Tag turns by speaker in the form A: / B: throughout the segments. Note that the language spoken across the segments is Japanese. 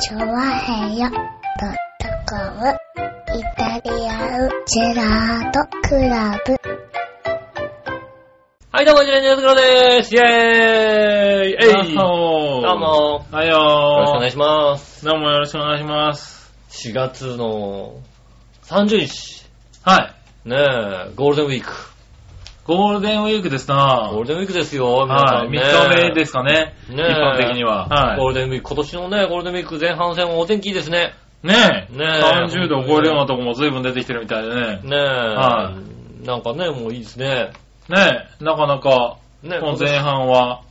A: チョワヘヨドットコムイタリアンジェラートクラブ。
B: はい、どうも、ジェレンジャーズクロです。イェーイえ
C: えい
B: いどうも、
C: はい
B: よろしくお
C: よ
B: 願いします。
C: ー。どうもよろしくお願いします。
B: 4月の30日、
C: はい。
B: ねえ、ゴールデンウィーク。
C: ゴールデンウィークですな
B: ゴールデンウィークですよ、皆さ
C: はい。
B: ん、ね。
C: 3日目ですかね。
B: ね
C: 一
B: え
C: 般的には。は
B: ゴールデンウィーク、今年のね、ゴールデンウィーク前半戦はお天気いいですね。
C: い。ねえ。
B: ねえ
C: 30度を超えるようなとこも随分出てきてるみたいでね。
B: ねえ、
C: は
B: なんかね、もういいですね。
C: ねえ、なかなか、
B: ね
C: この前半は、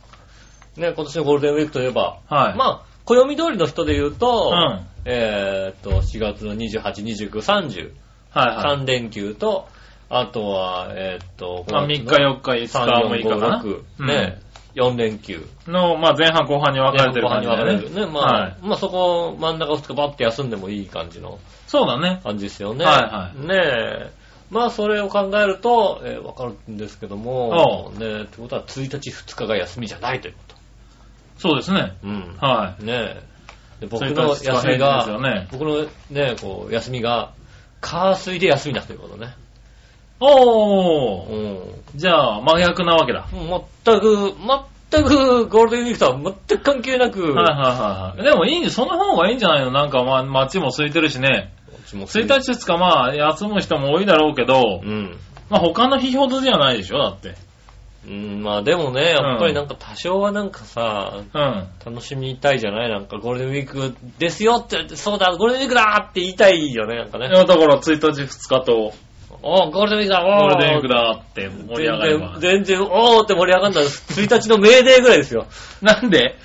B: ね、今年のゴールデンウィークといえば、
C: はい。
B: まあ、暦通りの人で言うと、
C: うん。
B: えーっと、4月の28、29、30、
C: はいはい。
B: 3連休と、あとは、えーっと、
C: まあ3日4日5日
B: 3、
C: 6
B: 4、
C: 日かな。
B: 5、
C: う
B: 6、
C: ん
B: ね、4連休。
C: の、まあ前半後半に分かれてる感じ
B: 後半
C: だ
B: に分かれ
C: ね
B: る。ね。まあ、
C: はい。
B: まあそこ、真ん中2日バッて休んでもいい感じの
C: そうだね。
B: 感じですよね。
C: は
B: ねえ。まあそれを考えると、えーわかるんですけども、ねえ、ってことは1日2日が休みじゃないというこ
C: そうですね。
B: と。うん。
C: は
B: ねえ。で僕
C: 1日
B: の休み
C: 二日平日ですよ
B: が
C: ね、
B: 僕のね、こう、休みが、火水で休みだということね。
C: い。おー。
B: うん。
C: じゃあ、真逆なわけだ。
B: もう全く、全くゴールデンウィークとは全く関係なく、
C: はいはいはいはい。でもいいんで、その方がいいんじゃないのなんかまあ、街も空いてるしね。1
B: 1
C: 日2日まあ、休む人も多いだろうけど、
B: うん。
C: まあ他の日ほどじゃないでしょだって。
B: うん、まあでもね、やっぱりなんか多少はなんかさ、
C: うん。
B: 楽しみたいじゃないなんかゴールデンウィークですよって言って、そうだ、ゴールデンウィークだって言いたいよね、なんか
C: い
B: ね。
C: やだから1日2日と、
B: おうゴールデンウィークだ、
C: ゴ
B: お
C: ールデンウィーク
B: だ。
C: だって盛り
B: 全
C: 上がれば
B: 然、。全然、おーって盛り上がんだ。1日のメーデーぐらいですよ。
C: なんで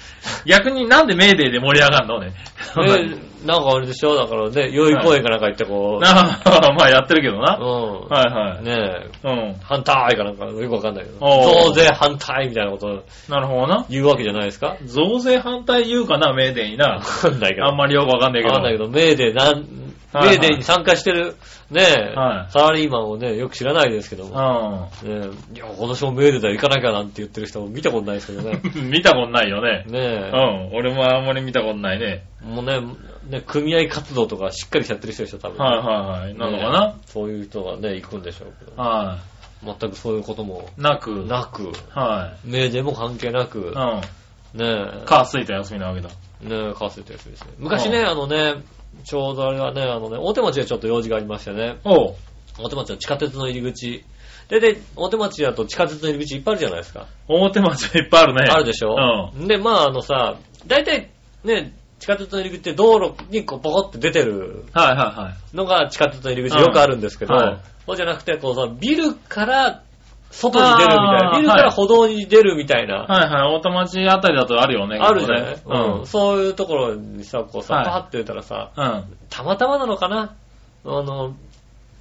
C: 逆になんでメーデーで盛り上がんのね。
B: えなんかあれでしょだからね、代々木公園かなんか行ってこう、
C: なあ まあやってるけどな。
B: う
C: はいはい。
B: ん。ねえ、
C: うん。
B: 反対かなんかよくわかんないけど、
C: おー
B: 増税反対みたいなこと
C: なるほどな。
B: 言うわけじゃないですか
C: 増税反対言うかな、メーデーにな
B: わ。かんないけど。
C: あんまりよくわかんないけ
B: わかんないけ
C: ど。
B: ど、メーデーなん、
C: はいは
B: メ
C: い
B: ーデーに参加してる、ねえ、
C: はい
B: サラリーマンをね、よく知らないですけど
C: う
B: も、ねえいや、今年もメーデーだよ行かなきゃなんて言ってる人も見たことないですけど ね。
C: ん。見たことないよね。う
B: ね
C: ん。俺もあんまり見たことないね。
B: え、もうね、ね、組合活動とかしっかりやってる人でしょ、多分。
C: はいはいはい。なのか
B: ねえそういう人がね、行くんでしょうけど、
C: なは
B: 全くそういうことも
C: い。なく。
B: なく、
C: は。
B: メーデーも関係ないく
C: う、ん。
B: ねえ、
C: か、ついた休みなわけだ。
B: ねえ、かわせてやつですね。昔ね、あのね、ちょうどあれはね、あのね、大手町でちょっと用事がありましてね、
C: おう。
B: 大手町の地下鉄の入り口。で、で、大手町だと地下鉄の入り口いっぱいあるじゃないですか。
C: 大手町いっぱいあるね。
B: あるでしょ
C: う
B: で、まああのさ、大体ね、地下鉄の入り口って道路にこうポコって出てる
C: はいはいはい。
B: のが地下鉄の入り口よくあるんですけど、
C: うんはい
B: そうじゃなくて、こうさ、ビルから外に出るみたいな
C: あ、ー
B: ビルから歩道に出るみたいな、
C: はいはい。大手町あたりだとあるよね。
B: あるじゃない、
C: ここね
B: うんそういうところにさ、こうさ、
C: はい
B: パーって出たらさ、
C: うん。うん。
B: たまたまなのかなあの、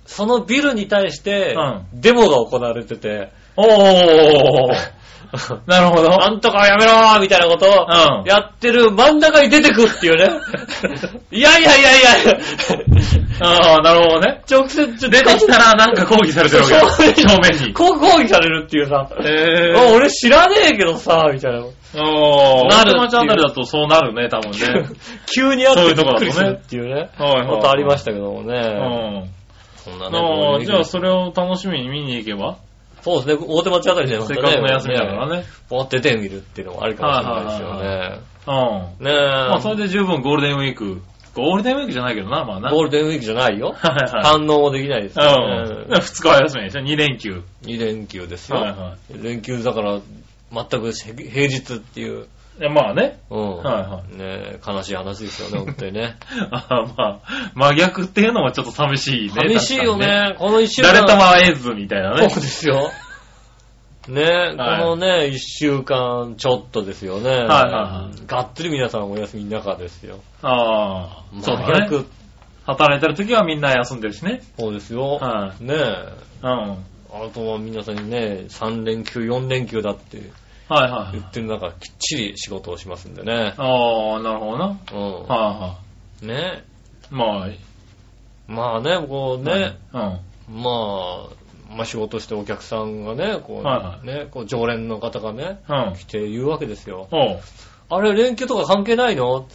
B: そのビルに対して
C: うん、
B: デモが行われてて、
C: おー。なるほど。
B: なんとかやめろーみたいなこと
C: う
B: を
C: ん
B: やってる真ん中に出てくっていう ね。いやいやいやいや
C: ああ、なるほどね。
B: 直接出
C: 出てきたらなんか抗議されてるわけだ。
B: 正面
C: 正面 に。
B: こう抗議されるっていうさ、
C: え
B: あ俺知らねえけどさ、みたいな。
C: ー。おー。
B: な
C: 大
B: る
C: 手町あたりだとそうなるね、多分ね。
B: 急に会って
C: そう
B: び
C: い
B: っ
C: うとこ
B: く
C: だとね
B: りするっていうね。
C: はいはいはい
B: ことありましたけども
C: う
B: ね。
C: ん。
B: そんなね
C: ああ、じゃあ
B: そ
C: それを楽しみに見に行けば、
B: うですね、大手町あたりでまた
C: せっ
B: ね。
C: かくの休みだからね。
B: 持っててみるっていうのもありかもしれないで
C: うん。
B: すよね。ねえ。
C: まあそれで十分ゴールデンウィーク。ゴールデンウィークじゃないけどな、まあな。
B: ゴールデンウィークじゃないよ。
C: はいはい。
B: 反応もできないです
C: う
B: よ
C: ん。
B: ね。
C: 2日は休みでしょ ?2 連休。
B: 2連休です
C: は
B: よ。
C: いは
B: 連休だから、全く平平日っていう。
C: い。いや、まあね。
B: うん。
C: はいは
B: ねえ、悲しい話です よね、本当にね。
C: あーまあ、真逆っていうのもちょっと寂しいね。
B: 寂しいよ
C: 確かに。
B: ね、この一週間。
C: 誰とも会えずみたいな
B: そう
C: ね。
B: ですよ。ねえ、こ
C: はい
B: のね、一週間ちょっとですよね。はい
C: はいは
B: がっつり皆さんお休みの中ですよ。
C: ああ、そう
B: 真
C: だね。
B: 逆
C: 働いてる時はみんな休んでるしね。
B: そうですよ。
C: は
B: ねえ。
C: うん。は
B: あとは皆さんにね、3連休、4連休だって
C: いは
B: 言
C: い。
B: ってる中、きっちり仕事をしますんでね。
C: ああ、なるほどな。は
B: う
C: い
B: ん。
C: は
B: ね。
C: い。まあ、
B: まあね、こうね、
C: うん。はい
B: まあ、まあ仕事してお客さんがね、こう、
C: は
B: ね、こう常連の方がね、
C: うん。
B: 来て言うわけですよ。
C: おう。
B: あれ、連休とか関係ないの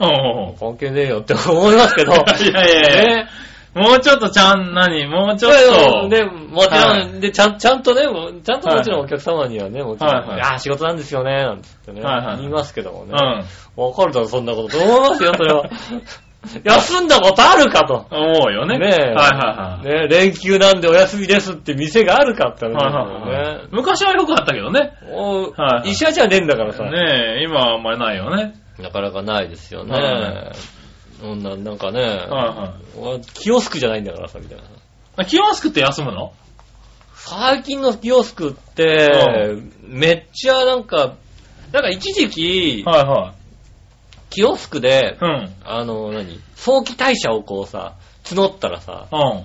C: うんうん
B: 関係ねえよって 思いますけど。
C: いやいやいや
B: ね
C: もうちょっとちゃん、何もうちょっと。
B: で、もちろん、
C: は
B: で、ちゃん、ちゃんとね、もうちゃんともちろん
C: はい
B: お客様にはね、もちろん、
C: はいはい
B: ああ、仕事なんですよね、なんつってね、
C: はいはい
B: 言いますけどもね。
C: うん。
B: わかるだろ、そんなこと。と思いますよ、それ は。休んだことあるかと。
C: 思うよね。
B: ねえ
C: はいはいはい。
B: ね、連休なんでお休みですって店があるかって話
C: はい
B: だ
C: はい
B: よ
C: はい
B: ね。
C: 昔はよくあったけどね。
B: お
C: はいはい
B: 医者じゃねえんだからさ。
C: ねえ、今はあんまりないよね。
B: なかなかないですよね。
C: は
B: そんな、なんかね、
C: は
B: 俺キオスクじゃないんだからさ、みたいな。
C: いはい。キオスクって休むの
B: 最近のキオスクって、めっちゃなんか、なんか一時期、
C: はいは
B: キオスクで
C: い。、うん。
B: あの、何早期退社をこうさ、募ったらさ、
C: うん。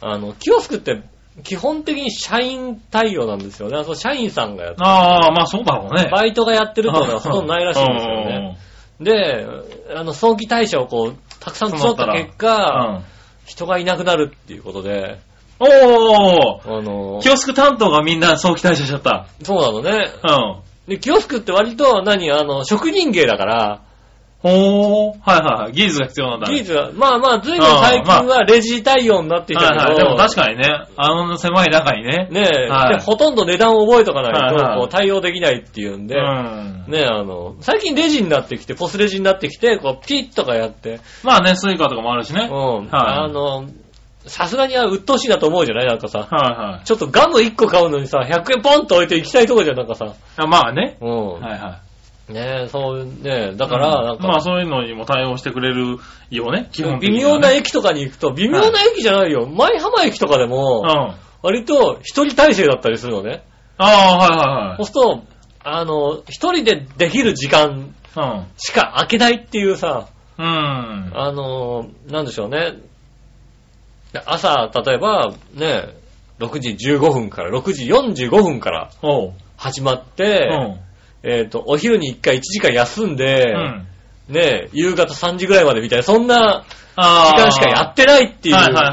B: あの、キオスクって基本的に社員対応なんですよね。あそう社員さんがやって
C: ああ、まあそうだろ うね。
B: バイトがやってるってことはほとんどないらしいんですよ
C: うんうんうん
B: ね。で、あの、早期退社をこう、たくさん募った結果、人がいなくなるっていうことで、
C: うん。お
B: あの
C: ー、キ、オスク担当がみんな早期退社しちゃった。
B: そうなのね。
C: うん。
B: で、キオスクって割と、何、あの、職人芸だから、
C: ほー、はいはいはい。技術が必要なんだ。
B: 技術が、まあまあ、ずいぶん最近はレジ対応になってきた
C: は
B: けど、
C: いはい。でも確かにね、あの狭い中にね。
B: ねえ、
C: はい
B: でほとんど値段を覚えとかない
C: はいは
B: と、
C: い
B: こう、対応できないっていうんで、
C: うん。
B: ねえ、あの、最近レジになってきて、ポスレジになってきて、こう、ピッとかやって、
C: まあね、スイカとかもあるしね。
B: うん、
C: はい。
B: あ
C: はい
B: の、さすがにあ鬱陶しいなと思うじゃないなんかさ、
C: はい。
B: ちょっとガム1個買うのにさ、100円ポンと置いて行きたいとこじゃん、なんかさ。
C: あまあね。
B: うん。
C: はいはい。
B: ねえ、そう、ねえ、だから、なんか、
C: まあそういうのにも対応してくれるよね、基本的
B: 微
C: に
B: 妙
C: は
B: な
C: ね、
B: 駅とかに行くと、微妙な駅じゃないよ。舞浜駅とかで
C: うん。
B: も、
C: あ
B: 割と一人体制だったりするのね。
C: あ
B: そうすると、あの、一人でできる時間
C: ー、はいはいはい。
B: しか空けないっていうさ、
C: うん。うん。
B: あの、なんでしょうね。朝、例えば、ね、6時15分から、6時45分から
C: おう。
B: 始まっ
C: う
B: て、
C: ん。
B: えっ、と、お昼に1回1時間休んで、
C: うん。
B: ね、夕方3時ぐらいまでみたいな、そんな時
C: ああ。
B: 間しかやってないっていう、
C: はいはいは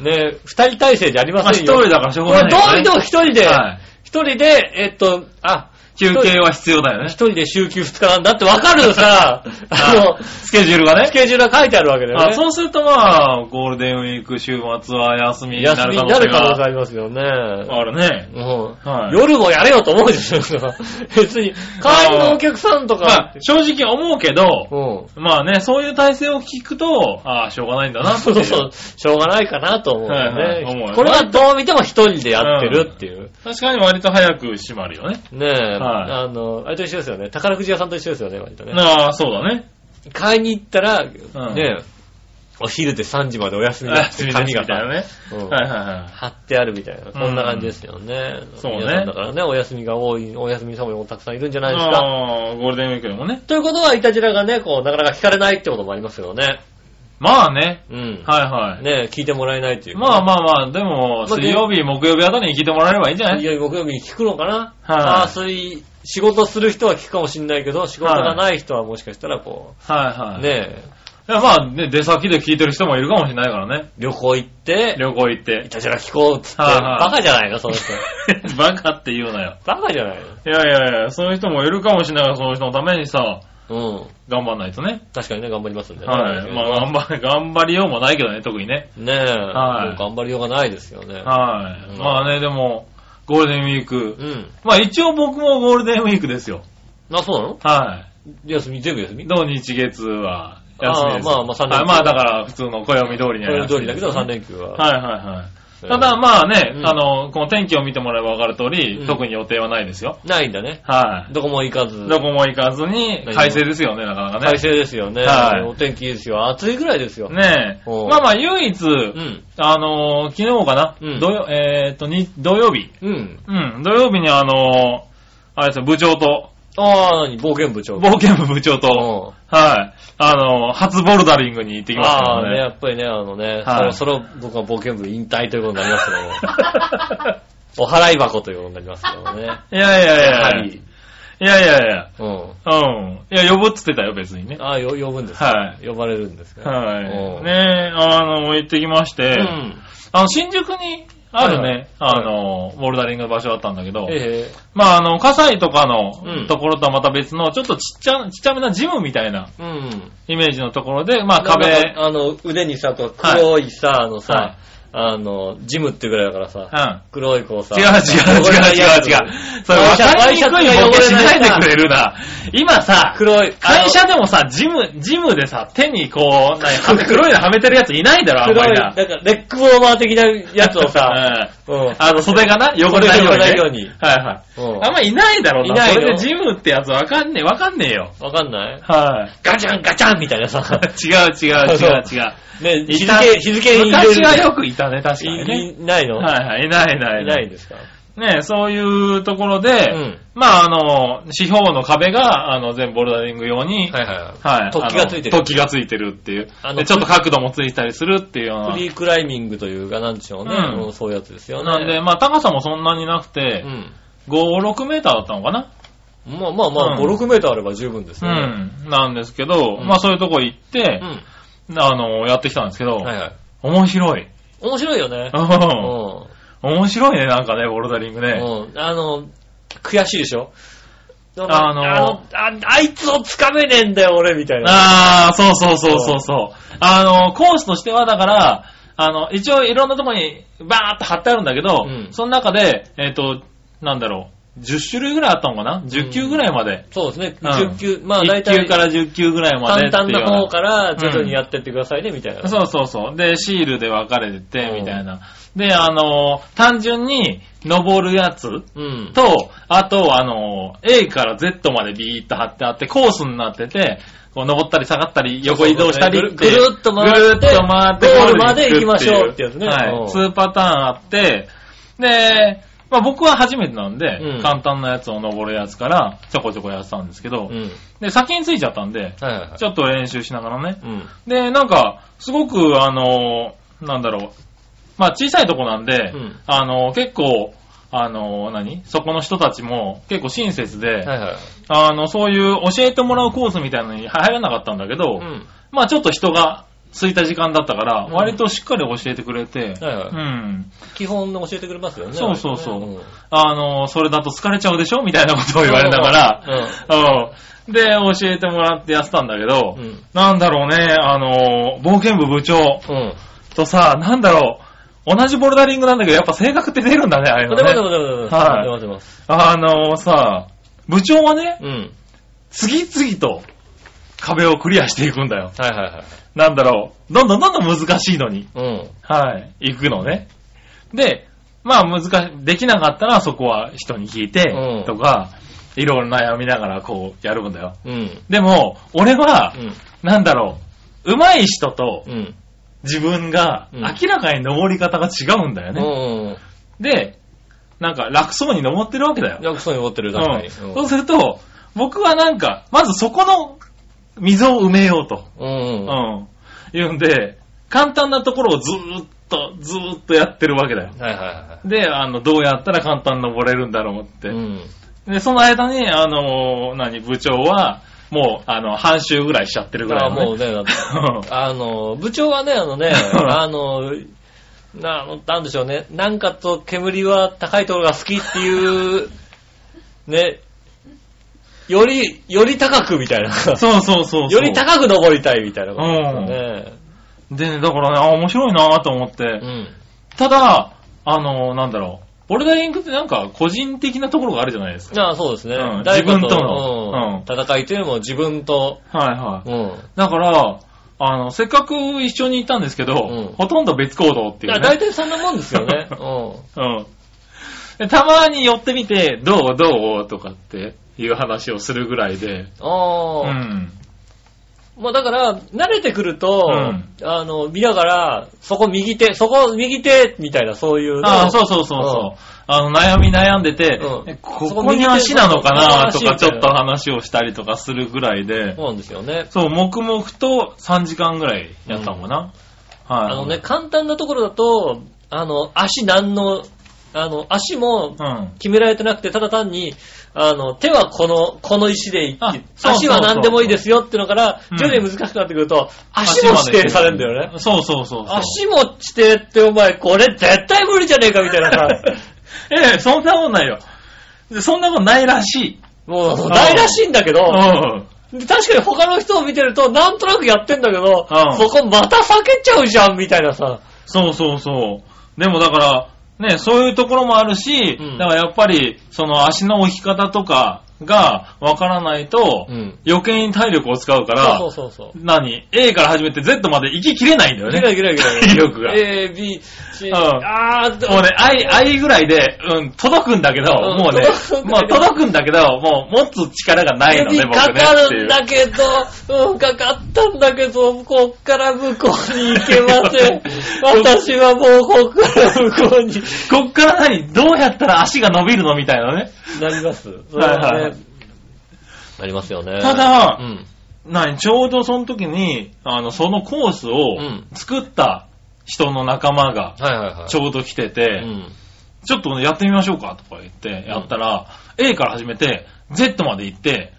C: いはいはい。
B: ね、2人体制じゃあり
C: まあ
B: ません
C: 一
B: よ。
C: 人だからしょう
B: こ
C: が
B: れ
C: ない
B: どう見て
C: よ
B: も一人で、
C: ね
B: 一、
C: はい。
B: 人で、えっと、あ、
C: 休憩は必要だよ
B: 一
C: ね。
B: 人で週休2日なんだってわかる さ、 あの、
C: スケジュールがね
B: ス。ケジュールが書いてあるわけだよ
C: あ
B: ね。
C: そうするとまあ、ゴールデンウィーク週末は休みにな
B: 休み
C: る
B: に
C: 可
B: な
C: 能性
B: る可能性
C: が
B: ありますよね。
C: あるね。
B: うん
C: はい
B: 夜もやれよと思うでしょ、 別に。会員のお客さんと
C: まあ
B: か、、
C: 正直思うけど、
B: うん。
C: まあね、そういう体制を聞くと、ああ、しょうがないんだなって
B: そ
C: いう
B: うそう、しょうがないかなと思うよ
C: はいはい思う
B: ね。
C: よ
B: これはどう見ても一人でやってるっていう。
C: 確かに割と早く閉まるよね。
B: ねえ、
C: はい
B: あの、あれと一緒ですよね。宝くじ屋さんと一緒ですよね、割とね。
C: ああ、そうだね。
B: 買いに行ったら、
C: ん
B: ねえ、お昼で3時までお休みだって
C: 休みです
B: 紙
C: み
B: が
C: たいな
B: さ、
C: ね。
B: うん
C: はいはいはい。
B: 貼ってあるみたいな、そんな感じですよね。
C: そうね
B: 皆さんだからね、お休みが多い、お休み様もたくさんいるんじゃないですか。
C: ああ、ゴールデンウィークでもね。
B: ということは、イタジラがね、こう、なかなか聞かれないってこともありますよね。
C: まあね。
B: うん。
C: はいはい。
B: ねえ聞いてもらえないっていう。
C: まあまあまあ、でも、
B: まあ
C: 水曜日、木曜日あたりに聞いてもらえればいいんじゃな
B: 水
C: い
B: 曜日、木曜日に聞くのかな
C: はい
B: あ水、仕事する人は聞くかもしんないけど、仕事がない人はもしかしたらこ、
C: はいうはい。
B: ねえ、
C: いやまあ、ね、出先で聞いてる人もいるかもしれないからね。
B: 旅行行って、
C: 旅行行って
B: い。たじら聞こうっつって、
C: はいはい
B: バカじゃないの、その人。
C: バカって言うなよ。
B: バカじゃない
C: いやいやいや、そういう人もいるかもしれないから、その人のためにさ、
B: の。うん。
C: 頑張んないとね。
B: 確かにね、頑張りますんでね。
C: はい。まあ、頑張、頑張りようもないけどね、特にね。
B: ねえ、
C: はい
B: もう頑張りようがないですよね。
C: はい。
B: うん
C: まあね、でも、ゴールデンウィー
B: う
C: ク。
B: ん。
C: まあ一応僕もゴールデンウィークですよ。
B: あ、そうなの
C: は
B: 休み、全部休
C: い。
B: み
C: 土日月は休みです。
B: ああまあまあ三連休
C: はいまあだから普通の暦通りに
B: こ
C: は
B: れ
C: 休
B: 通
C: み
B: り
C: で
B: だ
C: す
B: けど3連休は。
C: はいはいはい。た
B: う
C: だ
B: ん
C: まあね、
B: うん
C: あの、この天気を見てもらえばわかる通り、
B: うん
C: 特に予定はないですよ。
B: ないんだね。
C: は
B: どこも行かず。
C: い。どこも行かずに、快晴ですよね、なかなか
B: 快
C: ね。
B: 晴ですよね。
C: はい
B: お天気いいですよ。暑いぐらいですよ。
C: ねえ。
B: おう
C: まあまあ唯一、
B: うん。
C: あのー昨日かな、
B: うん
C: 土曜えーっと、に土曜日。
B: うん。
C: うん、土曜日にあのーあれですよ、部長と、
B: ああ、何冒険部長。
C: 冒険部部長と、
B: うん
C: はい、あのー初ボルダリングに行ってきました
B: あ
C: か
B: あね、や
C: らね。
B: っぱりね、あのね、
C: はい
B: そろそろ僕は冒険部引退ということになりますけ ども、お払い箱ということになりますけどもね。
C: いやいやい
B: やは
C: やいや。い
B: り、
C: やいやいや。
B: うん。
C: うん。いや、呼ぶっつってたよ、別にね。
B: ああ、よ呼ぶんですか、
C: は
B: 呼ばれるんです
C: い。
B: か
C: は
B: うん
C: い。ねえ、あの、行ってきまして、
B: うん。
C: あの、新宿に、あるね、
B: はいはい
C: あの、ボルダリングの場所だったんだけど、
B: え
C: まあ、あの、葛西とか
B: う
C: の
B: ん
C: ところとはまた別の、ちょっとちっちゃ、ちっちゃめなジムみたいな
B: えうん。
C: イメージのところで、まあ、
B: なん
C: 壁
B: か、あの、腕にさ、こう黒いさ、あのさ、
C: はい
B: あの、ジムってぐらいだから
C: う
B: さ、
C: ん。
B: 黒い子さ。
C: 違う違う違う違う違う。それ分かりにくいボケしないでくれるな。今さ、
B: 黒い。
C: 会社でもさ、ジム、ジムでさ、手にこう、何 は黒いのはめてるやついないだろ、
B: あ
C: あ
B: の
C: んま
B: 黒い、
C: り
B: なん
C: な。
B: か、レッグウォーマー的なやつをさ、うん
C: うん。あの、袖がな、汚れない
B: 汚
C: ようにね。
B: れないように
C: はいはい。
B: うん
C: あんまいないだろうな。
B: いないよ
C: それでジムってやつわかんねえ、わかんねえよ。
B: わかんない
C: はい。
B: ガ チャンガチャンみたいなさ。
C: 違う違う違う違う。
B: ね、日
C: いた
B: 付、日付に入れ
C: 昔
B: る。
C: はよくいたね、確かに
B: い
C: ね。
B: いないの
C: はいはい、いないいない
B: いないんですか
C: ねそういうところで、
B: うん
C: まあ、あの、四方の壁が、あの、全部ボルダリング用に、
B: いはい。
C: はい。
B: 突起がついてる
C: あの突起がついてるっていう。
B: あの
C: でちょっと角度もついたりするっていうよう
B: フ
C: な。
B: リークライミングというか、なんでしょうね。
C: うん
B: もうそういうやつですよね。
C: なんで、まあ高さもそんなになくて
B: う、ん。
C: 5、6メーターだったのかな
B: まあまあまあ、
C: うん
B: 5、6メートルあれば十分です
C: う
B: ね。
C: ん。なんですけど、
B: うん
C: まあそういうとこ行って
B: う、ん。
C: あの、やってきたんですけど、
B: はいはい。
C: 面白い。
B: 面白いよね
C: う。
B: うん
C: 面白いね、なんかね、ボルダリングね。
B: ん。うん。あの、悔しいでしょあ
C: の
B: ああいつをつかめねえんだよ、俺、みたいな。
C: ああ、そうそうそうそうそう。あの、コースとしてはだから、あの、一応いろんなとこにバーっと貼ってあるんだけど、
B: うん
C: その中で、えっ、と、なんだろう、10種類ぐらいあったのかな ?10 球ぐらいまで。
B: そうですね。
C: うん
B: 10級、まあ
C: 1
B: 大
C: 球
B: 体、
C: か
B: 簡
C: ら10球ぐらいまでって
B: 単
C: いうよう
B: な
C: な。
B: 方から徐々にやってってくださいね、みたいな。
C: そうそうそう。で、シールで分かれてて、
B: うん
C: みたいな。で、あの、単純に登るやつ
B: うん。
C: と、あと、あの、A から Z までビーッと貼ってあって、コースになってて、こう登ったり下がったり、横移動したりって
B: ぐるぐるっと回って
C: ぐるっと回って
B: ゴールまで行きましょうってやつね
C: は
B: うん
C: い。2パターンあって、で、まあ僕は初めてなんで、
B: うん
C: 簡単なやつを登るやつから、ちょこちょこやってたんですけど、
B: うん。
C: で、先についちゃったんで、
B: はいはいはい。
C: ちょっと練習しながらね、
B: うん。
C: で、なんか、すごく、あの、なんだろう。まあ、小さいとこなんで、
B: うん
C: あの、結構、あの、何そこの人たちも結構親切で、
B: はいはい。
C: あの、そういう教えてもらうコースみたいなのに入らなかったんだけど、
B: うん。
C: まあ、ちょっと人が空いた時間だったから、
B: うん
C: 割としっかり教えてくれて、
B: はいはい
C: うん。
B: 基本の教えてくれますよね。
C: そうそうそうんあの、それだと疲れちゃうでしょみたいなことを言われながら、うん。で、教えてもらってやってたんだけど、
B: うん
C: なんだろうね、あの、冒険部部長、
B: うん。
C: とさ、なんだろう、同じボルダリングなんだけど、やっぱ性格って出るんだね、あれ
B: 待て待
C: の
B: て
C: ね。
B: 待て待て。
C: は
B: 待て
C: い
B: 待て待て。
C: あのさ、部長はね、
B: うん。
C: 次々と壁をクリアしていくんだよ。
B: はいはい
C: なんだろう、どんどんどんどん難しいのに、
B: はい。うん。
C: はい、行くのね。で、まあ難し、できなかったらそこは人に聞いて
B: うん、
C: とか、いろいろ悩みながらこうやるんだよ。
B: うん。
C: でも、俺は
B: う、ん。
C: なんだろう、上手い人と
B: うん。
C: 自分が
B: うん
C: 明らかに登り方が違うんだよね。
B: うん。
C: で、なんか楽そうに登ってるわけだよ。
B: よくそうに思ってる、
C: う
B: 確かに。
C: ん、そうすると、僕はなんか、まずそこの溝を埋めようと、
B: う。
C: うん
B: は
C: ん、言うんで、簡単なところをずーっと、ずーっとやってるわけだよ
B: い。はいは
C: で、あの、どうやったら簡単に登れるんだろうって。
B: い。うん。
C: で、その間に、あのー何、部長は、もう、あの、半周ぐらいしちゃってるぐら
B: あ
C: いの、ね。
B: もうね、だ って。あの、部長はね、あのね、あの、な、なんでしょうね、なんかと煙は高いところが好きっていう、ね、より、より高くみたいな。
C: そうそうそうそう。
B: より高く登りたいみたいなこと
C: でね、だからね、あ、面白いなと思って。
B: ですよね。
C: ただ、あの、なんだろう。ボルダリングってなんか個人的なところがあるじゃないですか。
B: うん。ああ、そうですね
C: うん。
B: 誰か
C: 自分との
B: うん戦いというよりも自分と、
C: はいは
B: う
C: い。
B: ん。
C: だから、あの、せっかく一緒に行ったんですけど、
B: うん
C: ほとんど別行動ってい
B: だ
C: う、
B: 大
C: ね。
B: 体そんなもんですよね。
C: うんでたまに寄ってみて、どうどうとかっていう話をするぐらいで。
B: うん。あ
C: う
B: あ。
C: ん。
B: まあだから、慣れてくると、
C: うん
B: あの、見ながら、そこ右手、そこ右手、みたいな、そういうね。
C: ああ、そうそうそう
B: う
C: そ
B: ん
C: う。あの、悩み悩んでて、
B: うん
C: えここに足なのかなとかちょっと
B: こ
C: 話をしたりとかするぐらいで、
B: そうなんですよね。
C: そう、黙々と3時間ぐらいやったのかな。はい。
B: あのね、簡単なところだと、あの、足なんの、あの、足も
C: うん。
B: 決められてなくて、ただ単に、あの、手はこの、この石でいい
C: あそうそうそう
B: 足は何でもいいですよっていうのから
C: う、ん
B: 徐々に難しくなってくると、足も指定されるんだよね。
C: そうそうそうそう。
B: 足も指定ってお前、これ絶対無理じゃねえかみたいな さ、
C: ええ、そんなことないよ。でそんなことないらしい。
B: もう、ないらしいんだけど、
C: うん。
B: で確かに他の人を見てると、なんとなくやってんだけど、
C: うん
B: そこまた避けちゃうじゃんみたいなさ、
C: そうそうそう。でもだから、ね、そういうところもあるし、
B: うん
C: だからやっぱり、その足の置き方とかがわからないと、
B: うん
C: 余計に体力を使うから、
B: そうそうそうそう。
C: 何 ?A から始めて Z まで行ききれないんだよ
B: ギ
C: ね。
B: ラギラギラギラ。
C: 体 力が
B: A、B、C、
C: うん
B: あー、
C: もうね、I、I ぐらいで、うん、届くんだけど、
B: うん
C: もうね、
B: 届くん
C: も
B: だ
C: う
B: けど
C: 届くんだけど、もう持つ力がないの
B: 指
C: ね、僕
B: か
C: ね。
B: か
C: ってい
B: るん
C: う。
B: だけど、うん、かかったんだけど、こっから向こうに行けません 私はもうこっから向こうに
C: こっから何どうやったら足が伸びるのみたいなね。
B: なります。
C: はいはいはい
B: なりますよね。
C: ただ
B: うん。
C: 何ちょうどその時に、あの、そのコースを
B: うん
C: 作った人の仲間が
B: はいはいはい。
C: ちょうど来てて、
B: うん。
C: ちょっとやってみましょうかとか言って、やったら、A から始めて、Z まで行って、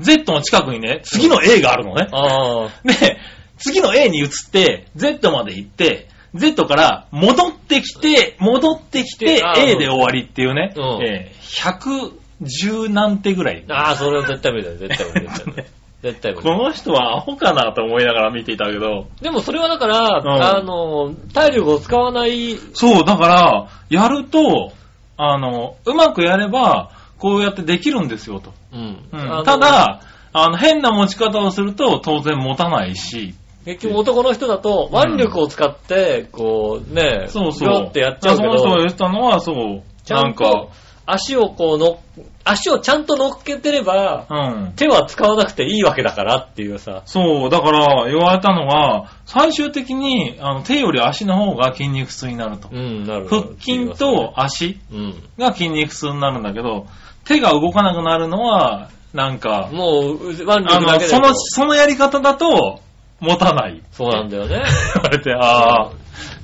C: Z の近くにね、次の A があるのね。
B: ああ。
C: で、次の A に移って、Z まで行って、Z から戻ってきて、戻ってきて
B: あ、ー
C: A で終わりっていうね、
B: うん
C: えー110何手ぐらい。
B: ああ、それは絶対無理だよ。絶対無理だよ。絶対無 理絶対無理
C: この人はアホかなと思いながら見ていたけど、
B: でもそれはだから、
C: うん
B: あの、体力を使わない、
C: そう、だから、やると、あの、うまくやれば、こうやってできるんですよと。
B: うん
C: うん
B: あの
C: ただ、あの、変な持ち方をすると当然持たないし、
B: 結局男の人だと腕力を使って、こうね、
C: そうそう。
B: ギョってやっちゃうけ
C: だからその人が
B: ど、
C: 言ったのは、そう、
B: ちゃん
C: なん
B: と足をこうの、足をちゃんと乗っけてれば、
C: か、うん。
B: 手は使わなくていいわけだからっていうさ、
C: そう、だから言われたのは、最終的にあの手より足の方が筋肉痛になると
B: う。ん、なるほど
C: 腹筋と、足
B: うん。
C: が筋肉痛になるんだけど、手が動かなくなるのは、なんか、
B: もう、腕力
C: あ
B: だ
C: の、
B: けで
C: そ
B: も
C: の、そのやり方だと、持たない。
B: そうなんだよね。
C: 言われて、ああ、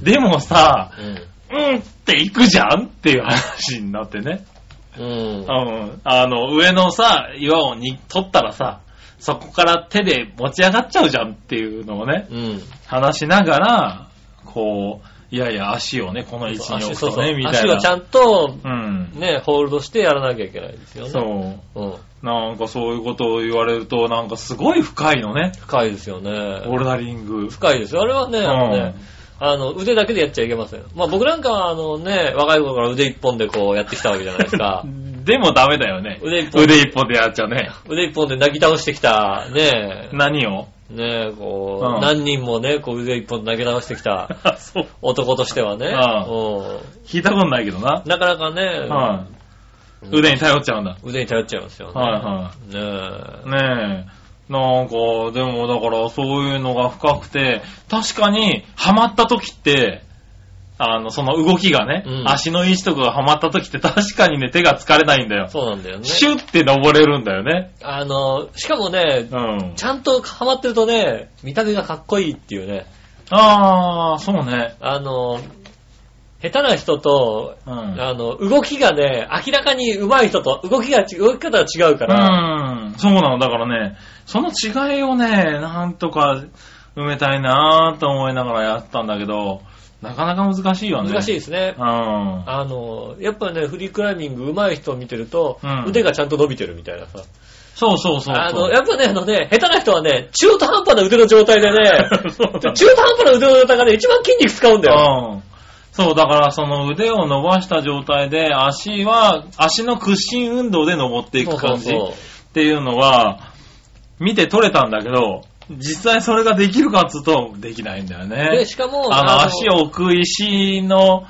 C: でもさ、
B: うん。
C: うんって行くじゃんっていう話になってね。
B: うん
C: う。ん。あの、上のさ、岩をに取ったらさ、そこから手で持ち上がっちゃうじゃんっていうのをね、
B: うん。
C: 話しながら、こう、いやいや、足をね、この位置に置く
B: そう
C: と
B: そう
C: ね、みたい
B: 足
C: な。
B: をちゃんと、
C: うん。
B: ね、ホールドしてやらなきゃいけないですよね。。
C: そう
B: うん。
C: う。なんかそういうことを言われると、なんかすごい深いのね、
B: 深いですよね。
C: ボルダリング。
B: 深いですよ。あれはね、あのね、あの、腕だけでやっちゃいけません。まあ僕なんかはあのね、若い頃から腕一本でこうやってきたわけじゃないですか
C: う。んでもダメだよね。
B: 腕一本、
C: 腕一本でやっちゃうね。
B: 腕一本で泣き倒してきた、ね
C: 何を
B: ねこう、
C: うん
B: 何人もね、こう腕一本で泣き倒してきた
C: あそう。
B: 男としてはね、
C: う聞いたことないけどな
B: う。んなかなかね、
C: はい。腕に頼っちゃうんだ。
B: 腕に頼っちゃいますよね。
C: は
B: ね
C: いはい。ねえ。なんか、でもだからそういうのが深くて、確かにハマった時って、あの、その動きがね、
B: うん
C: 足の位置とかがハマった時って確かにね、手が疲れないんだよ。
B: そうなんだよね。
C: シュッて登れるんだよね。
B: あの、しかもね、
C: うん
B: ち。ゃんとハマってるとね、見た目がかっこいいっていうね、
C: あー、そうね。
B: あの、下手な人と、
C: うん。
B: あの、動きがね、明らかに上手い人と、動きがち、動き方が違うから、
C: うん。そうなの。だからね、その違いをね、なんとか埋めたいなーと思いながらやったんだけど、なかなか難しいよね。
B: 難しい
C: い。
B: ですね
C: う。ん。
B: あの、やっぱね、フリークライミング上手い人を見てると、
C: うん
B: 腕がちゃんと伸びてるみたいなさ。
C: そうそうそうそう。
B: あの、やっぱね、あのね、下手な人はね、中途半端な腕の状態でね
C: そうなん、だ
B: 中途半端な腕の状態がね、一番筋肉使うんだよ。
C: うん。そう、だからその腕を伸ばした状態で、足は、足の屈伸運動で登っていく感じ
B: そうそう
C: っ。ていうのは、見て取れたんだけど、実際それができるかっつうと、できないんだよね。
B: で、しかも、
C: あの、足を置く石の、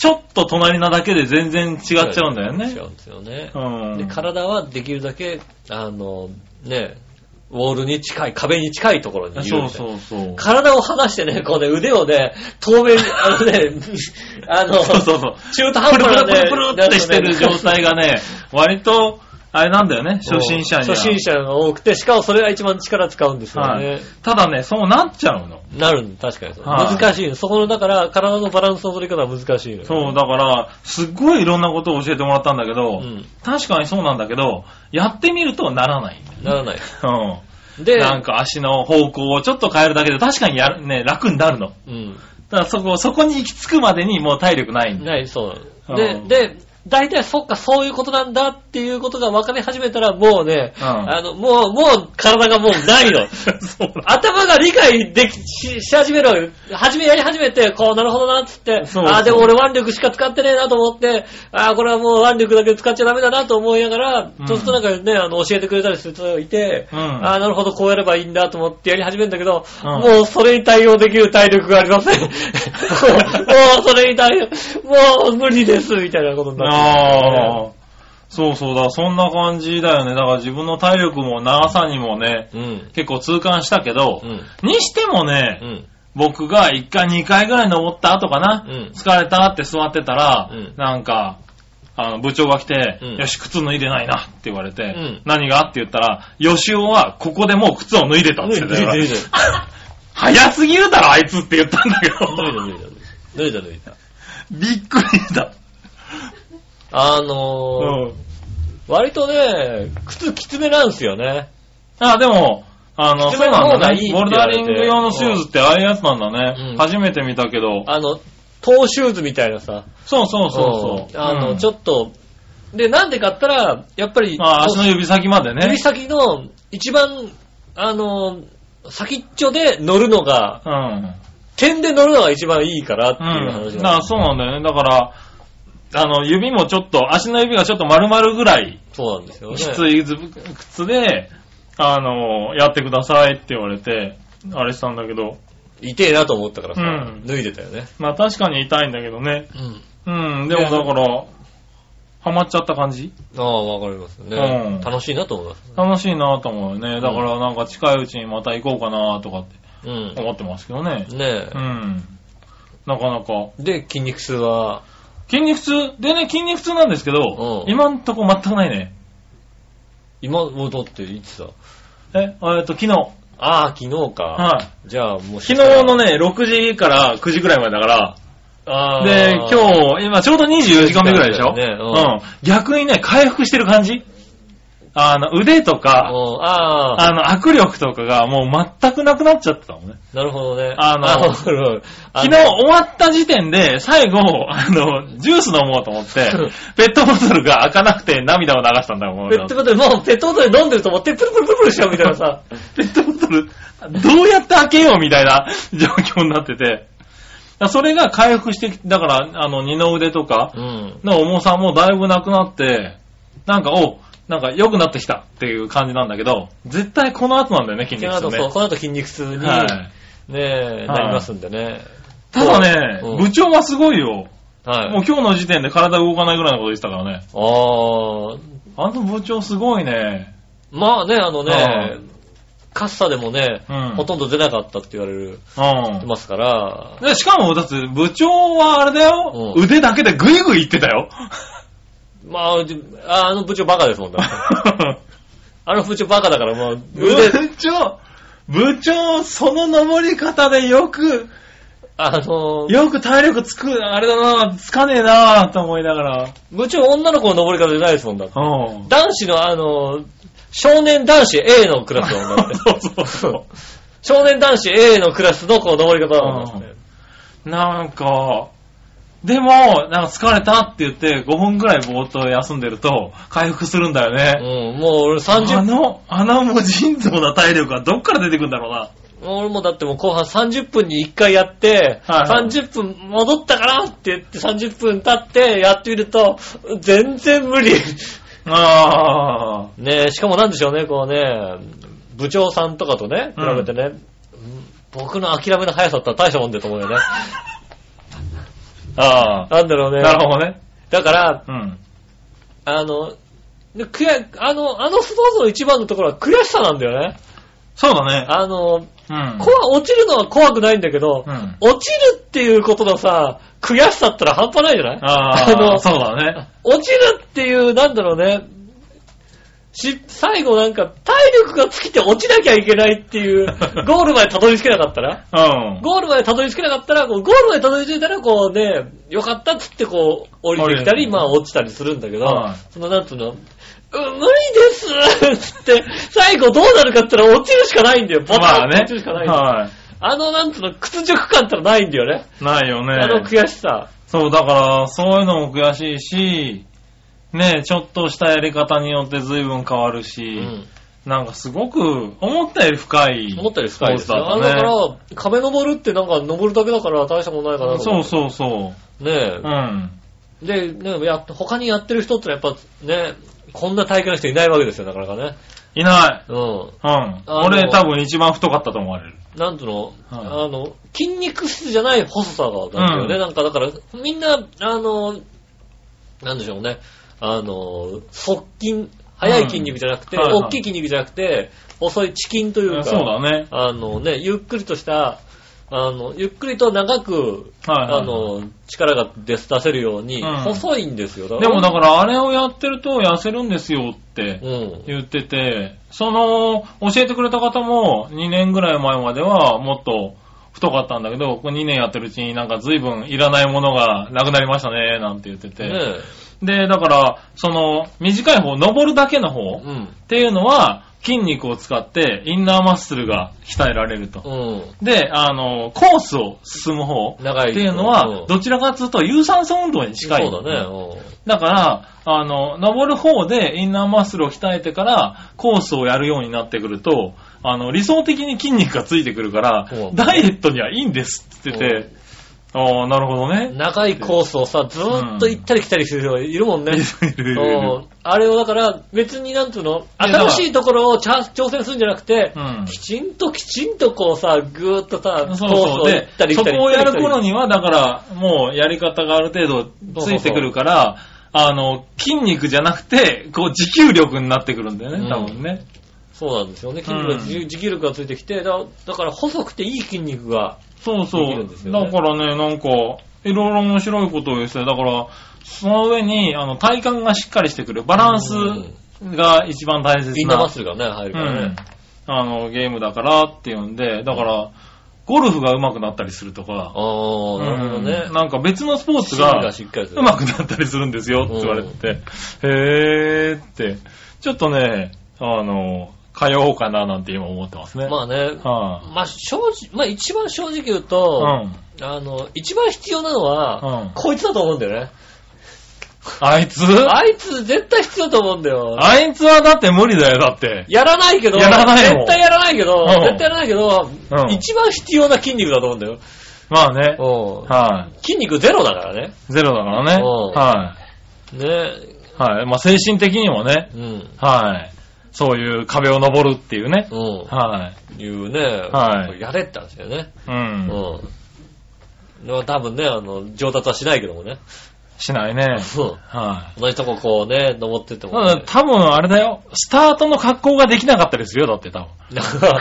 C: ちょっと隣なだけで全然違っちゃうんだよね
B: 違。うんですよね。
C: うん。
B: で体はできるだけ、あの、ね、ウォールに近い、壁に近いところにいるみたい
C: そ
B: な
C: うそうそう。
B: 体を離してね、こうね、腕をね、透明に、あのね、 あの、
C: そうそうそ
B: 中途
C: う。プ
B: 半
C: ルプ
B: 端な
C: ル
B: ね
C: プルプルってしてる状態がね、割と、あれなんだよね、初心者には。
B: 初心者が多くて、しかもそれが一番力使うんですよね。
C: はいただね、そうなっちゃうの。
B: なるん確かにそう。
C: はい
B: 難しいの。そこの、だから、体のバランスの取り方は難しいのよ。
C: そう、だから、すっごいいろんなことを教えてもらったんだけど、
B: うん
C: 確かにそうなんだけど、やってみるとならないんだよ
B: な
C: ね
B: らない。
C: うん
B: で、
C: なんか足の方向をちょっと変えるだけで確かにやる、ね、楽になるの。
B: うん。
C: ただそこ、そこに行き着くまでにもう体力ないん だ。
B: ない、そう
C: う
B: なの。
C: ん
B: で、で、大体そっか、そういうことなんだっていうことが分かり始めたら、もうね、
C: うん
B: あの、もう、もう体がもうない の。
C: そうだ。
B: 頭が理解でき、し、し始めるわけ。初めやり始めて、こう、なるほどな、つって。
C: そうそう
B: ああ、でも俺腕力しか使ってねえなと思って、ああ、これはもう腕力だけ使っちゃダメだなと思いながら、
C: うん
B: そうするとなんかね、あの、教えてくれたりする人がいて、
C: うん
B: ああ、なるほど、こうやればいいんだと思ってやり始めるんだけど、
C: うん
B: もうそれに対応できる体力がありま せん。もう、もうそれに対応、もう無理です、みたいなことになって
C: ああ。そうそうだ、そんな感じだよね。だから自分の体力も長さにもね、
B: くるね。
C: 結構痛感したけど、
B: うん。
C: にしてもね、
B: うん。
C: 僕が1回2回ぐらい登った後かな、
B: うん
C: 疲れたって座ってたら、
B: うん
C: なんか、あの、部長が来て、
B: うん
C: よし、靴脱いでないなって言われて、
B: ん
C: 何がって言ったら、よしおはここでもう靴を脱いでた
B: 脱
C: っ
B: い
C: て
B: で脱
C: 言ってたから
B: いで脱いで
C: 早すぎるだろ、あいつって言ったんだけど、
B: 脱いで脱いで脱いで脱いで
C: びっくりした。
B: あのー、
C: うん
B: 割とね、靴きつめなんですよね。
C: あ、でも、あの、
B: 靴
C: そう
B: の方
C: なんだ
B: がいい。
C: ね
B: って
C: ボ
B: 言
C: ル
B: わ
C: ダ
B: れて
C: リング用のシューズってああいうやつなんだね。
B: うん
C: 初めて見たけど。
B: あの、トーシューズみたいなさ。
C: そうそうそうそう。
B: んあの、ちょ
C: っ
B: っと、で、なんでかったら、やっぱり、
C: あ、足の指先までね。
B: 指先の一番、あの、先っちょで乗るのが、
C: うん。
B: 点で乗るのが一番いいからっていう話
C: うん。だか
B: なん
C: ら
B: です
C: そうなんだよね。だから、あの、指もちょっと、足の指がちょっと丸々ぐらい、
B: そうなんですよね。
C: きつい靴で、あの、やってくださいって言われて、あれしたんだけど、
B: 痛えなと思ったからさ、
C: うん
B: 脱いでたよね。
C: まあ確かに痛いんだけどね。
B: うん。
C: うん、でもだから、ハマっちゃった感じ
B: ああ、わかりますね、
C: うん
B: 楽しいなと思います。
C: 楽しいなと思うよね。だからなんか近いうちにまた行こうかなとかって
B: うん。
C: 思ってますけどね。
B: ね
C: うん。なかなか。
B: え。で、筋肉痛は、
C: 筋肉痛でね、筋肉痛なんですけど、
B: うん
C: 今んとこ全くないね。
B: 今、もうだっていつさ、
C: え、えっと、昨日。はい。
B: ああ、昨日か。じゃあ、もう
C: 昨日の、ね、6時から9時くらいまでだから、
B: あー
C: で、今、日、今ちょうど24時間目ぐらいでしょ、
B: ね
C: う
B: うん
C: ん、逆にね、回復してる感じあの、腕と
B: う
C: か、
B: んああ、
C: あの、握力とかがもう全くなくなっちゃってたもんね。
B: なるほどね。
C: あの
B: あーなるほど
C: 昨日終わった時点で、最後、あの、ジュース飲もうと思って
B: うん、
C: ペットボトルが開かなくて涙を流したんだもん。
B: ペットボトル、もうペットボトル飲んでると思って、プルプルプルプルしちゃうみたいなさ。
C: ペットボトル、どうやって開けようみたいな状況になってて。だからそれが回復してきだから、あの、二の腕とか
B: うん。
C: の重さもだいぶなくなって、なんか、おなんか良くなってきたっていう感じなんだけど、絶対この後なんだよね、筋
B: こ
C: 肉
B: の後、そ
C: 痛
B: う、
C: ね。
B: この後筋肉痛に、
C: はい。
B: ねえ、なりますんでね。
C: ただね
B: うん、
C: 部長はすごいよ。
B: はい。
C: もう今日の時点で体動かないぐらいのこと言ってたからね。
B: ああ、
C: あの部長すごいね。
B: まあね、あのね
C: う、
B: カッサでもね、
C: うん
B: ほとんど出なかったって言われる、言って
C: う
B: ますから
C: ん。、でしかも、だって部長はあれだよ、
B: うん
C: 腕だけでグイグイいってたよ。
B: まあ、じあの部長バカですもん ね。あの部長バカだから、もう 腕、
C: 部長、部長、その登り方でよく、
B: あの、
C: よく体力つく、あれだな、つかねえなと思いながら。
B: 部長女の子の登り方じゃないですもんだって。
C: うん。
B: 男子のあの、少年男子 A のクラスだもんだって。
C: そうそう
B: 少年男子 A のクラスのこう登り方だもんだって。
C: なんか、でも、なんか疲れたって言って5分くらいぼーっと休んでると回復するんだよ
B: う
C: ね。
B: ん、もう俺
C: あ
B: 30分、
C: の、あの無尽蔵な体力はどっから出てくんだろうな。
B: 俺もだってもう後半30分に1回やって、
C: はいはい
B: 30分戻ったからって言って30分経ってやってみると、全然無理。
C: ああ。
B: ねえ、しかもなんでしょうね、こうね、部長さんとかとね、比
C: うん
B: べてね、うん僕の諦めの速さだったら大したもんだと思うよね。
C: ああ。
B: なんだろうね。
C: なるほどね。
B: だから、
C: うん。
B: あの、で悔や、あの、あのスポーツの一番のところは悔しさなんだよね。
C: そうだね。
B: あの、
C: うん。
B: こわ落ちるのは怖くないんだけど、
C: うん
B: 落ちるっていうことのさ、悔しさったら半端ないじゃない
C: ああ、
B: の
C: そうだね。
B: 落ちるっていう、なんだろうね、し、最後なんか、体力が尽きて落ちなきゃいけないって いう、ゴールまでたどり着けなかったら
C: うん。
B: ゴールまでたどり着けなかったら、こうゴールまでたどり着いたら、こうね、よかったっつってこう、降りてきた
C: 降り
B: り、
C: る
B: まあ落ちたりするんだけど、
C: はい
B: そのなんつうの、うん無理ですつって、最後どうなるかって言ったら落ちるしかないんだよ、ボタン、
C: まあね
B: 落ちるし。かないんだよ。
C: は
B: あのなんつうの、屈辱感ったらないんだよね。
C: い。ないよね。
B: あの悔しさ。
C: そう、だから、そういうのも悔しいし、ねえ、ちょっとしたやり方によって随分変わる
B: う
C: し、
B: ん。
C: なんかすごく、思ったより深い。
B: 思ったより深いですよ。
C: コ
B: あ
C: ー
B: の
C: ス
B: だ
C: だった
B: か
C: ね。
B: ら、壁登るってなんか登るだけだから大したことないかなと
C: そ
B: 思
C: う
B: って。
C: そうそう
B: ね
C: う。うん。
B: え。で、ねや、他にやってる人ってのはやっぱね、こんな体験の人いないわけですよ、なかなかね。
C: いな
B: うん。
C: い。うん。
B: の
C: 俺多分一番太かったと思われる。
B: なんつうの、
C: はい
B: あの、筋肉質じゃない細さが、なんだよね、
C: うん
B: なんかだから、みんな、あの、なんでしょうね、あの、側筋、速い筋肉じゃなくて、
C: うんはいはい
B: 大きい筋肉じゃなくて、細いチキンというか、
C: そうだね。
B: あのね、ゆっくりとした、あの、ゆっくりと長く、
C: はいはい
B: あの、力が出す出せるように、
C: うん
B: 細いんですよ。
C: でもだ
B: か
C: から、あれをやってると痩せるんですよって
B: ら、うん。
C: 言ってて、その、教えてくれた方も2年ぐらい前まではもっと太かったんだけど、ここ2年やってるうちになんか随分いらないものがなくなりましたね、なんて言ってて。
B: ね
C: で、だから、その、短い方、登るだけの方
B: え、うん。
C: っていうのは、筋肉を使ってインナーマッスルが鍛えられると。
B: うん。
C: で、あの、コースを進む方っ
B: 長い。
C: ていうの
B: う
C: は
B: ん、
C: どちらかというと有酸素運動に近い。
B: そうだね。
C: だから、あの、登る方でインナーマッスルを鍛えてから、コースをやるようになってくると、あの、理想的に筋肉がついてくるから
B: そう、
C: ダイエットにはいいんですって言ってて、ああ、なるほど
B: うん
C: ね。
B: 長いコースをさ、ずーっと行ったり来たりする人がいるもんね。うんあれをだから、別になんつうの、
C: やだから
B: 新しいところをちゃん挑戦するんじゃなくて、
C: うん
B: きちんときちんとこうさ、ぐーっとさ、
C: そう
B: コース
C: そう。
B: を行
C: で
B: った、り来
C: そ
B: たり
C: こをやる頃
B: に、
C: には、だから、もうやり方がある程度ついてくるから、あの、筋肉じゃなくて、こう、持久力になってくるんだよ
B: う
C: ね、
B: ん
C: 多分ね。
B: そうなんですよね。筋肉が、
C: うん
B: 持持久力がついてきて、だだから細くていい筋肉が、
C: そうそ
B: できる
C: うん
B: です。よね
C: だからね、なんか、いろいろ面白いことを言ってたよだから、その上に、あの、体幹がしっかりしてくる。バランスが一番大切
B: インナーマッ
C: な、
B: スルがね、入る
C: う
B: からね
C: ん。、あの、ゲームだからっていうんで、だから、ゴルフが上手くなったりするとか、
B: ああ、なるほどね。
C: うんなんか別のスポーツ
B: 芯
C: が
B: がしっかりする。
C: 上手くなったりするんですよって言われてて、へーって、ちょっとね、あの、通おうかななんて今思ってますね。
B: まあね、
C: は
B: まあ正直、まあ一番正直言う
C: あ、
B: と、
C: うん。
B: あの、一番必要なのは、
C: うん
B: こいつだと思うんだよね。
C: あいつ
B: あいつ絶対必要だと思うんだよ。
C: あいつはだって無理だよ、だって。
B: やらないけど、
C: やらないも
B: 絶
C: ん
B: 対やらないけど、
C: うん
B: 絶対やらないけど、
C: うん
B: 一番必要な筋肉だと思うんだよ。
C: まあね。
B: うん
C: は
B: 筋肉ゼロだからね。
C: い。ゼロだからね。
B: うん
C: は
B: ね。
C: い。はい。まあ精神的にもね。
B: うん。
C: はい。そういう壁を登るっていうね。
B: うん。
C: はい。
B: いうね、
C: はい
B: やれって話だよね。
C: う。
B: うんん。でも多分ね、あの、上達はしないけどもね。
C: しないね。
B: うん
C: はい。
B: 同じとここうね、登ってって
C: た
B: も、
C: だ
B: ね。
C: 多分あれだよ。スタートの格好ができなかったですよ、だって多分。
B: なんか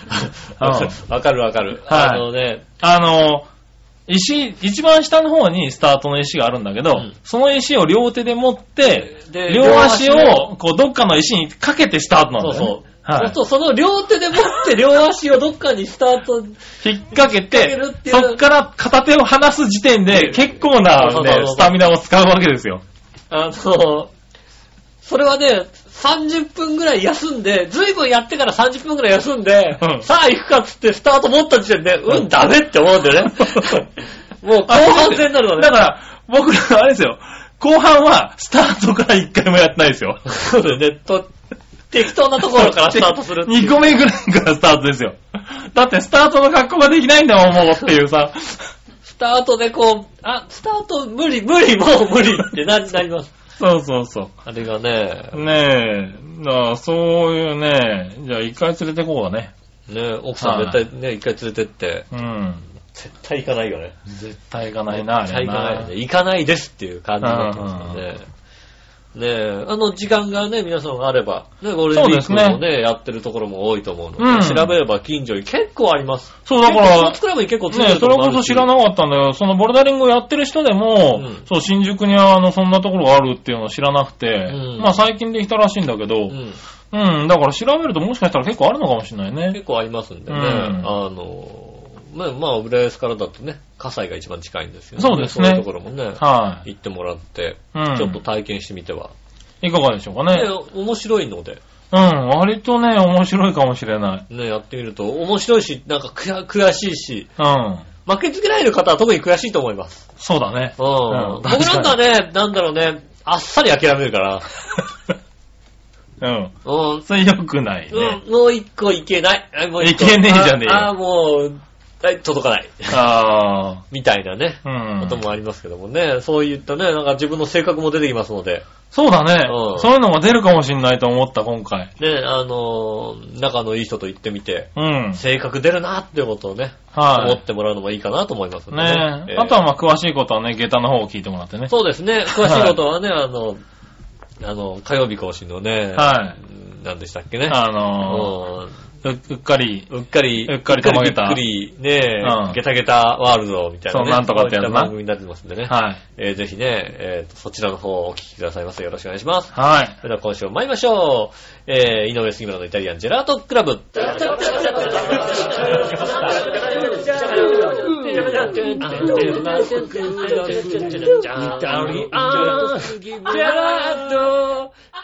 B: わかるわかる。
C: はい
B: あのね、
C: あの、石、一番下の方にスタートの石があるんだけど、
B: うん
C: その石を両手で持って、
B: で
C: 両足
B: 両足
C: を、こう、どっかの石にかけてスタートなんだ
B: そ
C: よ
B: う
C: ね。
B: そう。
C: はい。
B: そうするとその両手で持って両足をどっかにスタート。
C: 引っ掛け
B: 引っ掛け
C: て
B: るって、いう
C: そっから片手を離す時点で結構な
B: そうそうそうそ
C: ね、
B: う
C: スタミナを使うわけですよ。
B: あの、それはね、30分ぐらい休んで、ずいぶんやってから30分ぐらい休んで、
C: うん
B: さあ行くかっつってスタート持った時点で、
C: う
B: うんん、ダメって思うんだよ ね。もう後半戦になるわね。
C: だから、僕ら、あれですよ、後半はスタートから一回もやってないですよ。
B: そうだよね。と適当なところからスタートす るっていう
C: 2個目ぐらいからスタートですよ。だってスタートの格好ができないんだもん、もうっていうさ。
B: スタートでこう、あ、スタート無理無理もう無理ってななります。
C: そうそうそ
B: あれがね
C: う。、ねえ、だからそういうね、じゃあ一回連れてこうかね。
B: ね奥さん絶対ね、一回連れてって、
C: うん。
B: 絶対行かないよね。
C: 絶対行かないな、あれ
B: 行かない
C: な
B: よね。行かないですっていう感じになってますよね。ねえ、あの時間がね、皆さんがあれば、ね、ゴールデンウィーク
C: そ
B: も
C: う
B: ね、やってるところも多いと思うので、
C: うん
B: 調べれば近所に結構あります。
C: そう、だか
B: 結構スポ
C: ら
B: ーツ、クラブに結構ついて
C: ね
B: る
C: そ
B: と
C: れ
B: こもあ
C: こ
B: る
C: そ
B: し
C: 知らなかったんだよ。そのボルダリングをやってる人でも、
B: うん
C: そう、新宿にあの、そんなところがあるっていうのを知らなくて、
B: うん
C: まあ最近できたらしいんだけど、
B: うん
C: うん、だから調べるともしかしたら結構あるのかもしれないね。
B: 結構ありますんでね、
C: うん
B: あの、まあ、まあ、浦安からだとね、葛西が一番近いんですよね。
C: そうですね
B: そういうところもね、
C: はい。
B: 行ってもらって、
C: うん。
B: ちょっと体験してみては。
C: いかがでしょうか
B: ね
C: ね。
B: 面白いので、
C: うん、割とね、面白いかもしれない。
B: ね、やってみると、面白いし、なんか悔悔しいし、
C: うん。
B: 負けず嫌いの方は特に悔しいと思います。
C: そうだね
B: う。ん。
C: うん
B: 僕なんかね、なんだろうね、あっさり諦めるから、
C: うん。
B: うん、
C: それ良くないね。
B: うん、もう一個いけない。あもう一個
C: いけねえじゃねえよ
B: ああ、もう、はい届かない。
C: あ
B: みたいなね、
C: あ。う
B: こ
C: ん
B: と。もありますけどもね、そういったね、なんか自分の性格も出てきますので、
C: そうだね
B: う。ん
C: そういうのが出るかもしれないと思った、今回。
B: ね、あのー仲のいい人と行ってみて、
C: うん。
B: 性格出るなっていうことをね、思
C: は
B: ってもらうのもいいかなと思います
C: い。
B: ので
C: ね
B: え
C: え。
B: ー
C: あとはまあ、詳しいことはね、下駄の方を聞いてもらってね。
B: そうですね、詳しいことはね、あの、あの、火曜日更新のね、
C: はい
B: うん何でしたっけね。
C: あ
B: う
C: の
B: ん
C: ー、ううっかり、
B: うっかり、
C: うっかりとま
B: びっ
C: げた
B: くり、ね
C: うん
B: ゲタゲタワールドみたいな、ね。
C: そうなんとかってやつ
B: そ
C: な
B: うい番組になってますんでね。
C: はい。
B: えーぜひね、えーとそちらの方をお聞きくださいませ。よろしくお願いします。
C: はい。
B: それでは今週も参りましょう。えー、井上杉村のイタリアンジェラートクラブ。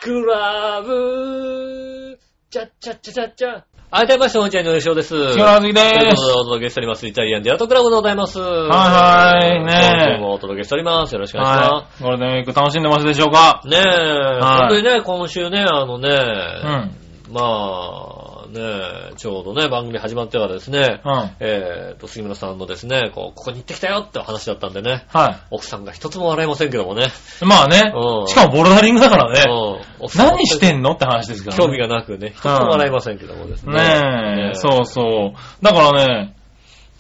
B: クラブ。チャッチャッチャチャッチャ。改めまして、おんちゃんの優勝です。
C: 木村ずきで
B: ということで、
C: ーす。
B: お届けしております。イタリアンディアートクラブでございます。
C: はいはいねえ
B: 今週もお届けしております。よろしくお願いしま
C: は
B: す。
C: い。ゴールデンウィーク楽しんでますでしょうか
B: ねえ、
C: い
B: 本当にね、今週ね、あのね、
C: うん。
B: まあ、ねえ、ちょうどね、番組始まってからですね、
C: うん。
B: えーと、杉村さんのですね、こう、ここに行ってきたよってお話だったんでね、
C: は
B: 奥さんが一つも笑いませんけどもね、
C: い。まあね
B: う。ん
C: しかもボルダリングだから
B: う
C: ね。
B: ん奥さんは
C: 何してんのって話ですからね。
B: 興味がなくね、一つも笑いませんけどもですね。
C: ねえ、
B: う。
C: そうそう。だからね、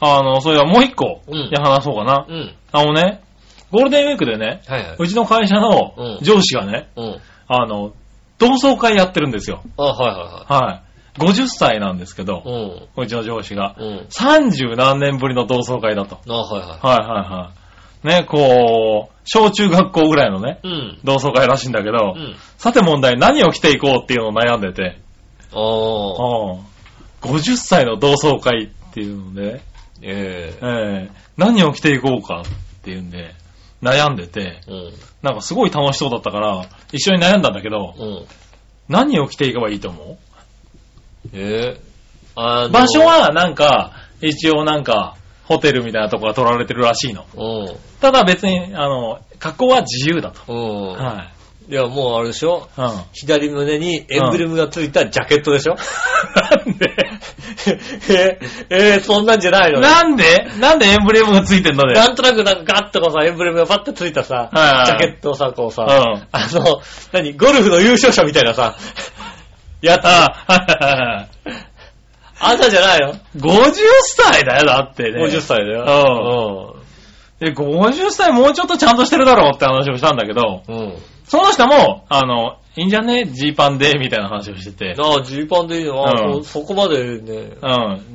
C: あの、それはもう一個、
B: うん
C: で話そうかな。
B: うん。
C: あのね、ゴールデンウィークでね、。
B: はいはいう
C: ちの会社の
B: うん
C: 上司がね、
B: うん。
C: あの、同窓会やってるんですよ。
B: あ、はいは
C: はい。50歳なんですけど
B: い、はい。
C: うちの上司が
B: う。ん。うん。
C: 30何年ぶりの同窓会だと。
B: あ、はいは
C: はいはいはい。ね、こう、小中学校ぐらいのね、
B: い。うん。
C: 同窓会らしいんだけど
B: う、ん。
C: さて問題、何を着ていこうっていうのを悩んでて、
B: ああ。
C: うん50歳の同窓会っていうので、
B: ええ
C: えー何を着ていこうかっていうんで、悩んでて、
B: うん。
C: なんかすごい楽しそうだったから、一緒に悩んだんだけど、
B: うん。
C: 何を着ていけばいいと思
B: ええあ
C: う
B: の
C: 場所はなんか、一応なんか、ホテルみたいなとこが取られてるらしいの。
B: うん。
C: ただ別に、あの、格好は自由だと。
B: うん。
C: はい。
B: いや、もうあれでしょ
C: うん。な
B: 左胸にエンブレムがついたジャケットでしょ、
C: んで
B: え、えー、そんなんじゃないのな
C: なんでなんでエンブレムがついてんので。
B: んとなくなんかガッとこうさ、エンブレムがパッとついたさ、
C: はいはい
B: ジャケットをさ、こうさ、
C: うん
B: あの、何、ゴルフの優勝者みたいなさ、やった、
C: あはいはい はいはい
B: あんたじゃないの
C: 50歳だよ、だってね。
B: ?50 歳だよ。
C: で、50歳もうちょっとちゃんとしてるだろうって話をしたんだけど、
B: うん。うん。
C: その人も、あの、いいんじゃねジーパンで、みたいな話をしてて。
B: なあ、ジーパンでいいのあ、
C: う
B: うんそこまでね。
C: う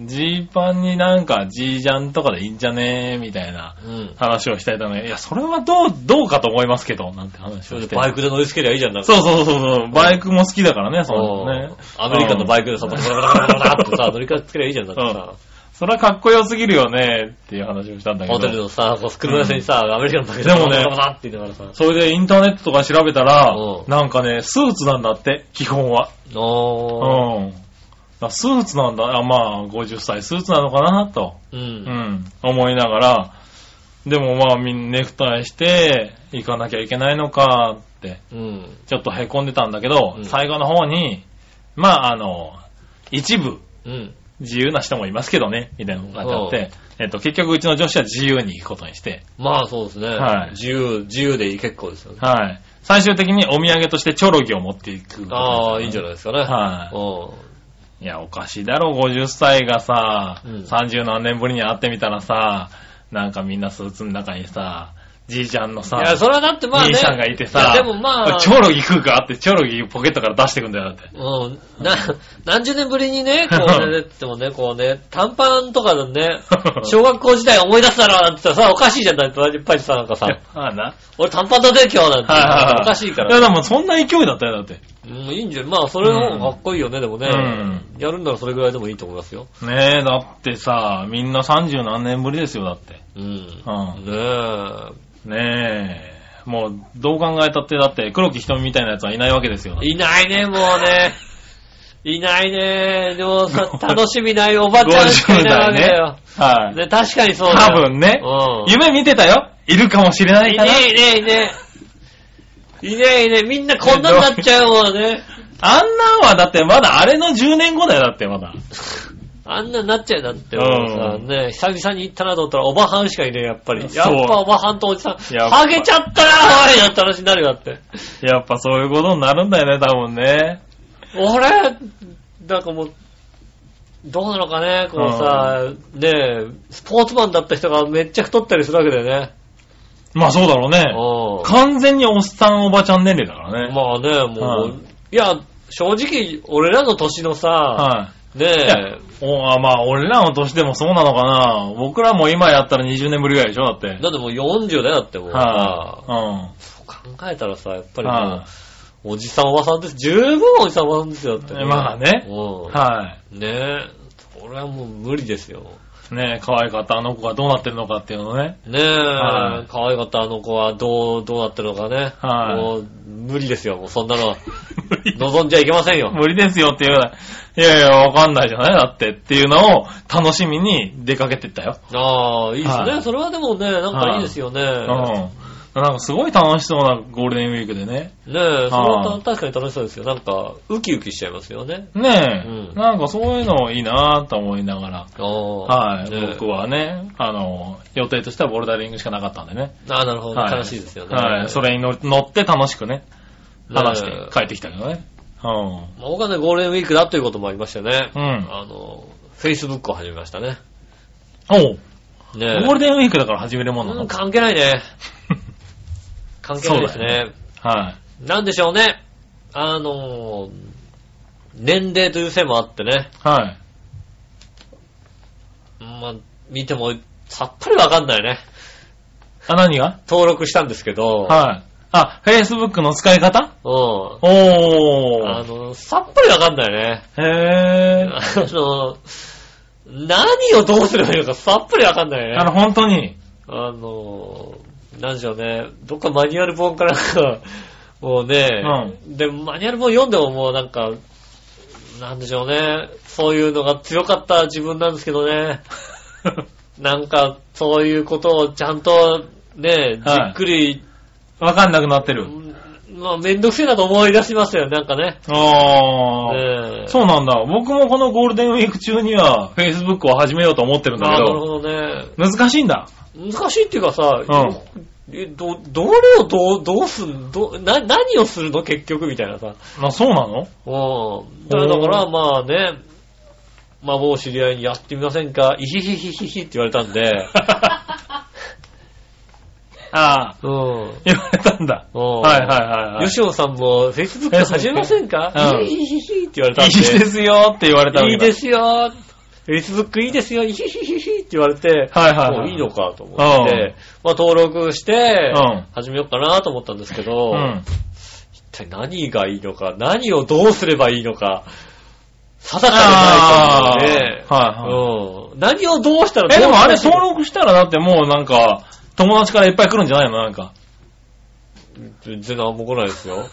C: ん。ジーパンになんか、ジージャンとかでいいんじゃねみたいな
B: うん。
C: 話をしていたのに、いや、それはどう、どうかと思いますけど、なんて話
B: そ
C: を
B: れで
C: して。
B: バイクで乗りつけりゃいいじゃん。なんか
C: そうそうそうそう、バイクも好きだからね、その
B: うん
C: ね。
B: アメリカのバイクでさ、
C: うん
B: バラバラバラバラバラってさ、乗り換えつけりゃいいじゃん、だってさ。
C: それはかっこよすぎるよね、っていう話をしたんだけ
B: ホテル
C: ど。
B: のさ、こう車寄せにさ、アメリカのバイク
C: でもね
B: バラバラバラって言いながらさ。
C: それでインターネットとか調べたら
B: う、ん
C: なんかね、スーツなんだって、基本は。
B: おー。
C: うん。あスーツなんだ。あまあ、50歳スーツなのかな、と。
B: う。
C: うんん。思いながら、でもまあ、みんなネクタイして、行かなきゃいけないのか、って、
B: うん。
C: ちょっと凹んでたんだけど、
B: うん
C: 最後の方に、まあ、あの、一部、
B: うん。
C: 自由な人もいますけどね、みたいなのがあって、えっと、結局うちの女子は自由に行くことにして、
B: まあそうですね。
C: はい
B: 自由、自由でいい結構ですよね。
C: はい。最終的にお土産としてチョロギを持っていくことにした。
B: ああ、いいんじゃないですかね。
C: はい
B: い。
C: いや、おかしいだろ、50歳がさ、
B: うん
C: 30何年ぶりに会ってみたらさ、なんかみんなスーツの中にさ、じいちゃんの
B: い
C: さ、
B: や、それはだってまあね。
C: 兄さんがいてさ、
B: やでもまあ、
C: チョロギ食うかって、チョロギポケットから出してくんだよ、だって。
B: うん、な、何十年ぶりにね、こうね、でもね、こうね、短パンとかで ね、小学校時代思い出すだろうなんて言ったらさ、おかしいじゃん、だって、いっぱいさ、なんかさ、
C: ああな。
B: 俺短パンだぜ、今日なんて。おかしいか
C: い
B: ら。
C: や、でもそんな勢いだったよ、だって。
B: うん、いいんじゃないまあ、それの方がかっこいいよね、でもね
C: うん。
B: やるんならそれぐらいでもいいと思いますよ。
C: ねえ、だってさ、みんな三十何年ぶりですよ、だって。
B: うん。
C: う
B: ねえ。
C: ん。ねえ。もう、どう考えたって、だって、黒木瞳みたいなやつはいないわけですよ。だって
B: いないね、もうね。いないね。でも さ、楽しみないおばちゃんしかい
C: 50
B: ないわ
C: 代
B: けだよ
C: ね。。はい。
B: ね、確かにそうだ
C: 多
B: よ。
C: 分ね、
B: うん。
C: 夢見てたよ。いるかもしれない
B: い
C: か
B: ね
C: ら。
B: えいねえいねえ。いねえいねえ。みんなこんなになっちゃうもんね。
C: あんなんはだってまだあれの10年後だよ、だってまだ。
B: あんなになっちゃうなんて、さ、
C: うん
B: ねえ久々に行ったなと思ったら、おばはんしかいねえ、やっぱり。やっぱ
C: そう
B: おばはんとおじさん、
C: やっぱ
B: ハゲちゃったな、おいなんて話になるよ、だって。
C: やっぱそういうことになるんだよね、多分ね。
B: 俺、なんかもう、どうなのかね、こうさ、ねえ、スポーツマンだった人がめっちゃ太ったりするわけだよね。
C: まあそうだろうね。
B: う
C: 完全におっさんおばちゃん年齢だから
B: ん。
C: ね。
B: まあね、も
C: う
B: う、いや、正直、俺らの年のさ、
C: はい。
B: ねえ、
C: おあまあ、俺らの年でもそうなのかな。僕らも今やったら20年ぶりぐらいでしょ、だっ
B: だ
C: て。
B: ってもう40だよ、だってもうさ
C: は、あ、
B: 考えたらさ、やっぱ
C: うん。
B: りもう
C: は、
B: おじさんおばさんです。十分おじさんおばさんですよ、だって。
C: いまあね
B: うん。
C: は
B: ねえ、それはもう無理ですよ。
C: い。ねえ、可愛かったあの子がどうなってるのかっていうのね。
B: ねえ、
C: はい
B: 可愛かったあの子はどう、どうなってるのかね。
C: はい
B: もう、無理ですよ、もうそんなのは。
C: 無理
B: 望んじゃいけませんよ。
C: 無理ですよっていうからいやいや、わかんないじゃないだってっていうのを楽しみに出かけてったよ。
B: ああ、いいですね、
C: はい
B: それはでもね、なんかいいですよね。
C: うん。なんかすごい楽しそうなゴールデンウィークでね。
B: ねえ、それは
C: は
B: た
C: い
B: 確かに楽しそうですよ。なんか、ウキウキしちゃいますよね。
C: ねえ、
B: うん
C: なんかそういうのいいなぁと思いながら。
B: ああ。
C: は
B: ね
C: い、
B: え
C: 僕はね、あの、予定としてはボルダリングしかなかったんでね。
B: ああ、なるほど、
C: はい
B: 悲しいですよね。
C: はい、それに乗乗って楽しくね、話して帰ってきたけどね。うん。
B: まあ、僕はね、ゴールデンウィークだということもありましてね。
C: うん
B: あの、Facebook を始めましたね。
C: おう
B: ね
C: ゴールデンウィークだから始めるもんな
B: う
C: の
B: ん、
C: か。
B: 関係ない ね。関係ないです
C: そうだ
B: ね。
C: は
B: なんでしょうね。あの、年齢というせいもあってね。
C: い。はい。
B: まあ、見てもさっぱりわかんないね。
C: あ、何が
B: 登録したんですけど。
C: はい。あ、Facebook の使い方
B: うん。
C: お
B: あ
C: ー。
B: の、さっぱりわかんないね。
C: へ
B: あ
C: ー。
B: の、何をどうすればいいのかさっぱりわかんないね。
C: あの、本当に。
B: あのー、なんでしょうね、どっかマニュアル本からか、 もうね、で、マニュアル本読んでももうなんか、なんでしょうね、そういうのが強かった自分なんですけど ね、なんか、そういうことをちゃんと、ね、じ
C: はい
B: っくり、
C: わかんなくなって
B: う
C: る。
B: んまあ、めんどくせえなと思い出しますよね、なんかね。
C: あー。
B: ねえ
C: そうなんだ。僕もこのゴールデンウィーク中には Facebook を始めようと思ってるんだ
B: あ
C: け
B: なる
C: ど、
B: ほどね。
C: 難しいんだ。
B: 難しいっていうかさ、
C: う
B: えど、どれをどう、どうすんど、な、何をするの結局みたいなさ。
C: あ、そうなの
B: うん。だだから、まあね、まあ、某知り合いにやってみませんか、イヒヒヒヒヒって言われたんで、
C: ああ、
B: うん。
C: 言われたんだ。
B: うん
C: はいはいはいはい。
B: 吉野さんも Facebook 始めませんか、
C: うん
B: イヒヒヒヒって言われたん
C: いい
B: で、
C: ですよって言われたわ
B: い
C: け
B: い
C: だ。
B: ですよ、Facebook いいですよ、イヒヒヒヒって言われて、
C: はいはいはい
B: もういいのかと思って、まあ、登録して
C: うん、
B: 始めようかなと思ったんですけど、
C: うん。
B: 一体何がいいのか、何をどうすればいいのか、定か
C: あ
B: じゃないと
C: ーはいはい。
B: 思うので、うん、何をどうしたらど
C: え、
B: う
C: でもあれ
B: する
C: 登録したらだってもうなんか、友達からいっぱい来るんじゃないのなんか。
B: 全然何も来ないですよ。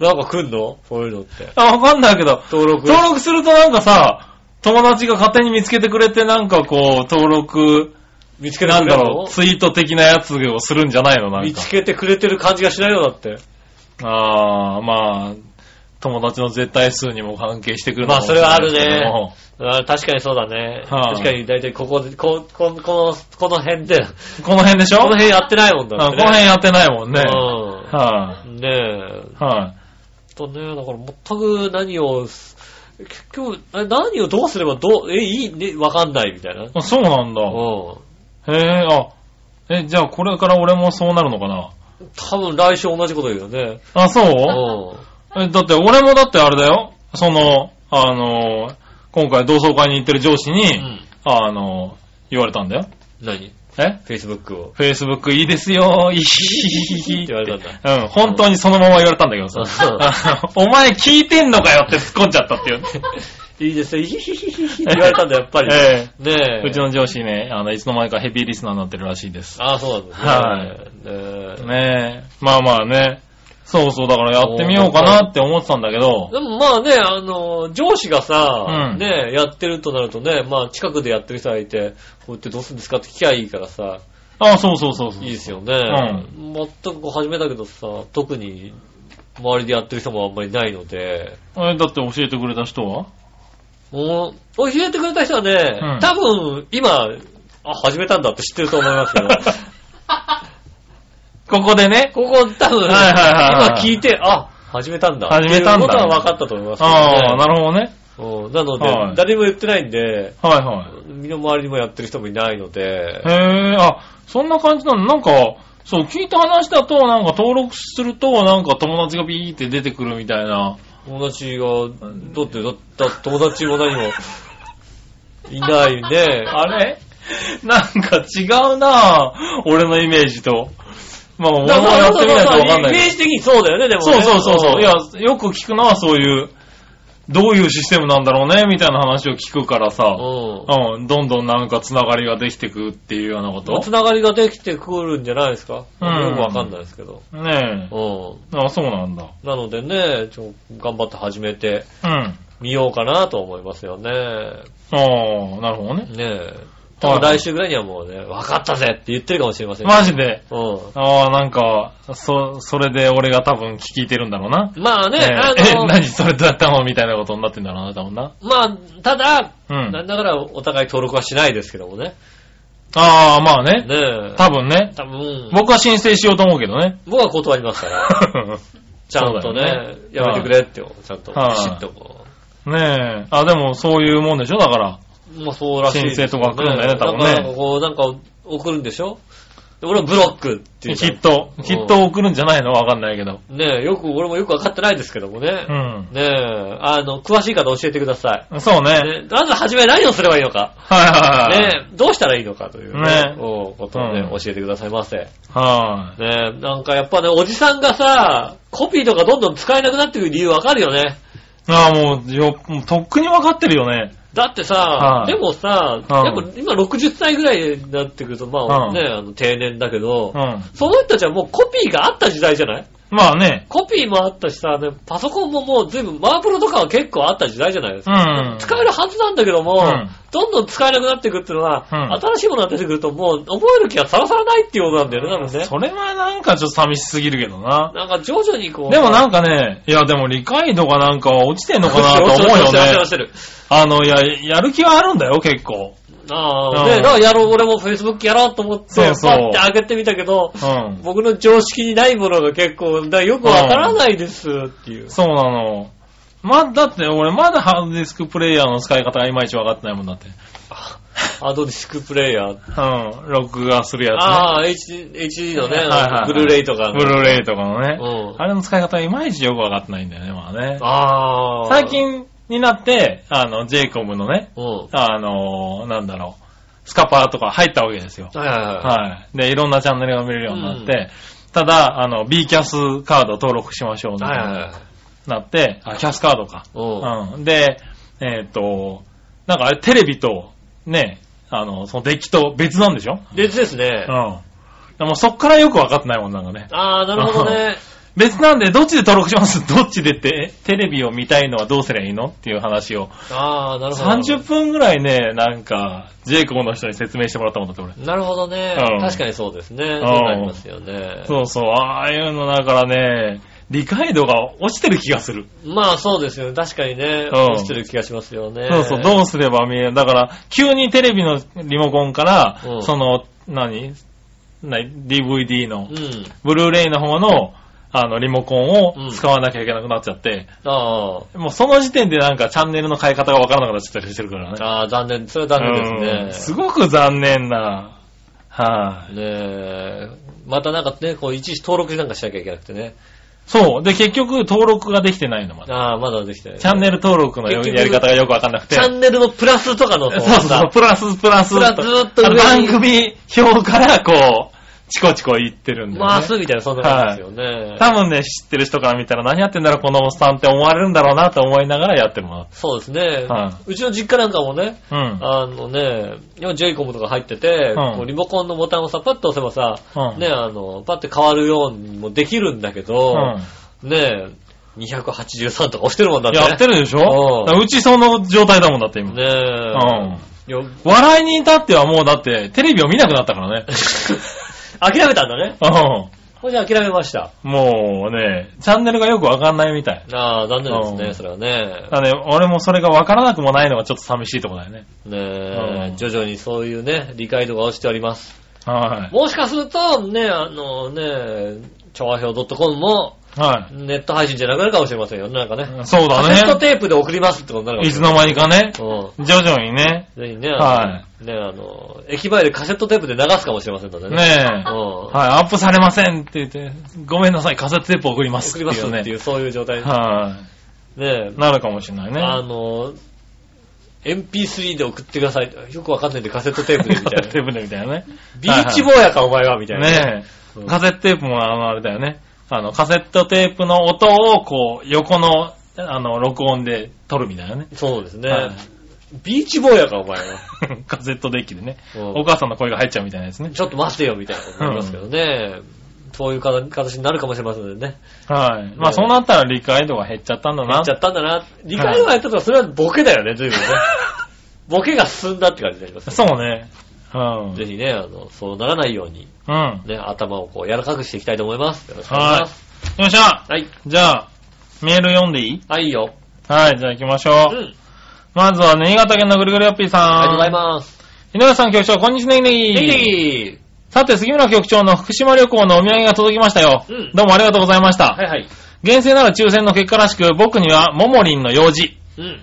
B: なんか来んのそういうのって。
C: あ、わかんないけど、
B: 登録。
C: 登録するとなんかさ、友達が勝手に見つけてくれてなんかこう、登録、
B: 見つけて
C: な
B: く
C: ん
B: れ
C: だ
B: る
C: ろ
B: の
C: う、ツイート的なやつをするんじゃないのなん
B: 見
C: か
B: つ。けてくれてる感じがしないよ、だって。
C: ああ、まあ、友達の絶対数にも関係してくるのかもし
B: まあそれ
C: ない
B: はあるね
C: ですけども
B: あー確かにそうだね。
C: はあ
B: 確かに大体ここで、こ、ここの、この辺で、
C: この辺でしょ
B: この辺やってないもんだ
C: あ
B: って、
C: こ
B: ね。
C: の辺やってないもんね。はい、
B: うん。ねえ。
C: はい、
B: とね、だから全く何をす、結局、え何をどうすればどう、え、いいね、わかんないみたいな。
C: あそうなんだ。
B: うん。
C: へえ、あ、え、じゃあこれから俺もそうなるのかな
B: 多分来週同じこと言うよね。
C: あ、そう
B: うん。
C: え、だって俺もだってあれだよ。その、あのー、今回同窓会に行ってる上司に、
B: うん。
C: あのー、言われたんだよ。
B: 何
C: え
B: ?Facebook を。
C: ?Facebook いいですよ、いい
B: って言われたん
C: うん、本当にそのまま言われたんだけどさ
B: そう。
C: あのお前聞いてんのかよって突っ込んじゃったっていう。
B: いいですね。ヒヒヒヒヒって言われたんだ、やっぱり。
C: え
B: ね
C: え
B: え。
C: うちの上司ね、あの、いつの間にかヘビーリスナーになってるらしいです。
B: ああ、そうなんですね。
C: はい
B: ねえ
C: ねえ。まあまあね。そうそう、だからやってみようかなって思ってたんだけど、
B: でもまあね、あの、上司がさ、
C: うん
B: ね、やってるとなるとね、まあ近くでやってる人がいて、こうやってどうするんですかって聞きゃいいからさ、
C: あそうそうそうそう。
B: いいですよね。
C: う
B: 全くこう始めたけどさ、特に周りでやってる人もあんまりないので、
C: え、だって教えてくれた人は
B: もう、教えてくれた人はね、
C: うん
B: 多分今、あ、始めたんだって知ってると思いますけ ど、
C: ここでね。
B: ここ多分、
C: はいはいはいは
B: 今聞
C: い
B: いて、あ、始めたんだ。
C: 始めたんだ
B: っていうことは分かったと思いますけどね
C: ああ、なるほどね。
B: うんなので、
C: はい
B: 誰も言ってないんで、
C: はいは
B: 身の回りにもやってる人もいないので、
C: い。へえ、あ、そんな感じなのなんか、そう、聞いた話だと、なんか登録すると、なんか友達がビーって出てくるみたいな。
B: 友達が、だって、だだ友達も何も、いないね。
C: あれなんか違うなぁ俺のイメージと。まあ、 俺も
B: だから
C: やってみないとわかんな
B: イメー
C: い
B: ジ的にそうだよね、で
C: けど。
B: も
C: そ
B: ね。
C: うそうそうそう。いや、よく聞くのはそういう、どういうシステムなんだろうね、みたいな話を聞くからさ。
B: う
C: うん、どんどんなんかつながりができてくっていうようなこ
B: ん。
C: と
B: つながりができてくるんじゃないですか。
C: うん
B: よくわかんないですけど。
C: ね
B: う
C: え。あ、そうなんだ。
B: ん。なのでね、ちょ頑張って始めて
C: うん。あ
B: みようかなと思いますよね。
C: あ、なるほどね。
B: ねえ。多分来週ぐらいにはもうね、わかったぜって言ってるかもしれませんけど
C: マジで。
B: うん。
C: ああ、なんか、そ、それで俺が多分聞いてるんだろうな。
B: まあね、
C: ええ
B: あ
C: え
B: の、
C: 何それだったのみたいなことになってんだろうな、多分な。
B: まあ、ただ、
C: うん。
B: なんだからお互い登録はしないですけどもね。
C: ああ、まあね。
B: ねえ。
C: 多分ね。
B: 多分僕
C: 僕は申請しようと思うけ どね。
B: は断ります から。ちゃんと
C: そうだ
B: ね
C: よね、
B: やめてくれって、ちゃんと
C: は
B: ピ
C: い
B: シッとこ
C: ねえ。あ、でもそういうもんでしょだから。
B: う。まあそうらしいですよ。
C: 申請とか来るんだよね多分ね
B: なんかなんかこう、なんか送るんでしょで俺はブロックっていう
C: き
B: じゃん。
C: っと、きっと送るんじゃないのわかんないけど。
B: ねえ、よく、俺もよくわかってないですけどもね
C: う。ん。
B: ねえ、あの、詳しい方教えてくださ
C: そうね。
B: い。ねまずはじめ何をすればいいのか。
C: はいはいはい。
B: ねえ、どうしたらいいのかというね
C: ね、
B: おうことをね、
C: うん
B: 教えてくださいませ。
C: はい。
B: ねえ、なんかやっぱね、おじさんがさ、コピーとかどんどん使えなくなってくる理由わかるよね。
C: ああ、もう、よ、もうとっくにわかってるよね。
B: だってさ、
C: はい
B: でもさ、
C: うん
B: やっぱ今60歳ぐらいになってくると、まあ、
C: うん
B: ね、あの定年だけど、
C: うん。
B: その人たちはもうコピーがあった時代じゃない
C: まあね。
B: コピーもあったしさ、ね、パソコンももう随分、ワープロとかは結構あった時代じゃないです
C: う
B: か。
C: ん。
B: 使えるはずなんだけども、
C: うん
B: どんどん使えなくなってくるっていうのは、
C: うん
B: 新しいものが出てくるともう覚える気がさらさらないっていうことなんだよね、多分ね。
C: それはなんかちょっと寂しすぎるけどな。
B: なんか徐々にこう。
C: でもなんかね、いやでも理解度がなんか落ちてんのかなと思う
B: 落
C: よ
B: ちてる落ちてる落
C: ね
B: ち。てる
C: あの、いや、やる気はあるんだよ、結構。
B: ああ、
C: うん
B: ね、だからやろう、俺も Facebook やろうと思って、
C: そうそう
B: パッて上げてみたけど、
C: うん。
B: 僕の常識にないものが結構、だからよくわからないですって いう。
C: そうなの。ま、だって俺まだハードディスクプレイヤーの使い方がいまいちわかってないもんだって。
B: アドディスクプレイヤー。
C: うん。録画するやつね。
B: ああ、HD HD のね、
C: はいはいはい
B: ブルーレイとかの。
C: ブルーレイとかのね。
B: うん
C: あれの使い方いまいちよくわかってないんだよね、まあね。
B: ああ。
C: 最。近になって、あの、ジェイコムのね、
B: うん。は
C: あの、なんだろう、スカパーとか入ったわけですよ。
B: いはいは
C: はい。で、いろんなチャンネルが見れるようになって、ただ、あの、B キャスカード登録しましょうみ
B: い。
C: たい
B: はいはい
C: な
B: はい。
C: なって、あ、キャスカードか。
B: うん。
C: うん。で、えーっと、なんかあれ、テレビと、ね、あの、そのデッキと別なんでしょ
B: 別ですね
C: うん。。もうそっからよくわかってないもんなんかね。
B: ああ、なるほどね。
C: 別なんで、どっちで登録します どっちでって、えテレビを見たいのはどうすりゃいいのっていう話を。
B: ああ、なるほど。
C: 30分ぐらいね、なんか、ジェイコムの人に説明してもらったもんだって俺。
B: なるほどね
C: う。ん
B: 確かにそうですね。そうなりますよね。
C: そうそう、ああいうのだからね、理解度が落ちてる気がする。
B: まあそうですよね。確かにね。
C: うん
B: 落ちてる気がしますよね。
C: そうそう、どうすれば見える。だから、急にテレビのリモコンから、
B: うん
C: その、何何 ?DVD の、
B: うん。
C: ブルーレイの方の、あの、リモコンを使わなきゃいけなくなっちゃって、
B: ああ。
C: もうその時点でなんかチャンネルの変え方がわからなくなっちゃったりしてるからね。
B: ああ、残念。それは残念ですね。
C: うんすごく残念なはい、
B: ねえ、またなんかね、こう、いちいち登録なんかしなきゃいけなくてね。
C: そう。で、結局登録ができてないの、まだ。
B: ああ、まだできてない。
C: チャンネル登録のや
B: 結局
C: やり方がよくわかんなくて。
B: チャンネルのプラスとかの
C: そうそうそう、プラスプラス。
B: プラスと
C: あの
B: 上
C: 番
B: に
C: 組表からこう、チコチコ言ってるんで、ね。
B: 回すみたいな、そんな感じですよね。
C: 多分ね、知ってる人から見たら何やってんだろう、このおっさんって思われるんだろうなと思いながらやっても
B: そうですね
C: は。
B: うちの実家なんかもね、
C: らう。
B: あのね、今 j イコムとか入ってて、
C: うん
B: こうリモコンのボタンをさ、パッと押せばさ、
C: うん
B: ね、あの、パッて変わるようにもできるんだけど、
C: うん。
B: ね、283とか押してるもんだって。
C: やってるでし
B: うん
C: ょだからうちその状態だもんだって今。
B: ね
C: うん。
B: え、よ
C: 笑いに至ってはもうだって、テレビを見なくなったからね。
B: 諦めたんだね。
C: う
B: これで諦めました。
C: ん。もうね、チャンネルがよくわかんないみたい。
B: ああ、残念ですね、
C: うん
B: それはね。
C: だね、俺もそれがわからなくもないのがちょっと寂しいとこだよね。
B: ねえ、
C: うん
B: 徐々にそういうね、理解度が落ちております。
C: は
B: もしかすると、ね、あのね、調和表 .com も
C: い。は
B: ネット配信じゃなくなるかもしれませんよね、なんかね。
C: い。そう
B: カセット
C: だね。
B: テープで送りますってことになるかも
C: い
B: し
C: つ
B: れない。
C: の間にかね、
B: うん。
C: 徐々にね。
B: ぜひね、
C: は
B: あのね、あの、駅前でカセットテープで流すかもしれませんのでね。
C: ねえ
B: う。ん。
C: はい、アップされませんって言って、ごめんなさい、カセットテープ送ります
B: 送りますっていう、
C: ね。
B: そういう状態。ね
C: は
B: え
C: い。、なるかもしれないね。
B: あの、MP3 で送ってください。よくわかんないんでカセットテープでみ
C: カセ
B: たい
C: ットテ
B: な。
C: ープでみたいなね。
B: ビーチ坊やかお前はみたいな。
C: ね
B: うん
C: え。カセットテープもあの、あれだよね。あの、カセットテープの音を、こう、横の、あの、録音で撮るみたいなね。
B: そうですね。
C: はい
B: ビーチ坊やかお前は。
C: カセットデッキでね。
B: うん
C: お母さんの声が入っちゃうみたいなやつね。
B: ちょっと待ってよみたいなことになりますけどね。そういうか形になるかもしれませんのでね。
C: はい。ま
B: ね
C: あ、そうなったら理解度が減っちゃったんだ
B: や
C: な
B: っち。ゃったんだな。理解度がやったとそれはボケだよね、随分 ね。ボケが進んだって感じになります。
C: そうね。うん。
B: ぜひね、あの、そうならないように、
C: うん。
B: ね、頭をこう柔らかくしていきたいと思います。よろしくお願いし
C: は
B: ます。
C: い。よっしゃ
B: はい。
C: じゃあ、メール読んでいい
B: はい、いいよ。
C: はい、じゃあ行きましょう。
B: うん。
C: まずは、新潟県のぐるぐるよっぴーさん。
B: ありがとうございます。
C: 井上さん局長、こんにちは、ネギネギ。
B: ネギネギ
C: さて、杉村局長の福島旅行のお土産が届きましたよ。
B: うん
C: どうもありがとうございました。
B: はいはい。
C: 厳正なら抽選の結果らしく、僕には、モモリンの用事、
B: うん。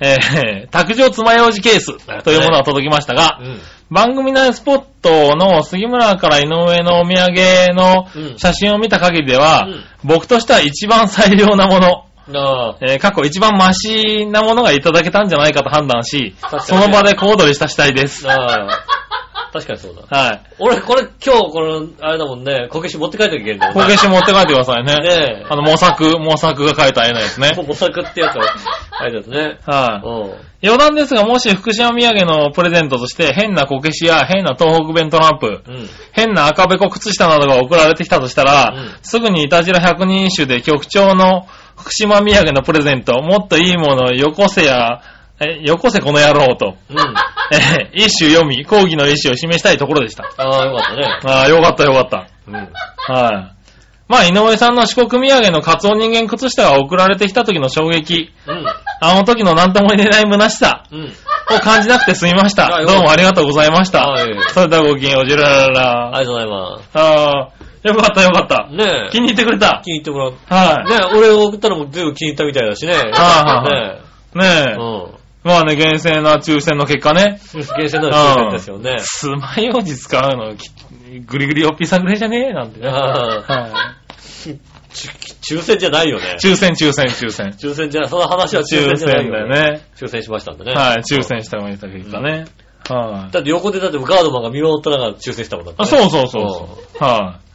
C: えー、 卓上爪楊枝ケースというものが届きましたが、
B: うん。
C: 番組内スポットの杉村から井上のお土産の
B: うん
C: 写真を見た限りでは、
B: うん
C: 僕としては一番最良なもの、
B: なあ。
C: えー過去一番マシなものがいただけたんじゃないかと判断し
B: 確か、に
C: その場で小躍りした次第です。
B: なあ。確かにそうだ。
C: はい。
B: 俺、これ今日、この、あれだもんね、こけし持って帰っていけんだも
C: こ
B: ん
C: け
B: ね。
C: し持って帰ってくださいね。
B: ねえ
C: あの、模索、模索が書いた絵のやつね
B: も。う模索って やつは、あれですね。
C: はい。
B: うん。
C: 余談ですが、もし福島土産のプレゼントとして、変なこけしや変な東北弁トランプ、
B: うん。
C: 変な赤べこ靴下などが送られてきたとしたら、
B: うん
C: すぐにいたじら百人一首で局長の福島土産のプレゼント、もっといいものをよこせや、え、よこせこの野郎と、
B: うん。あ
C: え、 一首読み、抗議の意思を示したいところでした。
B: あ、よかったね。
C: ああ、よかったよかった。
B: うん。
C: はい。まあ、井上さんの四国土産のカツオ人間靴下が送られてきた時の衝撃、
B: うん。
C: あの時の何とも言えない虚しさ
B: うん。
C: を感じなくて済みまし
B: あ
C: た。
B: よかった
C: どうもありがとうございまし
B: あ
C: た
B: いえいえ。
C: それではごきげんよう、ジュラララ
B: ありがとうございま
C: あー、よかったよかった
B: す。。ねえ。
C: 気に入ってくれた。
B: 気に入ってもらう。ね
C: は
B: え、俺が送ったのも全部気に入ったみたいだしね。
C: あ
B: ね
C: あい。ね
B: え。
C: え。
B: うん。
C: まあね、厳正な抽選の結果ね。
B: 厳選な抽選ですよね。
C: 爪楊枝使うの、きグリグリおっぴさぐれじゃねえなんてね。
B: ああ
C: は
B: 抽選じゃないよね
C: い。。抽選、抽選、抽選。
B: 抽選じゃ、その話は抽選
C: 抽
B: じゃない
C: 選
B: よ
C: だ
B: ね
C: よね。
B: 抽選しましたんでね。
C: はい、抽選してもらった結果ね。はい。
B: だって横でだってガードマンが見守った中で抽選したもんだから
C: あ、
B: ね、
C: そうそうそう。はい。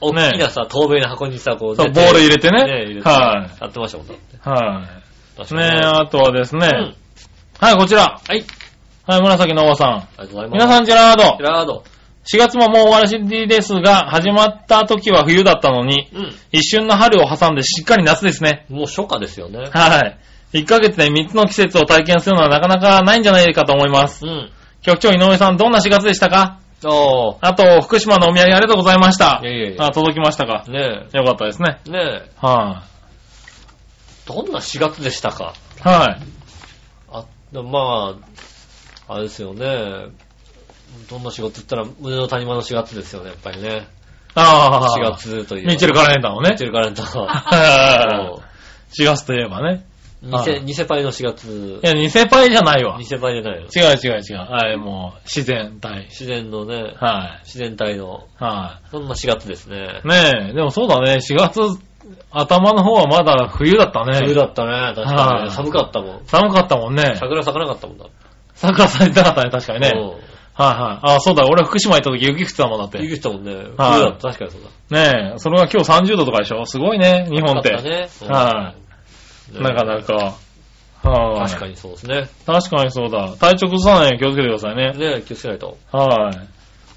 B: 大
C: ね
B: きなさ、透明な箱にさ、こう、
C: そう
B: ね
C: ボール入れてね
B: ね入れて。
C: は
B: やってましたもんだって。
C: は
B: 確か
C: い。
B: に
C: ねえ、あとはですね。
B: うん
C: はい、こちら。
B: はい。あり
C: はい、紫のおばさ
B: がとうござい
C: ん。
B: ます。
C: 皆さん、ジェラード
B: ジェ。ラード。
C: 4月ももう終わりですが、始まった時は冬だったのに、
B: う
C: 一瞬の春を挟んでしっかり夏ですね。
B: ん。もう初夏ですよね。
C: はい。1ヶ月で3つの季節を体験するのはなかなかないんじゃないかと思います。
B: うん。
C: 局長井上さん、どんな4月でしたか
B: あ
C: あと、福島のお土産ありがとうございました。
B: いえいえいえ
C: あ、届きましたか
B: あ。。ね
C: よかったですね。
B: え。ねえ。
C: は
B: どんな4月でしたか。
C: い、はい、
B: あ、でもまあ、あれですよね。どんな仕事って言ったら、胸の谷間の4月ですよね、やっぱりね。
C: ああ。
B: 4。月という。
C: ミッチェルカレンダーをね
B: ミッチ。ェルカレンダー。
C: 4月といえばね。はい
B: 偽、偽パイの4月
C: い。や、偽パイじゃないわ。違
B: 偽パイじゃないよ。
C: う違う違う。あれもう、自然体。
B: 自然のね、
C: は
B: 自然体の、
C: い。は
B: そんな4月ですね。
C: い。ねえ、でもそうだね、4月頭の方はまだ冬だったね。
B: 冬だったね、確かに
C: は
B: ね。
C: い
B: 寒かったもん。
C: 寒かったもんね。
B: 桜咲かなかったもんだ。
C: 桜咲いてなかったね、確かにね。はい
B: うん
C: はい。あ、そうだ、俺は福島行った時雪降ってたもんだって。
B: 雪降ったもんね。冬
C: はい
B: だった、確かにそうだ。
C: ねえ、それが今日30度とかでしょすごいね、日本って。
B: 暑かたねうん
C: は
B: ね
C: なかなか。はい。
B: 確か
C: に。
B: にそうですね。
C: 確かにそうだ。体調崩さないように気をつけてくださいね。
B: ね気をつけないと。
C: は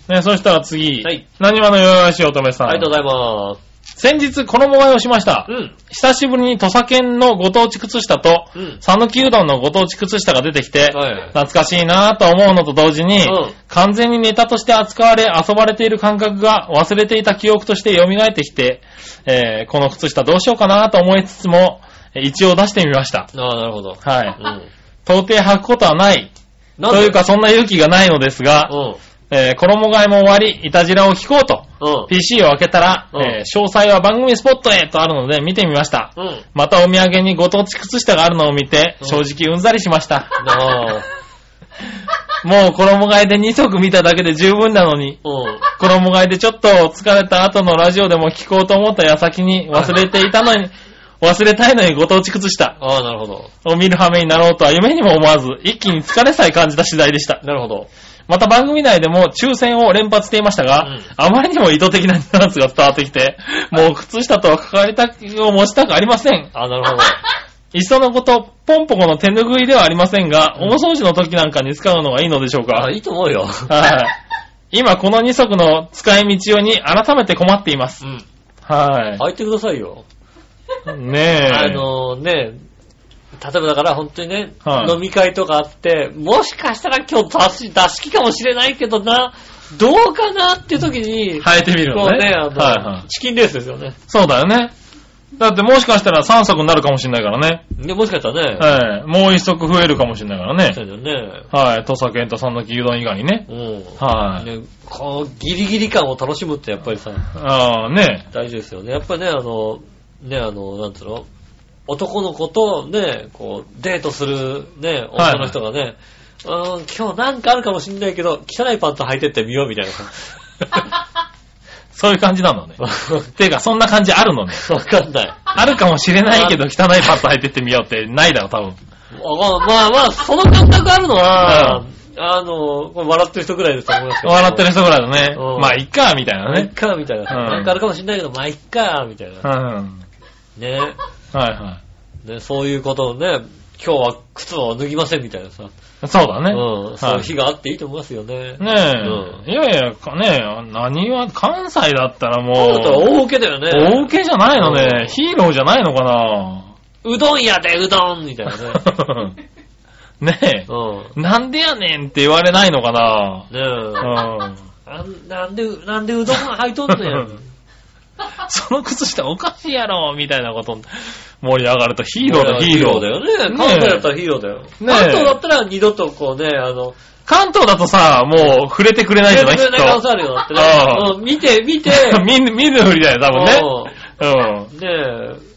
C: い。ね、そしたら次。
B: はい。
C: 何話の弱々しい乙女さん。
B: ありがとうございます。
C: 先日、衣替えをしました
B: う。ん。
C: 久しぶりに土佐犬のご当地靴下と、
B: うん。
C: 讃岐うどんのご当地靴下が出てきて、
B: はい
C: 懐かしいなぁと思うのと同時に、
B: うん
C: 完全にネタとして扱われ遊ばれている感覚が忘れていた記憶として蘇ってきて、えーこの靴下どうしようかなぁと思いつつも、えー一応出してみました。
B: ああ、なるほど。
C: は
B: う
C: い。
B: ん。
C: 到底履くことはない。
B: な
C: と
B: んで
C: いうか、そんな勇気がないのですが
B: う、ん。
C: えー衣替えも終わり、いたじらを聞こうと、
B: うん。
C: PC を開けたら、
B: うん
C: えー詳細は番組スポットへとあるので見てみました。
B: うん。
C: またお土産にご当地靴下があるのを見て、
B: うん
C: 正直うんざりしました。
B: なあ。
C: もう衣替えで2足見ただけで十分なのに、
B: うん。
C: 衣替えでちょっと疲れた後のラジオでも聞こうと思った矢先に忘れていたの に、忘れたいのにご当地靴下
B: ああ、なるほど。
C: を見る羽目になろうとは夢にも思わず、一気に疲れさえ感じた次第でした。
B: なるほど。
C: また番組内でも抽選を連発していましたが、
B: うん
C: あまりにも意図的なニュアンスが伝わってきて、もう靴下とは関わりたく、を持ちたくありません。
B: ああ、なるほど。
C: いっそのこと、ポンポコの手拭いではありませんが、大掃除の時なんかに使うのがいいのでしょうか。
B: ああ、いいと思うよ。
C: はい。今この二足の使い道に改めて困っています
B: う。ん。
C: は
B: 履いてくださいよ。
C: い。ねえ。
B: あのね、例えばだから本当にね、
C: はい
B: 飲み会とかあって、もしかしたら今日出し、出し切かもしれないけどな、どうかなっていう時に、
C: 生えてみる
B: こ
C: の
B: う
C: ね。
B: ね、あの、
C: はいはい。
B: チキンレースですよね。
C: そうだよね。だってもしかしたら三足になるかもしれないからね。
B: で、もしかしたらね、
C: はい。もう一足増えるかもしれないから
B: そう
C: ね。
B: だよね。
C: はい。土佐健と三の牛丼以外にね。
B: うん。
C: はい。
B: ね、こう、ギリギリ感を楽しむってやっぱりさ、
C: ああ、ね
B: 大事ですよね。やっぱりね、あの、ね、あの、なんつうの男の子とね、こう、デートするね、
C: はい
B: 女の人がね、うーん、今日なんかあるかもしんないけど、汚いパンツ履いてってみようみたいなさ。
C: そういう感じなのね。ていうか、そんな感じあるのね。
B: わかんない。
C: あるかもしれないけど、汚いパッと入ってってみようってないだろ、多分。
B: あまあまあ、その感覚あるのは、あの、笑ってる人ぐらいですと思いますけど。
C: 笑ってる人ぐらいだね
B: う。ん
C: まあ、いっか、みたいな
B: まあいっ
C: ね。
B: か、みたいな。
C: うん
B: なんかあるかもしんないけど、まあ、いっか、みたい
C: うん。
B: な。
C: はい
B: ね。
C: は
B: ね、そういうことをね、今日は靴を脱ぎませんみたいなさ。
C: い。そうだね。
B: うん。そう
C: は
B: いう
C: い
B: 日があっていいと思いますよね。
C: ねえ、いやいや、かねえ、何は、関西だったら
B: そうだったら
C: もう、
B: 大受けだよ
C: 大
B: ね。
C: 受けじゃないの
B: うん
C: ね。ヒーローじゃないのかな
B: うどん屋でうどんみたいな ね。
C: ねえ、
B: う。
C: なんでやねんって言われないのかなん
B: ね
C: うん。
B: え。なんなんで、なんでうどんが入いとんねん。
C: その靴下おかしいやろみたいなこと、盛り上がると ヒーローだ、ヒーロー
B: だ
C: だよ。
B: よね。関東だったらヒーローだよ。
C: え
B: 関東だったら二度とこうね、あの、
C: 関東だとさ、もう触れてくれないじゃないきっ
B: くれない可能性あるよ。だってね
C: ああ
B: うん見て、見て、
C: と。 見ぬ、見ぬふりだよ、多分ね。うん。
B: うんねえ。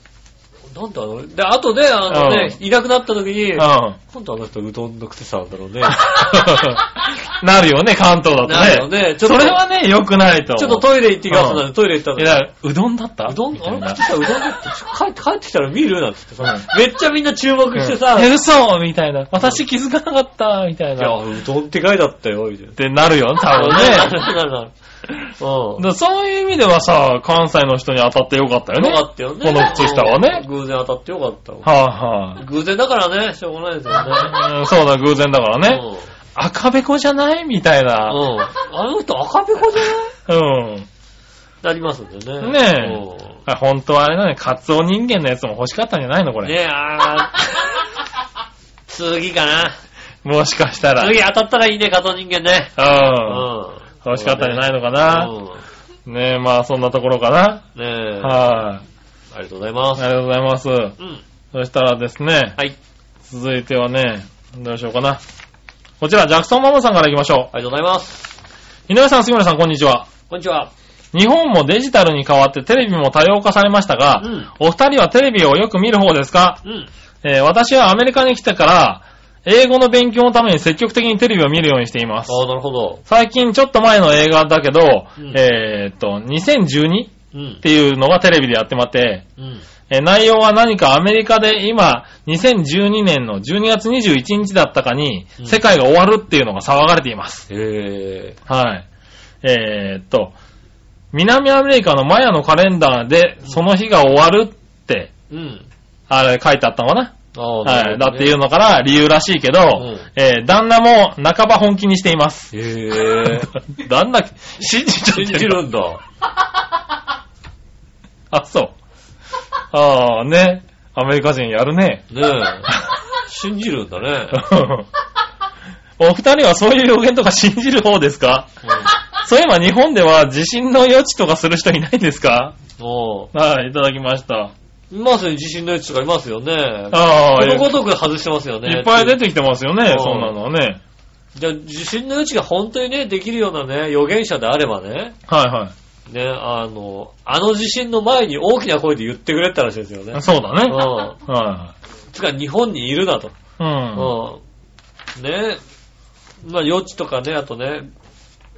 B: なんだろう。で、後で、あのね、いなくなった時に、
C: うん。
B: 今度あの人うどんの癖さんだろ うね。
C: なるよね、関東だとね。
B: なるよねちょっと
C: それはね、良くないと思う。
B: ちょっとトイレ行ってきますな
C: うん
B: で、トイレ行った
C: い
B: の。
C: や、うどんだった
B: うどん、
C: みた
B: あ
C: いな
B: れ靴下うどんだって帰って、帰ってきたら見るなんつってさ、めっちゃみんな注目してさ、
C: うん
B: い
C: え、
B: や、
C: 嘘みたいな。私気づかなかった、みたいな。っ
B: うどんって書いてあったよ、みたいな。
C: てな るよ、多分
B: なる
C: ね。
B: なるなる。うん。
C: だそういう意味ではさ、関西の人に当たってよかったよね。
B: よかったよね。
C: この靴下はね。
B: 偶然当たってよかったわ。
C: は
B: 偶然だからね、しょうがないですよね。
C: あ、はあうんそうだ、偶然だから
B: う
C: ね。
B: ん
C: 赤べこじゃないみたいな。
B: うん。あの人赤べこじゃない
C: うん。
B: なりますんでね。
C: ねえ
B: うん
C: あ本当はあれだね、カツオ人間のやつも欲しかったんじゃないのこ
B: ね
C: れ。
B: え、 あー次かな。
C: もしかしたら。
B: 次当たったらいいね、加藤人間ね。う
C: うん。
B: ん。
C: 欲しかったんじゃないのか
B: な
C: な。ねえ、まあそんなところかな。
B: ねえ。
C: はい、
B: ありがとうございます。
C: ありがとうございます。
B: うん。
C: そしたらですね、
B: はい。
C: 続いてはね、どうしようかな。こちら、ジャクソンママさんから行きましょ
B: ありがとうございます。
C: う。井上さん、杉村さん、こんにちは。
B: こんにちは。
C: 日本もデジタルに変わってテレビも多様化されましたが、
B: うん
C: お二人はテレビをよく見る方ですか
B: うん。
C: えー私はアメリカに来てから、英語の勉強のために積極的にテレビを見るようにしています。
B: ああ、なるほど。
C: 最近ちょっと前の映画だけど、
B: うん
C: えーっと、2012っ
B: うん。
C: ていうのがテレビでやってまって、
B: うん。
C: えー内容は何かアメリカで今、2012年の12月21日だったかに
B: う、ん
C: 世界が終わるっていうのが騒がれています。
B: へえ。
C: はい。えーっと、南アメリカのマヤのカレンダーで、その日が終わるって、
B: うん。
C: あれ書いてあったのかな
B: ああ、
C: はい。だっていう
B: の。
C: のから理由らしいけど、
B: ん
C: えー旦那も半ば本気にしています。
B: へえ。
C: 旦那、信じちゃって
B: 信じるんだ。
C: あ、そう。ああ、ね。アメリカ人やるね。
B: ねえ。信じるんだね。
C: お二人はそういう表現とか信じる方ですか
B: う
C: そういえば日本では地震の予知とかする人いないんですか
B: ん。も
C: はい、いただきました。
B: う、いますよ、地震のやつとかいますよね。
C: あ
B: こ
C: あ、い
B: のごとく外してますよね。
C: っぱい出てきてますよね
B: う、ん
C: そんなのはね。
B: じゃあ、地震のうちが本当にね、できるようなね、予言者であればね、
C: はいは
B: ね、あの、あの地震の前に大きな声で言ってくれって話ですよね
C: い。。そうだね。
B: うん。
C: は
B: つか、日本にいるなと。
C: いは
B: うん。ね、まあ、余地とかね、あとね、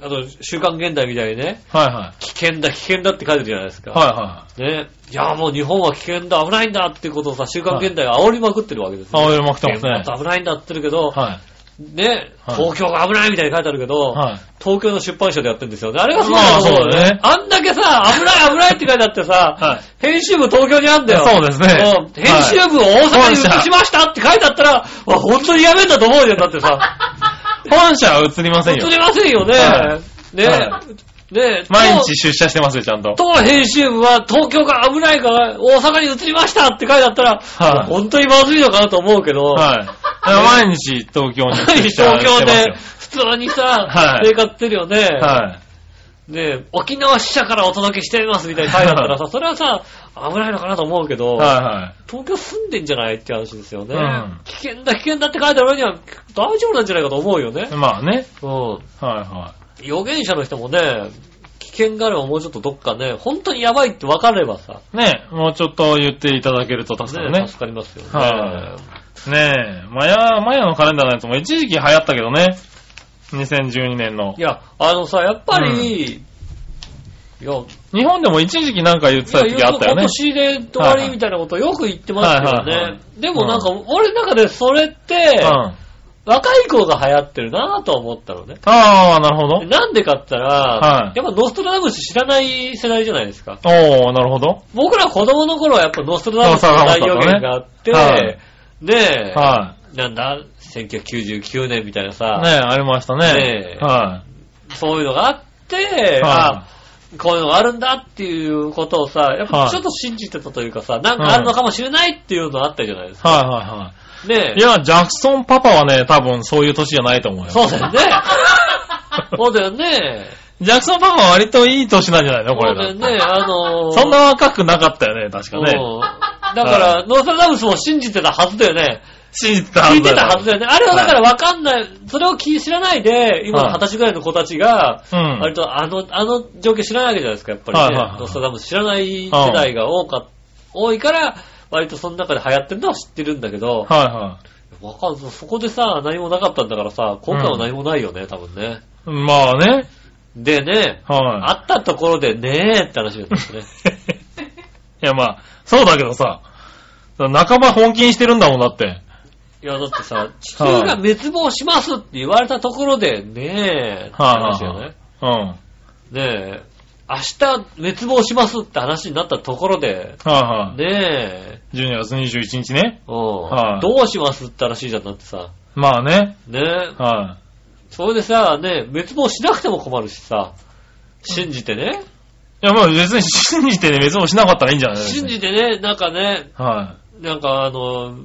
B: あと、週刊現代みたいにね、
C: い。はいは
B: 危険だ、危険だって書いてるじゃないです
C: い。
B: か。
C: はいはい。
B: ね、いや、もう日本は危険だ、危ないんだっていうことをさ、週刊現代が煽りまくってるわけですよ。
C: 煽りまくってますね
B: 危険だ危ないんだって言ってるけど、
C: は
B: ね、
C: はい
B: 東京が危ないみたいに書いてあるけど、
C: い。はい。
B: 東京の出版社でやってるんですよね。あれがすごい
C: まあ
B: なと思うよ
C: そうだね
B: ね。あんだけさ、危ない危ないって書いてあってさ、
C: はい
B: 編集部東京にあんだよ。
C: そうですね
B: うん編集部を大阪に移しましたって書いてあったら、わ、本当にやめんだと思うよ。だ ってさ、
C: 本社は映りません
B: 映
C: よ。
B: りませんよね。
C: は
B: ね、
C: は
B: ね、
C: 毎日出社してますよ、ちゃんと。
B: 当編集部は東京が危ないから大阪に移りましたって書いてあったら、
C: はい
B: 本当にまずいのかなと思うけど、
C: はい。毎日東京に出社してま
B: 東
C: すよ。
B: 京で普通にさ、
C: はい
B: 生活してるよね。
C: はい。
B: ね沖縄支社からお届けしていますみたいな書いてあったらさ、それはさ、危ないのかなと思うけど、
C: は
B: 東京住んでんじゃないって話ですよね。
C: うん
B: 危険だ危険だって書いてあるのには大丈夫なんじゃないかと思うよね
C: いはい。。まあね。
B: うん。
C: はいは
B: 予言者の人もね、危険があればもうちょっとどっかね、本当にやばいって分かればさ、
C: い。ねもうちょっと言っていただけると助かるね
B: ね。助かりますよね。
C: はねえ、マヤ、マヤのカレンダーのやつも一時期流行ったけどね。2012年の
B: い。や、あのさ、やっぱり、いや、
C: 日本でも一時期なんか言ってた時あったよ
B: 今
C: ね。
B: 年で終わりみたいなことよく言ってますけど
C: はいはいは
B: ね
C: い。
B: でもなんか、俺の中でそれって、
C: うん。あ
B: 若い子が流行ってるなぁとは思ったのね。
C: あー、なるほど。
B: なんでかって言ったら、
C: はい
B: やっぱノストラダムス知らない世代じゃないですか。
C: おー、なるほど。
B: 僕ら子供の頃はやっぱノストラダムスの大予言があって、
C: ノストラダムスだね
B: で、
C: は。
B: なんだ、1999年みたいないさ、
C: ねえ、ありました
B: ね
C: ね。
B: え
C: は
B: そういうのがあって、
C: い。
B: あ
C: は
B: こういうのがあるんだっていうことをさ、やっ
C: は
B: ぱ
C: い
B: ちょっと信じてたというかさ、なんかあるのかもしれないっていうのあったじゃないです
C: い。
B: か。
C: はいはいは
B: ね
C: い。いや、ジャクソンパパはね、多分そういう年じゃないと思うよ。
B: そうだよ ね。そうだよね。
C: ジャクソンパパは割といい年なんじゃないの
B: そう
C: これ
B: だよ
C: が。
B: ね。あのー、
C: そんな若くなかったよね、確かね。
B: うんだから、ノーストラダムスも信じてたはずだよね。
C: 信じてたは
B: 聞
C: ず
B: いて
C: だよ
B: たはずだよね。あれはだからわかんない、それを聞い知らないで、今の
C: はい
B: 二十歳ぐらいの子たちが、
C: うん。
B: 割とあの、あの状況知らないわけじゃないですか、やっぱりね。
C: はいはいはい
B: ノーストラダムス知らない世代が多かっ多いから、割とその中で流行ってるのは知ってるんだけど、
C: はいはい。
B: わかんない。そこでさ、何もなかったんだからさ、今回は何もないよね、多分ね。
C: まあね。
B: でね、
C: は
B: あったところでねえって話なんですね。
C: い。 いやまあ、そうだけどさ、半ば本気にしてるんだもんだって。
B: いや、だってさ、地球が滅亡しますって言われたところで、ねえ、って話だよね。
C: うん。は
B: ねえ、明日滅亡しますって話になったところで、
C: いは
B: ねえ、
C: い。12月21日ね。
B: うん
C: はい
B: どうしますって話じゃなってさ、
C: まあね。
B: ねえ、
C: は
B: それでさ、ねえ、滅亡しなくても困るしさ、信じてね、
C: い。いやまあ別に信じてね、滅亡しなかったらいいんじゃない
B: 信じてね、なんかね、
C: は
B: なんかあの、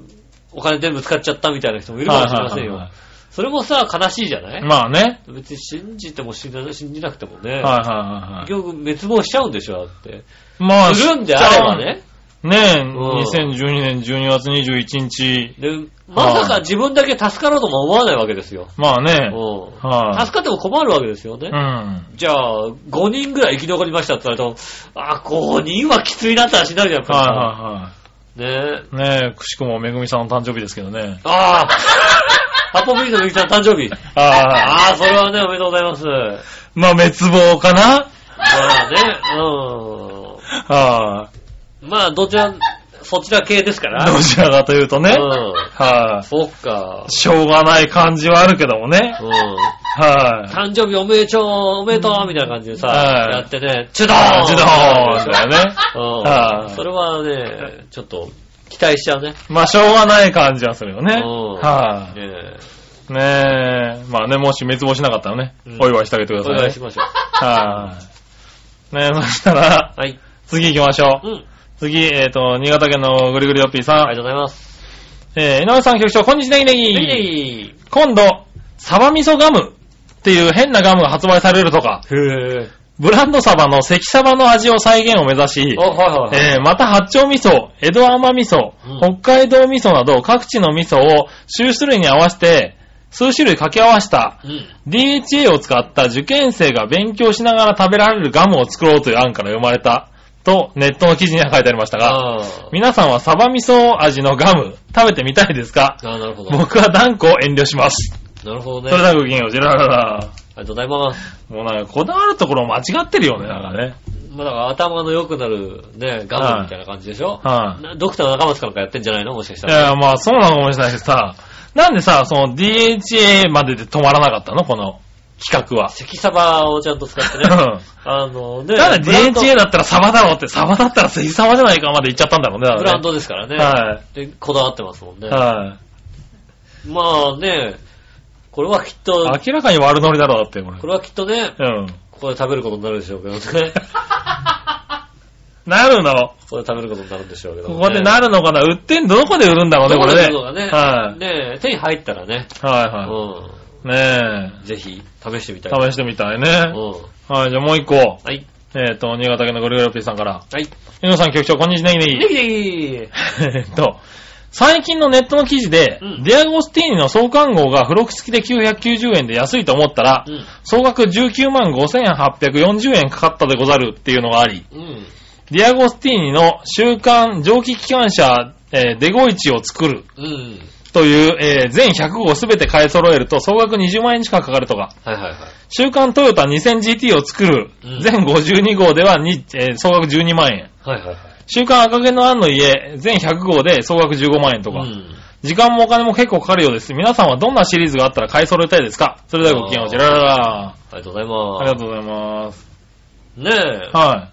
B: お金全部使っちゃったみたいな人もい
C: い。
B: るかもしれません
C: はいは
B: よ。それもさ、悲しいじゃない
C: いはいまあね。
B: 別に信じても信じな信じなくてもね、
C: はいはいはいは
B: 結局滅亡しちゃうんでしょ、だって。
C: い。まあ、
B: するんであればね。
C: ねえ、
B: ん
C: 2012年12月21日。
B: で、まさか自分だけ助かろうとも思わないわけですよ。
C: まあね。
B: うん
C: はい
B: 助かっても困るわけですよね
C: う。ん。
B: じゃあ、5人ぐらい生き残りましたって言われても、あ、5人はきついなって話になるじゃん、やっ
C: はい
B: ぱ
C: は
B: ねえ。
C: ねえ、くしくもめぐみさんの誕生日ですけどね。
B: ああ ハポビートのゆきちゃん誕生日。
C: ああ、
B: ああ、それはね、おめでとうございます。
C: まあ滅亡かな
B: まあね、
C: は
B: うん。まあ、どちら、そちら系ですから。
C: あ、どちらかというとね。
B: うん。
C: は
B: そっか
C: い。。しょうがない感じはあるけどもね。
B: うん。
C: はい。
B: 誕生日おめでとう、おめでとう、みたいな感じでさ、
C: はい
B: やってね、チュドーン
C: あジュドーンだよね。
B: う
C: は
B: ん。
C: い
B: それはね、ちょっと、期待しちゃうね。
C: まあ、しょうがない感じはするよね。
B: うん
C: はい、
B: ええ
C: ねえ。まあね、もし滅亡しなかったらね
B: うん、
C: お祝いしてあげてくだ
B: お
C: さい、ね。
B: 願いしましょう。
C: はい、ねえ、そしたら、
B: はい。
C: 次行きましょ
B: う
C: う。
B: ん。
C: 次、えっ、と、新潟県のぐりぐりよっぴーさ
B: あ
C: ん。
B: りがとうございます。
C: えー、井上さん局長、こんにちは、ネギネギ。
B: いい
C: 今度、サバ味噌ガムっていう変なガムが発売されるとか、
B: へぇ
C: ブランドサバの関サバの味を再現を目指し
B: ー。、あ、はいはいはい。
C: えーまた八丁味噌、江戸甘味噌、
B: うん
C: 北海道味噌など各地の味噌を数種類に合わせて、数種類掛け合わせた
B: うん。
C: DHA を使った受験生が勉強しながら食べられるガムを作ろうという案から生まれたとネットの記事には書いてありましたが、
B: あ
C: 皆さんはサバ味噌味のガム食べてみたいですか
B: ーあー、なるほど。
C: 僕は断固遠慮します。
B: なるほどね。
C: それで
B: あ
C: はごきげんよう、ジェラララ。
B: りがとうございます。
C: もうなんかこだわるところ間違ってるよね、なんかね。
B: まあだから頭の良くなるね、ガムみたいな感じでしょ
C: はい、
B: なドクターの中松かなんかやってんじゃないのもしかした
C: い
B: ら。
C: や、まあそうなのかもしれないけどさ、なんでさ、その DHA までで止まらなかったのこの企画は。
B: 関サバをちゃんと使ってね。
C: う
B: あのね、
C: ん。なんで
B: ブランド
C: DHA だったらサバだろうって、サバだったら水サバじゃないかまで言っちゃったんだろうね。だか
B: ブ
C: ら
B: ラ
C: ね
B: ンドですからね。
C: は
B: で、こだわってますもんね。
C: は
B: まあね、これはきっと、
C: い。明らかに悪ノリだろうだって、これ
B: こ。れはきっとね、
C: うん。
B: ここで食べることになるでしょう けどね。
C: なるの
B: ここで食べることになるんでしょうけど、ね。
C: ここでなるのかな売ってんどこで売るんだろうね、これね。
B: どこで売るのか
C: は
B: ね。ねえ手に入ったらね、
C: い。は
B: う
C: いはい。ね
B: ん。ぜひ、試してみたい。
C: え。試してみたいね。
B: うん。
C: はい、じゃあもう一個。
B: はい。
C: えっと、新潟県のゴリゴリピーさんから。
B: はい。
C: 皆さん局長、こんにちは、ネギネギ
B: ネ。ギネギ
C: えっと、最近のネットの記事で、
B: うん
C: ディアゴスティーニの相関号が付録付きで990円で安いと思ったら、
B: うん。
C: 総額19万5840円かかったでござるっていうのがあり、
B: うん。
C: ディアゴスティーニの週刊蒸気機関車、えーデゴイチを作る
B: うん。
C: という、えー全100号すべて買い揃えると総額20万円近くかかるとか、
B: はいはいはい。
C: 週刊トヨタ 2000GT を作る
B: うん
C: 全52号ではに、えー総額12万円。
B: はいはいはい。
C: 週刊赤毛のアンの家、全100号で総額15万円とか。
B: うん。
C: 時間もお金も結構かかるようです。皆さんはどんなシリーズがあったら買い揃えたいですかそれではごきげんよう。ジェラララ。
B: ありがとうござい
C: あり
B: ま
C: がとうございます。
B: す。ねえ。
C: は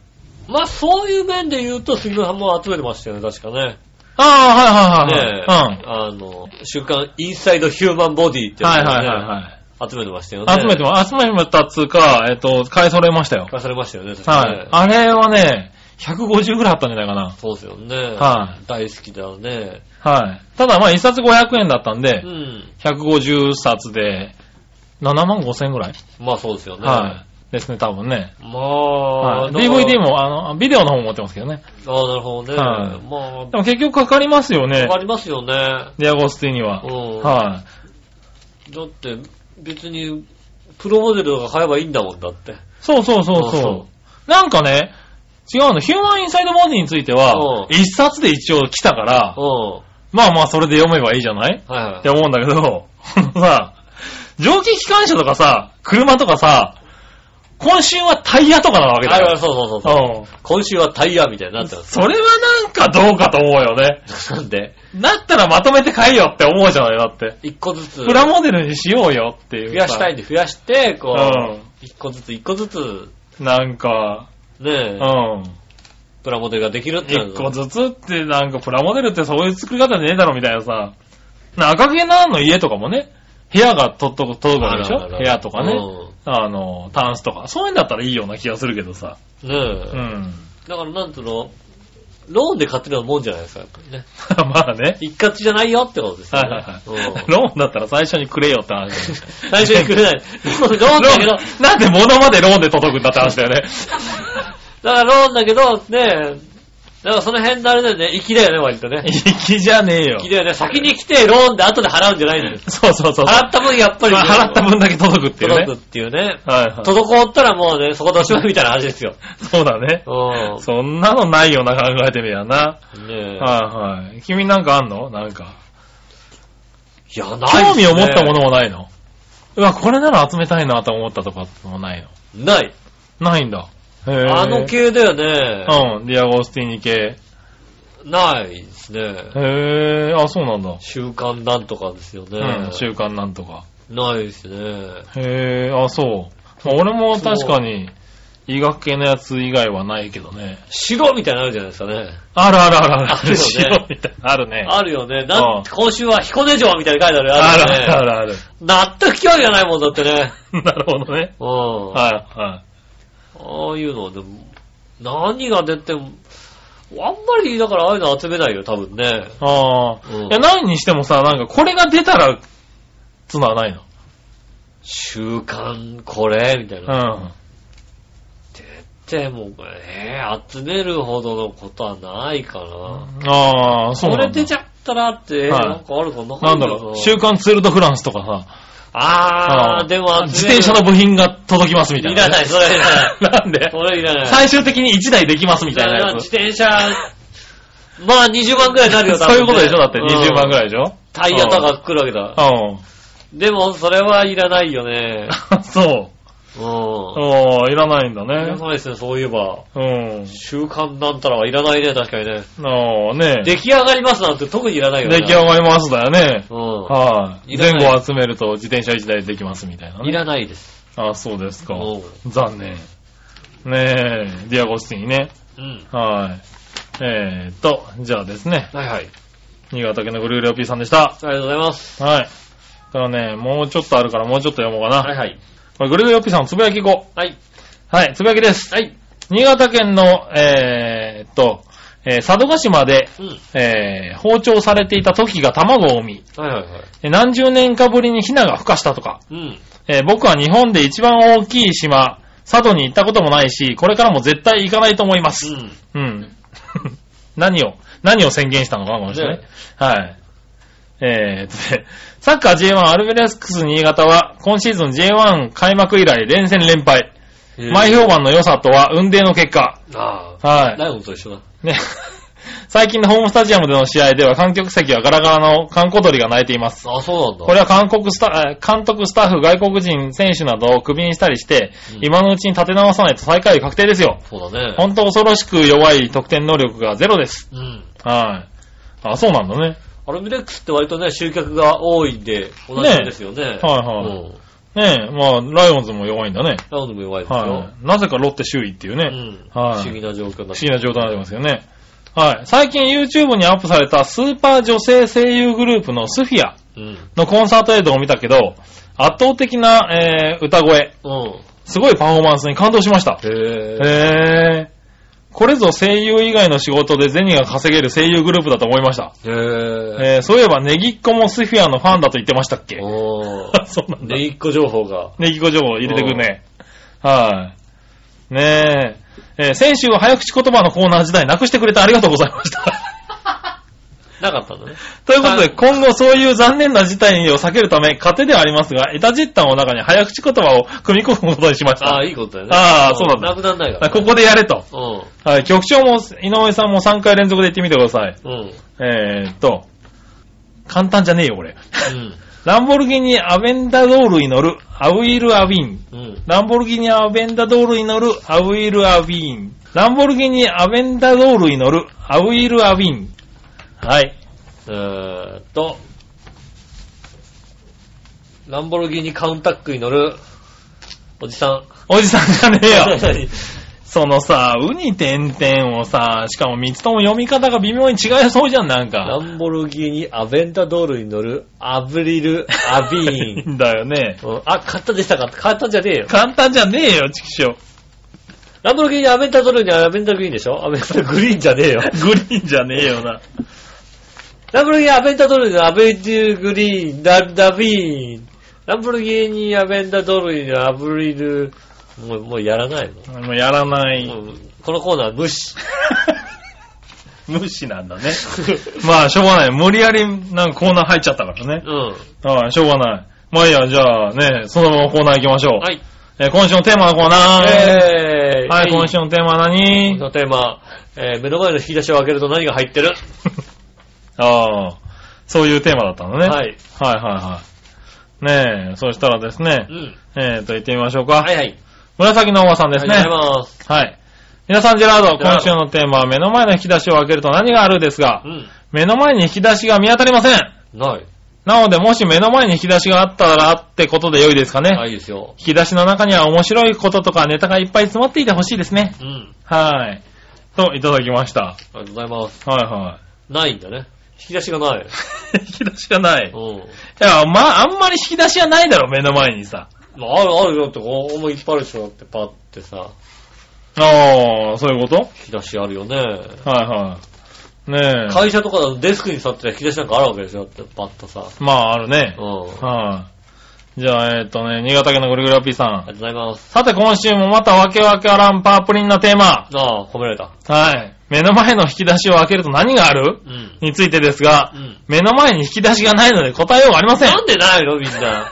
C: い。
B: まあそういう面で言うと、杉村さんも集めてましたよね、確かね。
C: ああ、はい
B: ねえ。
C: はいはいはい。
B: あの、週刊インサイドヒューマンボディって
C: う
B: の
C: ん。は
B: を
C: い
B: ね
C: はいはいはい。
B: 集めてましたよね。
C: 集めても、集めたっつうか、えっと、買い揃えましたよ
B: 聞。かされましたよね、確か
C: はい
B: ね。。
C: あれはね、150ぐらいあったんじゃないかな。
B: そうですよね。
C: は
B: 大好きだよね。
C: はい。ただまあ、一冊500円だったんで
B: う、ん。
C: 150冊で、7万5千円ぐらい
B: まあそうですよね。
C: はい。ですね、多分ね。
B: まあ、
C: は
B: だ
C: い
B: から
C: DVD。も、あの、ビデオの方も持ってますけどね。
B: ああ、なるほどね。
C: はい
B: ま
C: でも結局かかりますよ
B: あ、
C: ね
B: わ。かりますよね。
C: ディアゴスティーニは
B: う。ん。
C: はい。
B: だって、別に、プロモデルとか買えばいいんだもんだって。
C: そうそうそう
B: そう
C: そ。
B: そう
C: なんかね、違うの、ヒューマンインサイドボディについては
B: う、ん
C: 一冊で一応来たから
B: うん。、は
C: まあまあそれで読めばいいじゃない
B: いは
C: っ
B: い
C: て。思うんだけど、 さ、蒸気機関車とかさ、車とかさ、今週はタイヤとかなわけ
B: あ
C: だ
B: れは
C: よ。
B: そうそうそうそう。
C: うん。
B: 今週はタイヤみたいになってます。
C: それはなんかどうかと思うよね。
B: なんで、
C: だったらまとめて買いよって思うじゃないだって。
B: 一個ずつ
C: プラモデルにしようよっていう
B: 増
C: さ。
B: やしたいんで増やして、こ
C: うん
B: う、一個ずつ一個ずつ、
C: なんか、う
B: ね、
C: ん。
B: プラモデルができるっていうの
C: 一個ずつって、なんかプラモデルってそういう作り方ねえだろみたいなさ。な赤毛なの家とかもね、部屋がとっとく、届くわけでし
B: あら
C: ょ
B: あら
C: 部屋とかね。
B: うん
C: あの、タンスとか。そういうんだったらいいような気がするけどさ。
B: ねえ
C: うん。
B: だからなんつうの、ローンで買ってるようなもんじゃないですか、やっぱりね。
C: まあね。
B: 一括じゃないよってことですよ
C: はい
B: ね。
C: はい
B: うん
C: はい。ローンだったら最初にくれよって話。
B: 最初にくれない。ローンだけど、
C: ローンな んで物までローンで届くんだって話だよね。
B: だからローンだけど、ねだからその辺のあれだよね、粋だよね、割とね。
C: 粋じゃねえよ。
B: 粋だよね。先に来て、ローンで後で払うんじゃないんだよ。
C: そうそうそう。
B: 払った分、やっぱり
C: ま
B: ね、
C: あ払った分だけ届くっていうね。
B: 届くっていうね。
C: はいはい。
B: 滞ったらもうね、そこでおしまいみたいな話ですよ。
C: そうだね。
B: う
C: そんなのないよな、考えてみりゃな。
B: ん。ねえ。
C: はいはい。君なんかあんのなんか。
B: いや、ないっ
C: 興
B: すね
C: 味を持ったものもないのうわ、これなら集めたいなと思ったとかってのもないの
B: ない。
C: ないんだ。へぇ
B: あの系だよね。
C: うん、ディアゴスティーニ系。
B: ないですね。
C: へぇー、あ、そうなんだ。
B: 習慣なんとかですよね。
C: うん、習慣なんとか。
B: ないですね。
C: へぇー、あ、そう。まあ俺も確かに、医学系のやつ以外はないけどね。
B: 白みたいなのあるじゃないですかね。
C: あるあるあるある。
B: あるよね
C: 白みたいな。あるね。
B: あるよね。な
C: うん
B: ん今週は彦根城みたいに書いてあるよ
C: あ
B: あ
C: る
B: る
C: あ
B: よね。
C: るあるある。
B: 納得興味がないもんだってね。
C: なるほどね。
B: うん。
C: はいは
B: ああいうのはでも、何が出ても、あんまり、だからああいうの集めないよ、多分ね。
C: い。ああ。
B: うん
C: いや、何にしてもさ、なんかこれが出たら、つのはないの。
B: 習慣、これ、みたいうな。
C: ん。
B: でも、えー、集めるほどのことはないかな。
C: ああ、そう
B: こ
C: な
B: れ
C: ん
B: 出
C: だ。
B: ちゃったらって、
C: はい
B: なんかあるかな。
C: なんだろう、週刊ツールドフランスとかさ、
B: あ
C: う
B: ー、
C: ん
B: でも
C: 自転車の部品が届きますみたい
B: いら
C: なね、
B: ない、それいらない。
C: なんで
B: それいらない。
C: 最終的に1台できますみたいなや
B: 自
C: つ。
B: 転車、まあ20万くらいになるよ、多
C: そ
B: 分
C: ういうことでしょだって
B: うん
C: 20万ぐらいでしょ
B: タイヤとか来るわけだ。
C: う
B: でも、それはいらないよ ね。
C: ん。そう。
B: うん。
C: ああ、いらないんだ
B: いら
C: ね。
B: ないですね、そういえば。
C: うん。
B: 習慣なんたらはいらないね、確かにね。
C: ああ、ね
B: 出来上がりますなんて特にいらないよね。
C: 出来上がりますだよね。
B: う
C: はい。
B: いら
C: 前
B: ない。
C: 後集めると自転車1台できますみたいなん
B: い
C: ね。
B: らないです。
C: ああ、そうですか。
B: うん
C: 残念。ねえ、ディアゴスティーニね。
B: うん。
C: はい。えーっと、じゃあですね。
B: はいはい。
C: 新潟県のグルーレオピーさんでした。
B: ありがとうございます。
C: はい。だからね、もうちょっとあるからもうちょっと読もうかな。
B: はいはい。
C: これグルーレオピーさんのつぶやき行こ
B: はい。
C: う。はい、つぶやきです。
B: はい。
C: 新潟県の、えー、っと、えー佐渡島で、
B: うん。
C: えー包丁されていたトキが卵を産み、
B: はいはいはい。
C: えー何十年かぶりにヒナが孵化したとか、
B: うん。
C: えー僕は日本で一番大きい島、佐渡に行ったこともないし、これからも絶対行かないと思います。
B: うん。
C: うん。 何を、何を宣言したのかな、この人ね
B: ね。
C: はい。えー、とね、サッカー J1 アルベレスクス新潟は、今シーズン J1 開幕以来連戦連敗。前評判の良さとは、運命の結果。
B: ああ。
C: は
B: ライオンと一緒だ。
C: い。ね。 最近のホームスタジアムでの試合では、観客席はガラガラの観光鳥が鳴いています。
B: あ、そうなんだ。
C: これは韓国スタ、えー監督、スタッフ、外国人、選手などをクビにしたりして、
B: うん
C: 今のうちに立て直さないと最下位確定ですよ。
B: そうだね。
C: ほんと恐ろしく弱い得点能力がゼロです。
B: うん。
C: はい。あ、そうなんだね。
B: アルミレックスって割とね、集客が多いんで、同じですよね。はい
C: はいはい
B: うん。
C: ねえ、まあ、ライオンズも弱いんだね。
B: ラウンドも弱いですよ。
C: はい。なぜかロッテ周囲っていうね、
B: うん。
C: はい
B: 不思議な状況にな
C: 不
B: っ
C: 思
B: て
C: 議な状態になってますよね。はい。最近 YouTube にアップされたスーパー女性声優グループのスフィア
B: うん。
C: のコンサート映像を見たけど、圧倒的な、えー歌声、
B: うん。
C: すごいパフォーマンスに感動しました。
B: へぇ
C: へー。これぞ声優以外の仕事で銭が稼げる声優グループだと思いました。
B: ー。へぇ
C: えー、そういえばネギっ子もスフィアのファンだと言ってましたっけ
B: ー。お
C: あ
B: ー。
C: そうなんだ
B: ね。一個情報が。
C: ネギコ情報入れてくるね。はい。ねえ。えー先週は早口言葉のコーナー時代なくしてくれてありがとうございました。
B: なかったんだね。
C: ということ
B: は
C: で、
B: い
C: 今後そういう残念な事態を避けるため、糧ではありますが、エタジッタンの中に早口言葉を組み込むことにしまし
B: あ
C: た。
B: あ、いいことだよね。
C: あーそうなんだ
B: なくなんないか
C: あ
B: ら。
C: ここでやれと。
B: こ。
C: はい、局長も井上さんも3回連続で言ってみてください。
B: うん。うん。
C: えーっと、簡単じゃねえよ、俺。
B: うん。
C: ランボルギーニアベンダドールに乗る、アウイル・アビン。
B: うん。
C: ランボルギーニアベンダドールに乗るアウイル・アビーン。ランボルギーニアベンダドールに乗るアウイル・アビーン。はい。
B: えーっと、ランボルギーニカウンタックに乗る、おじさん。
C: おじさんじゃね えよ。
B: 何
C: そのさ、ウニ点々をさ、しかも3つとも読み方が微妙に違いそうじゃん、なん
B: ラ
C: か。
B: ンボルギーニアベンタドールに乗るアブリル・アビ
C: いい
B: ーン。
C: んだよね。
B: うんあ、買ったでしたか買ったんじゃねえよ。
C: 簡単じゃねえよ、畜生。
B: ランボルギーニアベンタドールにアベンタグリーンでしょアベンタグリーンじゃねえよ。
C: グリーンじゃねえ よな。
B: ランボルギーニアベンタドールにアベンタグリーン、ダダビーン。ランボルギーニアベンタドールにアブリル、もう、もうやらないの。
C: もうやらない。
B: もうこのコーナー無視。
C: 無視なんだね。まあ、しょうがない。無理やり、なんかコーナー入っちゃったからね。
B: うん。
C: はい、しょうがない。まあいいや、じゃあね、そのままコーナー行きましょう。
B: はい。
C: えー今週のテーマのコーナー。
B: えー
C: はい、今週のテーマは
B: 今週
C: 何
B: のテーマ、えー目の前の引き出しを開けると何が入ってる
C: ああ、そういうテーマだったのね。
B: は
C: はい。
B: い。
C: はいはいはい。ねえ、そしたらですね
B: う、ん。
C: えーと、行ってみましょうか。
B: はいはい。
C: 紫のおばさんです
B: あり
C: ね
B: が。とうございます。
C: はい。皆さん、ジェラード、
B: ジェラード
C: 今週のテーマは目の前の引き出しを開けると何があるですが
B: う、ん。
C: 目の前に引き出しが見当たりません。
B: ない。
C: なので、もし目の前に引き出しがあったらってことで良いですかね。
B: ないですよ。
C: 引き出しの中には面白いこととかネタがいっぱい詰まっていてほしいですね。
B: うん。
C: はい。と、いただきました。
B: ありがとうございます。
C: はいは
B: ないんだね。引き出しがない。
C: い。引き出しがない。
B: う
C: い
B: ん。
C: や、まあ、あんまり引き出しはないだろ、目の前にさ。
B: まあ、あるあるよって、ここもいっぱいあるでしょってパってさ、
C: ああ、そういうこと
B: 引き出しあるよね。
C: はいはい。ねえ。
B: 会社とかだとデスクに座ってた引き出しなんかあるわけでしょだってパッとさ。
C: まあ、あるね
B: う。ん。あ
C: はい。じゃあ、えっ、とね、新潟県のぐるぐるラピーさ
B: りが
C: ん
B: と。うございます。
C: さて、今週もまたわけわけあらんパープリンなテーマ。
B: ああ、褒められた。
C: はい。目の前の引き出しを開けると何がある
B: うん。
C: についてですが
B: う、ん。
C: 目の前に引き出しがないので答えようがありません
B: な。んでないのみんな。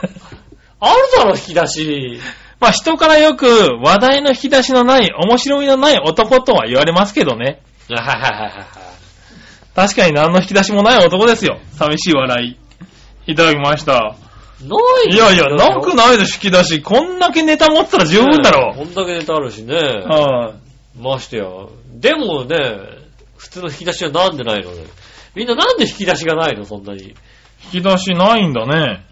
B: あるだろ、引き出し。
C: まあ人からよく話題の引き出しのない、面白みのない男とは言われますけどね。
B: はいはいはいはい。
C: 確かに何の引き出しもない男ですよ。寂しい笑い。いただきました。
B: ない
C: いやいや、なく
B: な
C: ないでしょ、引き出し。こんだけネタ持ってたら十分だろ。
B: こんだけネタあるしね。
C: はい
B: ましてや。でもね、普通の引き出しはなんでないのね。みんななんで引き出しがないのそんなに。
C: 引き出しないんだね。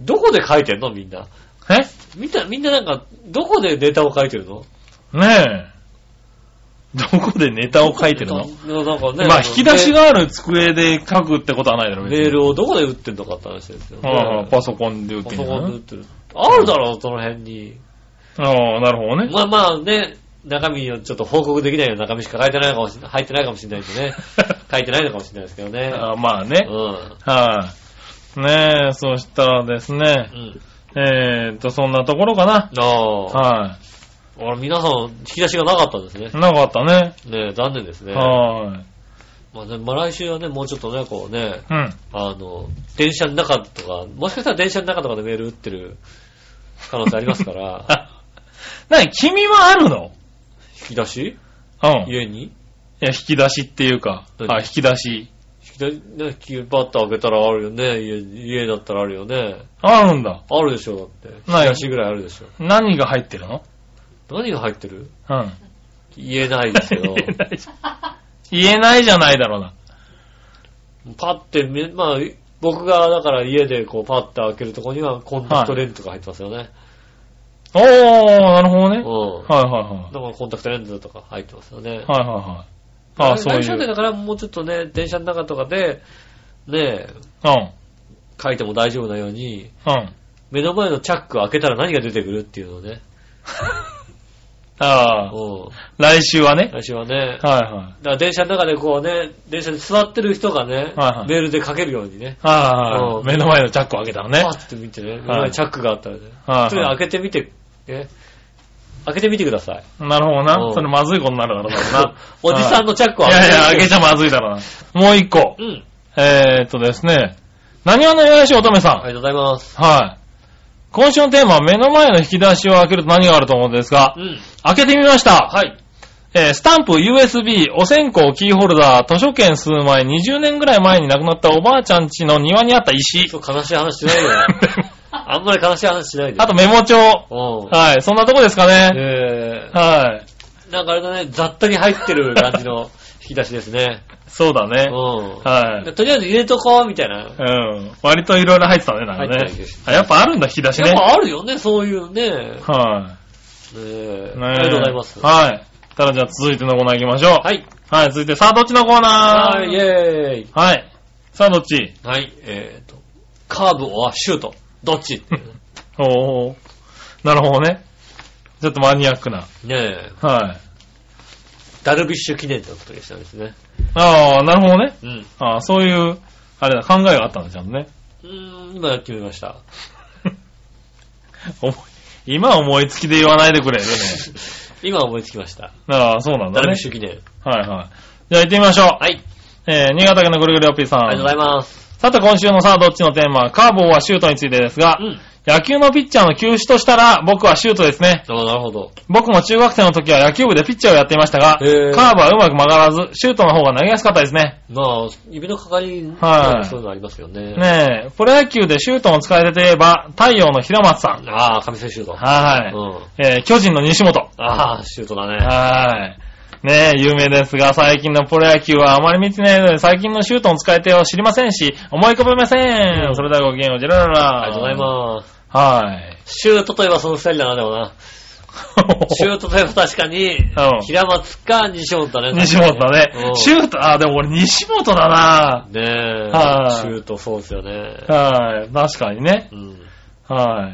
B: どこで書いてんのみんな。
C: え
B: みんな、みんななんか、どこでネタを書いてるの
C: ねえ。どこでネタを書いてるの
B: ななんかね。
C: まあ引き出しがある机で書くってことはないだろ、
B: メー
C: を。
B: ルをどこで打ってんのかって話ですよね。
C: はいはいパソコンで打っ
B: パ
C: て
B: ソ
C: んじゃ
B: コン
C: な
B: で打っ
C: い
B: てる。あるだろう、その辺に。
C: ああ、なるほどね。
B: まあまあね、中身をちょっと報告できないような中身しか書いてないかもしれない、入ってないかもしれないんで ね。書いてないのかもしれないですけどね。
C: ああまあね
B: う。ん。
C: はい。ねえ、そしたらですね
B: う、ん。
C: えーっと、そんなところかな。
B: ああ。
C: は
B: あら皆さん、引き出しがなかったんですね。
C: い。なかったね。
B: ねえ残念ですね。
C: は
B: まあね、まあ来週はね、もうちょっとね、こうね、
C: い。うん。
B: あの、電車の中とか、もしかしたら電車の中とかでメール打ってる可能性ありますから、
C: なに、君はあるの
B: 引き出し
C: うん。い
B: 家に
C: や、引き出しっていうか、
B: 何
C: あ、引き出し。
B: 引き出し、ね、引きバッター開けたらあるよね。家、家だったらあるよね。
C: あるんだ。
B: あるでしょ、だって。
C: ない
B: 引き出しぐらいあるでしょ。
C: 何が入ってるの
B: 何が入ってる
C: うん。
B: 言え ないですけど
C: 言え ないじゃ言えないじゃないだろうな。
B: パッてめ、まあ、僕が、だから家でこう、パッて開けるとこには、コンタクトレンズが入ってますよね。
C: おー、なるほどね。
B: うん。
C: はいはい
B: だからコンタクトレンズとか入ってますよね。
C: はい。はいはいはい。ああ、そうい
B: 来週で
C: う。
B: だからもうちょっとね、電車の中とかで、ねえ、
C: うん。
B: 書いても大丈夫なように、
C: うん。
B: 目の前のチャックを開けたら何が出てくるっていうのをね。
C: ああ、
B: う
C: 来週は
B: ん。
C: ね。
B: 来週はね、
C: はいはい。
B: だから電車の中でこうね、電車に座ってる人がね、
C: はいはい
B: メールで書けるようにね、
C: あ
B: う
C: あ、
B: ん
C: 目の前のチャックを開けたらね
B: パ。ッて見てね、目の前にチャックがあったらね、
C: はい
B: それ開けてみて、ね、開けてみてください。
C: なるほど
B: うん。
C: な。それまずいことになるだろうな
B: おじさんのチャックを
C: いやいや、
B: て
C: 開けちゃまずいだろうな。もう一個。
B: うん。
C: えーっとですね。何話のよやし乙女
B: あ
C: さ
B: りがとうございます。
C: ん。はい。今週のテーマは目の前の引き出しを開けると何があると思うんですが
B: う、ん。
C: 開けてみました。
B: はい。
C: えースタンプ、USB、お線香、キーホルダー、図書券数枚、20年ぐらい前に亡くなったおばあちゃん家の庭にあった石。
B: そう悲しい話し ないよ。あんまり悲しい話しないで。
C: あとメモ帳。
B: うん。
C: はい、そんなとこですかね。
B: え
C: はい。
B: ー、なんかあれだね、雑多に入ってる感じ の引き出しですね。
C: そうだね。
B: う
C: は
B: ん。
C: い。
B: とりあえず入れとこう、みたいな。
C: うん。割といろいろ入ってたね、な
B: 入
C: んか
B: って
C: ね
B: たね。
C: あ、やっぱあるんだ、引き出し
B: やっ
C: ね。
B: ぱあるよね、そういうね。
C: は
B: ねえ
C: い。ね
B: ありがとうございます。は
C: はい。ただじゃあ続いてのコーナー行きましょう。はい。
B: い。
C: 続いて、さあどっちのコーナー
B: はい、イェーイ。
C: はい。さあどっち
B: はい、えっ、と、カーブはシュート。どっちっていう
C: おー。なるほどね。ちょっとマニアックな。
B: ねねえ、
C: はい。
B: ダルビッシュ記念のことでしたですね。
C: ああ、なるほどね。
B: うん。
C: ああ、そういう、あれだ、考えがあったんだ、ちゃんとね。
B: うーん、今やってみました。
C: 思い今思い つきで言わないでくれるね。
B: 今思いつきました。
C: ああ、そうなん
B: ダ
C: だ
B: ルビッ
C: ね。
B: シュ記念。
C: はいはい。じゃあ行ってみましょう。
B: はい。
C: えー、新潟県のぐるぐるおっぴーさん。
B: ありがとうございます。
C: さて今週のさあどっちのテーマは、カーボーはシュートについてですが、
B: うん。
C: 野球のピッチャーの球種としたら、僕はシュートですね。
B: あなるほど。
C: 僕も中学生の時は野球部でピッチャーをやっていましたが、カ
B: へ
C: ー
B: ー
C: ブはうまく曲がらず、シュートの方が投げやすかったですね。
B: まあ、指のかかり、
C: はい
B: そういうのありますよね。
C: ねえ、プロ野球でシュートの使い手といえば、太陽の平松さん。
B: ああ、上選手と。
C: は
B: うん。
C: い。えー巨人の西本。
B: ああ、シュートだね。
C: はい。ねえ、有名ですが、最近のプロ野球はあまり見てないので、最近のシュートの使い手を知りませんし、思い浮かべません。
B: うん
C: それではごきげんよう、ジェララ
B: あり
C: ラ。
B: がとうございます。
C: す。はい。
B: シュートといえばその二人だな、でもな。シュートといえば確かに
C: うん、
B: 平松か西本だね。
C: 西本だね
B: う。ん
C: シュート、あ、でも俺西本だな
B: ねえ。
C: はい
B: シュートそうですよね。
C: はい。確かにね。
B: うん。
C: はい。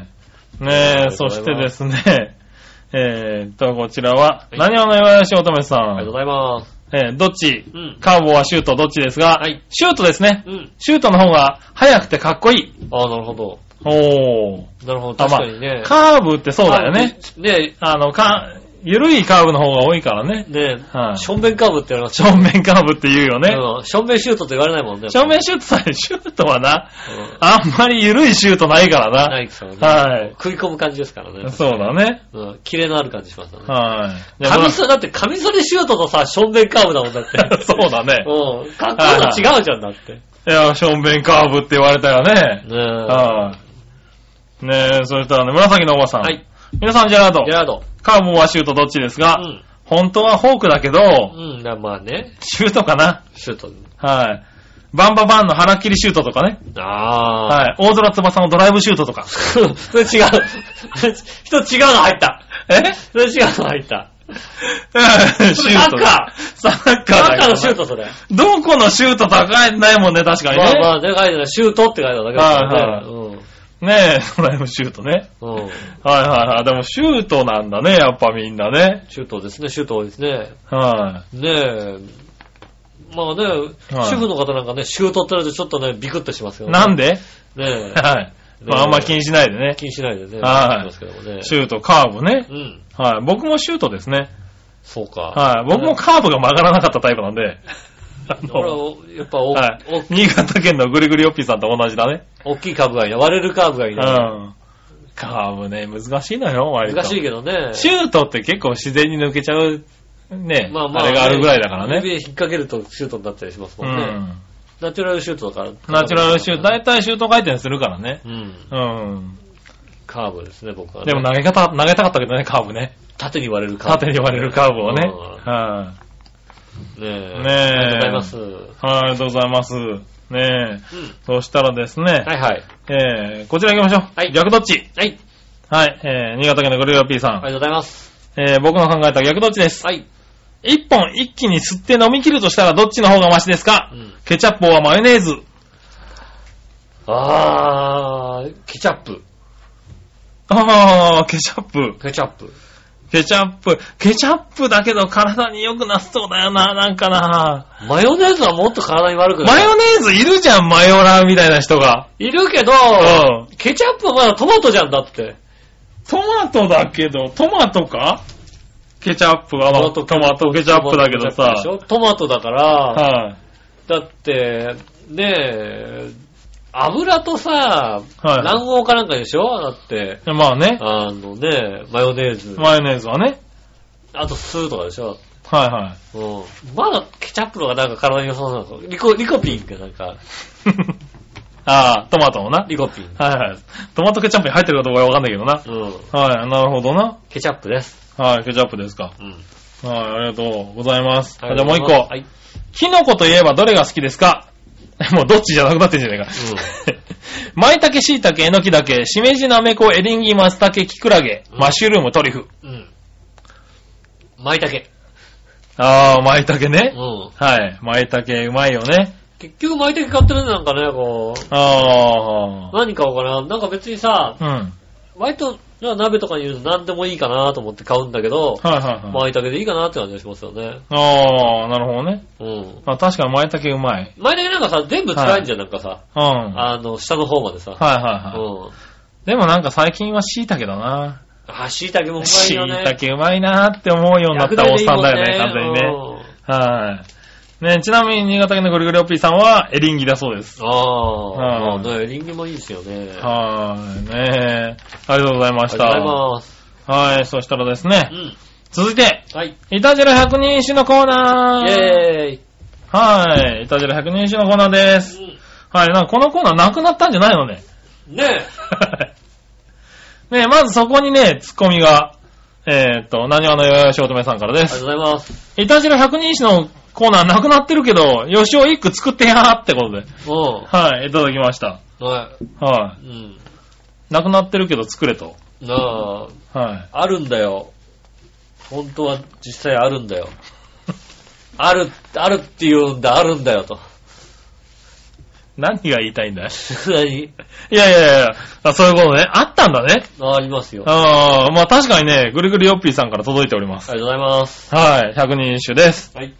C: ねえ、
B: ありがと
C: そう
B: ござ
C: し
B: います
C: てですね、 えーっと、こちらは、
B: はい
C: 何をの岩し乙女さ。
B: ありがとうんございます。
C: えーどっち
B: うん。
C: カーボーはシュートどっちですが、
B: はい
C: シュートですね。
B: うん。
C: シュートの方が速くてかっこいい。
B: ああ、なるほど。
C: おー。
B: なるほど。
C: あ
B: 確かにね。
C: カーブってそうだよね。
B: あ。ね
C: あの、か、ゆるいカーブの方が多いからね。
B: え、ね
C: は
B: え、
C: い
B: 正面カーブって言われます
C: 正面カーブって言うよね。
B: うん正面シュートって言われないもんね。
C: 正面シュートさえ、シュートはな、
B: うん
C: あんまりゆるいシュートないからな。
B: ないですよね。
C: はい
B: 食い込む感じですからね。
C: そうだね。
B: うん。キレのある感じしますよね。
C: はい。じゃあ
B: 髪袖、だって髪袖シュートとさ、正面カーブだもんだって。
C: そうだね。
B: うん。格好が違うじゃんだって。ね
C: いや、正面カーブって言われたよね。
B: え。
C: はい。ねえ、そしたらね、紫のおばさん。
B: はい。
C: 皆さん、ジェラード
B: ジェ。ラード。
C: カーブはシュートどっちですが、
B: うん。
C: 本当はフォークだけど、
B: うん、なまあね。
C: シュートかな。
B: シュート。
C: はい。バンババンの腹切りシュートとかね。
B: ああ。
C: はい。大空翼のドライブシュートとか。
B: それ違う。人違うの入った。
C: え
B: それ違うの入った。
C: シュートだ。サッカーだけど
B: 中の
C: ね。
B: シュートそれ。
C: どこのシュート高いないもんね、確かに
B: まあ
C: ね。
B: まあね、書いてない。シュートって書いてあるだけですよね。
C: ねえ、ドライブシュートね。
B: うん。うん。
C: はいはいはい。でもシュートなんだね、やっぱみんなね。
B: シュートですね、シュート多いですね。
C: は
B: ねえ。まあね、主婦の方なんかね、シュートって言われてちょっとね、ビクッとします
C: い。
B: よね。
C: なんで
B: ねえ。
C: はい。まあ、あんま気にしないでね。
B: 気にしないでね。
C: はい
B: やってますけどもね。
C: シュート、カーブね。
B: うん。
C: はい。僕もシュートですね。
B: そうか。
C: はい。僕もカーブが曲がらなかったタイプなんで。あ
B: 俺
C: の
B: は、やっぱお、
C: はい
B: お
C: 新潟県のぐりぐりおっぴーさんと同じだね。
B: 大きいカーブがいいな。割れるカーブがいういな。
C: ん。カーブね、難しいのよ、割と。
B: 難しいけどね。
C: シュートって結構自然に抜けちゃう、ね、
B: まあまあ、
C: れがあるぐらいだからね。
B: 指で引っ掛けるとシュートになったりします
C: う
B: もんね。
C: ん。
B: ナチュラルシュートだから。
C: ナチュラルシュート、だいたいシュート回転するからね。
B: うん。
C: うん。
B: カーブですね、僕は、ね。
C: でも投げ方、投げたかったけどね、カーブね。
B: 縦に割れるカーブ。
C: 縦に割れるカーブをね。
B: うん
C: は
B: ねえ。
C: ねえ
B: ありがとうございます。う
C: い。はい、ありがとうございます。ねえ。
B: ん。
C: そしたらですね、
B: はいはい。
C: えー、こちら行きましょう。
B: はい
C: 逆どっち
B: はい。
C: はい、えー、新潟県のグループ P
B: あり
C: さん。
B: がとうございます。
C: えー、僕の考えた逆どっちです。
B: はい。
C: 一本一気に吸って飲み切るとしたらどっちの方がマシですか
B: うん
C: ケチャップはマヨネーズ。
B: あー、ケチャップ。
C: あー、ケチャップ。
B: ケチャップ。
C: ケチャップ。ケチャップだけど体に良くなさそうだよな、なんかな。
B: マヨネーズはもっと体に悪くな
C: マ
B: い
C: ヨネーズいるじゃん、マヨラーみたいな人が。
B: いるけど、
C: うん。
B: ケチャップはまだトマトじゃんだって。
C: トマトだけど、トマトかケチャップはまあトマトケチャップだけど
B: トマト
C: さ
B: で。しょトマトだから、
C: はい。
B: だって、ねえ、油とさ、
C: はい
B: 卵黄かなんかでしょだって、
C: まあね。
B: あのね、マヨネーズ、
C: マヨネーズはね。
B: あと酢とかでしょ
C: はいは
B: うん。まだケチャップの方がなんか体に良さそうなの。リコ、リコピンってなんか、
C: い。 ああ、トマトもな。
B: リコピン。
C: はいはい。トマトケチャップに入ってるかどうかわかんないけどな。
B: うん。
C: はい、なるほどな。
B: ケチャップです。
C: はい、ケチャップですか。
B: うん。
C: はい、ありがとうございます。
B: は
C: あ
B: い
C: じゃあもう一個。
B: はい。
C: キノコといえばどれが好きですか もうどっちじゃなくなってんじゃないか。 舞茸、椎茸、えのきだけ、しめじ、なめこ、エリンギ、松茸、きくらげ、
B: うん
C: マッシュルーム、トリュフ。
B: うん。舞茸。
C: ああ、舞茸ね。
B: うん。
C: はい。舞茸うまいよね。
B: 結局舞茸買ってるね、なんかね、こう。
C: あ
B: 何買おうかな。なんか別にさ、
C: あ。うん。
B: 割とな鍋とかに入れると何でもいいかなと思って買うんだけど、
C: はいはいはい。
B: 舞茸でいいかなって感じがしますよね。
C: ああ、なるほどね。
B: うん。
C: あ確かに舞茸うまい。
B: 舞茸なんかさ、全部使えんじゃん、なんかさ、
C: うん。はい
B: あの、下の方までさ。
C: はいうはい。
B: ん。
C: でもなんか最近は椎茸だな。
B: あ、椎茸もうまい
C: 椎
B: よね。
C: 茸うまいなーって思うようになったおっさんだよね、完全にね。
B: ね。
C: はい。ね、ちなみに新潟県のぐるぐるおっぴーさんはエリンギだそうです。
B: ああ、
C: うん
B: まあね、リンゴもいいですよね。あ
C: はーい、ねありがとうございま
B: り
C: し
B: が
C: た。
B: とうございます。
C: はい、そしたらです
B: う
C: ね、
B: ん。
C: 続いて、
B: はい。
C: イタジェラ百人一首のコーナー
B: イェーイ。
C: はい、イタジェラ百人一首のコーナーです。はい、なんかこのコーナーなくなったんじゃないのね。
B: ねえ。
C: ねまずそこにね、ツッコミが、えーっと、何話のよよしおとめさんからで
B: ありがとう
C: す。
B: ございます。
C: イタジェラ百人一首のコーナーなくなってるけど、よしお一句作ってやーってことで。
B: う
C: はい、いただきました。
B: ん。は。
C: はい
B: うん。
C: い。なくなってるけど作れと。
B: なあ、
C: は
B: あるんだよ。本当は実際あるんだよ。ある、あるって言うんだ、あるんだよと。
C: い。何が言いたいんだい
B: 何
C: いやいやいやあそういうことね。あったんだね。
B: あありますよ。あ
C: ああ、まあ確かにね、ぐるぐるよっぴーさんから届いております。
B: りがとうございます。
C: はい、百人一首です。
B: はい。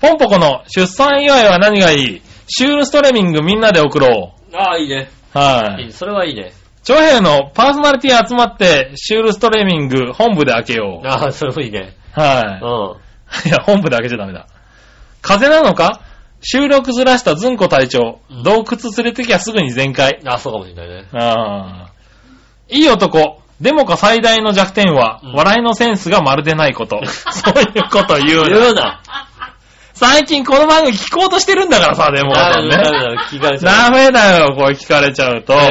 C: ポンポコの出産祝いは何がいいシュールストレミングみんなで送ろ
B: ああ、いいね。
C: う。はいい
B: い。それはいいね。
C: 長編のパーソナリティ集まって、シュールストレーミング本部で開けよう。
B: ああ、それもいいね。う
C: は
B: ん。
C: い。いや、本部で開けちゃダメだ。風邪なのか収録ずらしたずんこ隊長
B: うん。
C: 洞窟連れてきゃすぐに全開。
B: ああ、そうかもしれないね。
C: ああ。いい男。デモカ最大の弱点は、
B: うん
C: 笑いのセンスがまるでないこと。 そういうこと言う
B: 言
C: な。
B: うな。
C: 最近この番組聞こうとしてるんだからさ、デモカさ
B: ダメ
C: んね
B: だ、。ダメだ、聞かれちゃ
C: ダ
B: う。
C: メだよ、これ聞かれちゃうと。
B: ね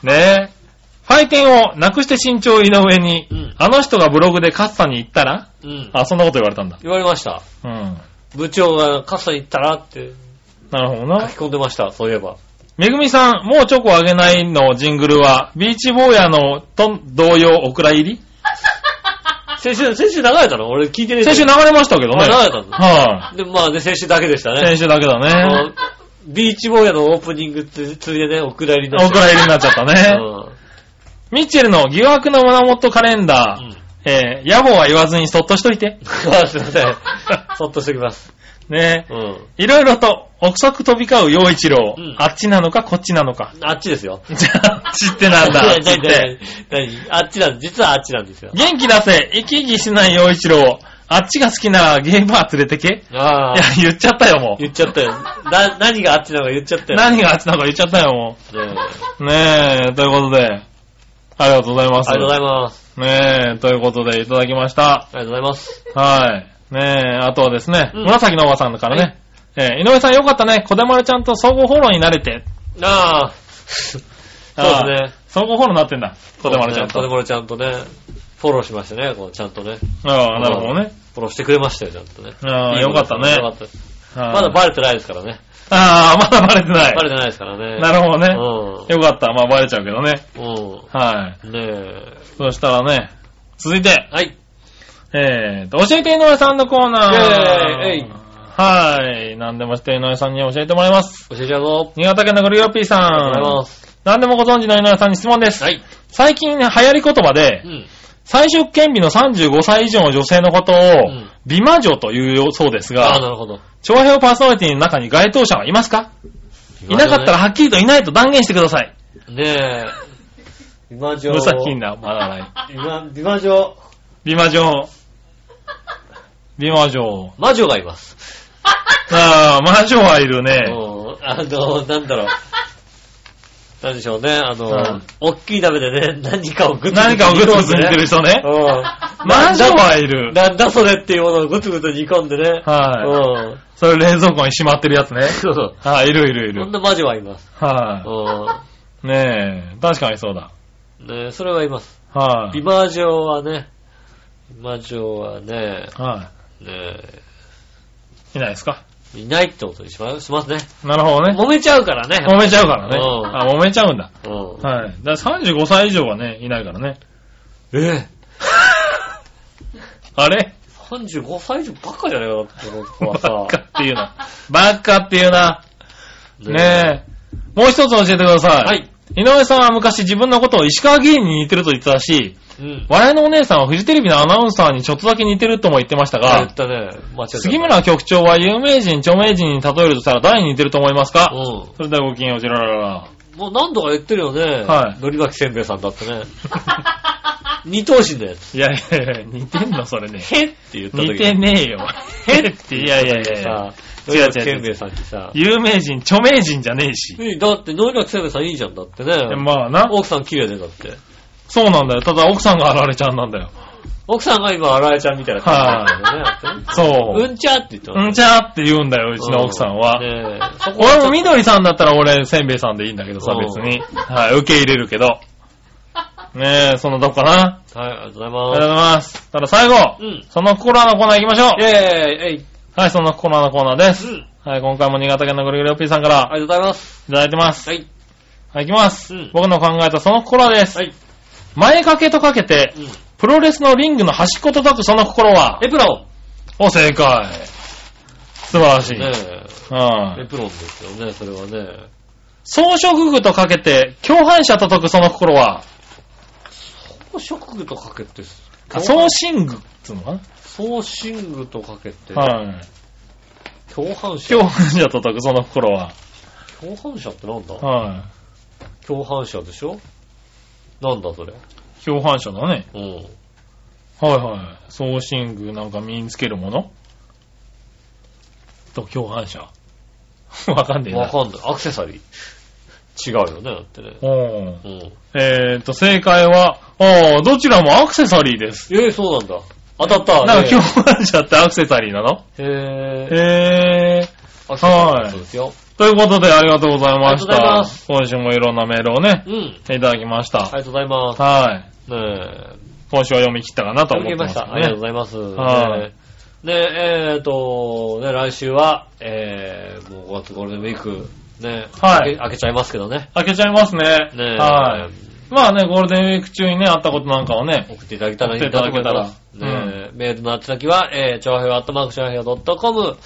C: ねえ。ファイテンをなくして身長井上に、
B: うん
C: あの人がブログでカッサに行ったら
B: えうん。
C: あ、そんなこと言われたんだ。
B: 言われました。
C: うん。
B: 部長がカッサに行ったらって
C: なるほど
B: 書
C: な
B: き。込んでました、そういえば。
C: めぐみさん、もうチョコあげないのジングルは、ビーチ坊やのと同様お蔵入り
B: 先週、先週流れたの俺聞いてねえけど
C: 先週流れましたけどね。
B: あ流れたの
C: はい、
B: で、まあね、先週だけでしたね。
C: 先週だけだ
B: あ
C: ね
B: の。ビーチ坊やのオープニングつついでね、お蔵入り
C: お
B: の。
C: 蔵入りになっちゃったね。
B: うん
C: ミッチェルの疑惑の胸元カレンダ
B: うん。
C: ー、えー、野暮は言わずにそっとしといて。
B: あすいません。 そっとしておきます。
C: ねえ。
B: うん。
C: いろいろと、憶測飛び交う陽一郎、
B: うん
C: あっちなのかこっちなのか。
B: あっちですよ。
C: じゃあ、知ってな んだ。
B: 何
C: 知っ
B: 何
C: て。
B: 何何あっちなん実はあっちなんですよ。
C: 元気出せ、生き生きしない陽一郎。あっちが好きなゲーバー連れてけ。い
B: ああ
C: や。、言っちゃったよ、もう。
B: 言っちゃったよ。な、何があっちなのか言っちゃったよ。
C: 何があっちなのか言っちゃったよ、も
B: ねえ
C: う。ねえ、ということで、ありがとうございます。
B: ありがとうございます。
C: ねえ、ということで、いただきました。
B: ありがとうございます。
C: はい。ねえ、あとはですね、
B: うん
C: 紫のおばさんからね、えー井上さんよかったね、小手丸ちゃんと総合フォローに慣れて。
B: ああ。そうですね。
C: 総合フォローになってんだ、小手丸ちゃん
B: そうですね小手
C: と。
B: 丸ちゃんとね、フォローしましたね、こうちゃんとね。
C: ああ、なるほどね。
B: フォローしてくれましたよ、ちゃんとね。
C: ああ
B: いい子です
C: よかったね
B: よかったです。
C: ま
B: まだバレてないですからね。
C: ああ、まだバレてない。
B: バレてないですからね。
C: なるほどね。
B: ほ
C: よかった。まあバレちゃうけどね。
B: ど。
C: はい。
B: うん。うん。ね
C: そしたらね、続いて
B: え。、はい。
C: えーと、教えて井上さんのコーナー。
B: イェーイえい
C: はい。何でもして井上さんに教えてもらいます。
B: 教えちゃうぞ。
C: 新潟県のグリオピーさん。
B: ありがとうございます。
C: 何でもご存知の井上さんに質問です。
B: はい。
C: 最近流行り言葉で
B: う、ん。
C: 最終権利の35歳以上の女性のことを
B: ん、
C: 美魔女というそうです
B: ああ、
C: が、
B: なるほど。
C: 長編パーソナリティの中に該当者はいますかいなかったらはっきりといないと断言してください。
B: ねえ。美魔女。
C: 無作品な、まだない。
B: 美魔美魔女。
C: 美魔女。美魔女。
B: 魔女がいます。
C: ああ、魔女はいる
B: う
C: ね。
B: ん。あの、なんだろう。なんでしょうね。あ
C: う
B: の
C: ん、
B: 大きい鍋でね、何かをグツグツ
C: 何かをグツグツ煮てる
B: 人。
C: 人ね
B: う。ん。
C: 魔女はいる。
B: なんだそれっていうものをグツグツ煮込んでね。
C: はい。
B: うん。
C: それ冷蔵庫にしまってるやつね。
B: そうそう。
C: はい、いるいるい
B: そん
C: る。
B: な魔女はいます。
C: は
B: う
C: い。ねえ、確かにそうだ。
B: ん。ねそれはいます。
C: は
B: 美
C: い。
B: 魔女はね、美魔女はね、
C: は
B: ね
C: い。いないですか
B: いないってことにしましますね。
C: なるほどね。
B: 揉めちゃうからね。
C: 揉めちゃうからね。
B: うん
C: あ、揉めちゃうんだ。
B: うん。
C: はい。だから35歳以上はね、いないからね。
B: ええ。
C: あれ
B: 35歳以上ばっかじゃねえかな、この子
C: バ
B: はさ。
C: カっていうな。バカっていうな。
B: ね
C: ねえ。もう一つ教えてください。
B: はい。
C: 井上さんは昔自分のことを石川議員に似てると言ってたし、
B: うん。
C: 笑いのお姉さんはフジテレビのアナウンサーにちょっとだけ似てるとも言ってました
B: あ、言っ
C: が、
B: たね。間違えた。
C: 杉村局長は有名人、著名人に例えるとしたら誰に似てると思います
B: うん。
C: かそれではごきげんよう、ジェラララ。
B: もう何度か言ってるよね。
C: はい
B: のりばきせんべいさんだってね。 二等身だよ。
C: いやいやいや、似てんのそれね。
B: へっって言った時
C: 似てねえよ。へって、いやいやいやいや
B: さ。、
C: 違う
B: 違う
C: 違う
B: 違う。さっきさ。
C: 有名人、著名人じゃねえし。
B: えだって、ノイラキセブさんいいじゃん、だってね。
C: まあな。
B: 奥さん綺麗ね、だって。
C: そうなんだよ。ただ奥さんが現れちゃんなんだよ。
B: 奥さんが今、荒井ちゃんみたいな感じなんだよねだってね。
C: そう。
B: うんちゃって言って
C: うん
B: ゃ
C: ちゃーって言うんだよ、うちの奥さんは。
B: ねえ。そこは
C: 俺も緑さんだったら俺、せんべいさんでいいんだけどさ、
B: うん
C: 別に。はい、受け入れるけど。ねえ、そんなとこかな。
B: はい、ありがとうござい
C: ありがと
B: ま
C: うございます。ただ最後
B: す。う、ん。
C: その心のコーナー行きましょ
B: イェーイえい、
C: う。はい、その心のコーナーで
B: う
C: す。
B: ん。
C: はい、今回も新潟県のぐるぐるおっぴーさんから
B: ありがとうございます。
C: いただいてます。
B: はい。
C: はい、行きます
B: うん。
C: 僕の考えたその心です
B: は。い。
C: 前掛けとかけて
B: う、ん。
C: プロレスのリングの端っこと解くその心は、
B: エプロ
C: お、正解。素晴らし
B: ン
C: い。
B: ね
C: う
B: え。エ
C: ん。
B: プロンですよね、それはね。
C: 装飾具とかけて、共犯者と解くその心は、
B: ショックとかけて、
C: あ装身具っつうのかな
B: ソーシングとかけて、
C: はい。
B: 共犯者
C: 共犯者と解くその心は。
B: 共犯者ってなんだ
C: は
B: 共犯者でしょなんだそれ。
C: い。共犯者だね。
B: うん。
C: はいはい。送信具なんか身につけるも のと共犯者。わかんねえな。
B: わかんない。アクセサリー。違うよね、だってね。
C: うん
B: うん。
C: えーっと、正解は、ああ、どちらもアクセサリーです。
B: ええそうなんだ。当たった。
C: なんか
B: ね
C: 共犯者ってアクセサリーなの
B: えへえ。
C: へー。
B: アクセサリーそうですよ。
C: ということで、ありがとうございまし
B: ありがとうございま
C: た。
B: す
C: 今週もいろんなメールをね、
B: うん。
C: いただきまし
B: あ
C: た。
B: りがとうございます。
C: はい。
B: ねえ。
C: 今週は読み切ったかなと思って
B: いただき
C: ま
B: ますした。
C: ね。
B: ありがとうございます。
C: はい
B: ねねえ、っ、と、ね、来週は、えー、もう5月ゴールデンウィーク、ね、
C: はい
B: 明け開けちゃいますけどね。
C: 開けちゃいますね。
B: ねえ、
C: はい。まあね、ゴールデンウィーク中にね、会ったことなんかをね、
B: 送っていただけたらいい
C: 送
B: な
C: ってい
B: と
C: ただ
B: 思
C: け
B: い
C: たら
B: ます。ねえメールの宛先は、えー、ちょうアットマークちょうドットコム、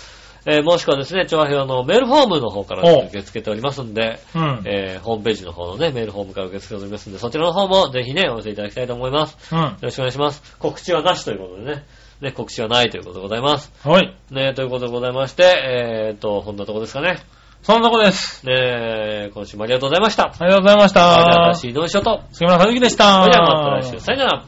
B: えー、もしくはですね、ちょうのメールフォームの方から
C: お
B: 受け付けておりますんで、
C: うん。
B: えー、ホームページの方のね、メールフォームから受け付けておりますんで、そちらの方もぜひね、お寄せいただきたいと思います。よ
C: うん。
B: ろしくお願いします。告知はなしということでね、ね、告知はないということでございます。
C: はい。
B: ねえ、ということでございまして、えーと、こんなとこですかね。
C: そんなとこです。
B: ねえ、今週もありがとうございました。
C: ありがとうございまし
B: ありがとうござい
C: た
B: ま。した。井上翔と。
C: 杉村和樹でした。
B: それではまた来週。さよなら。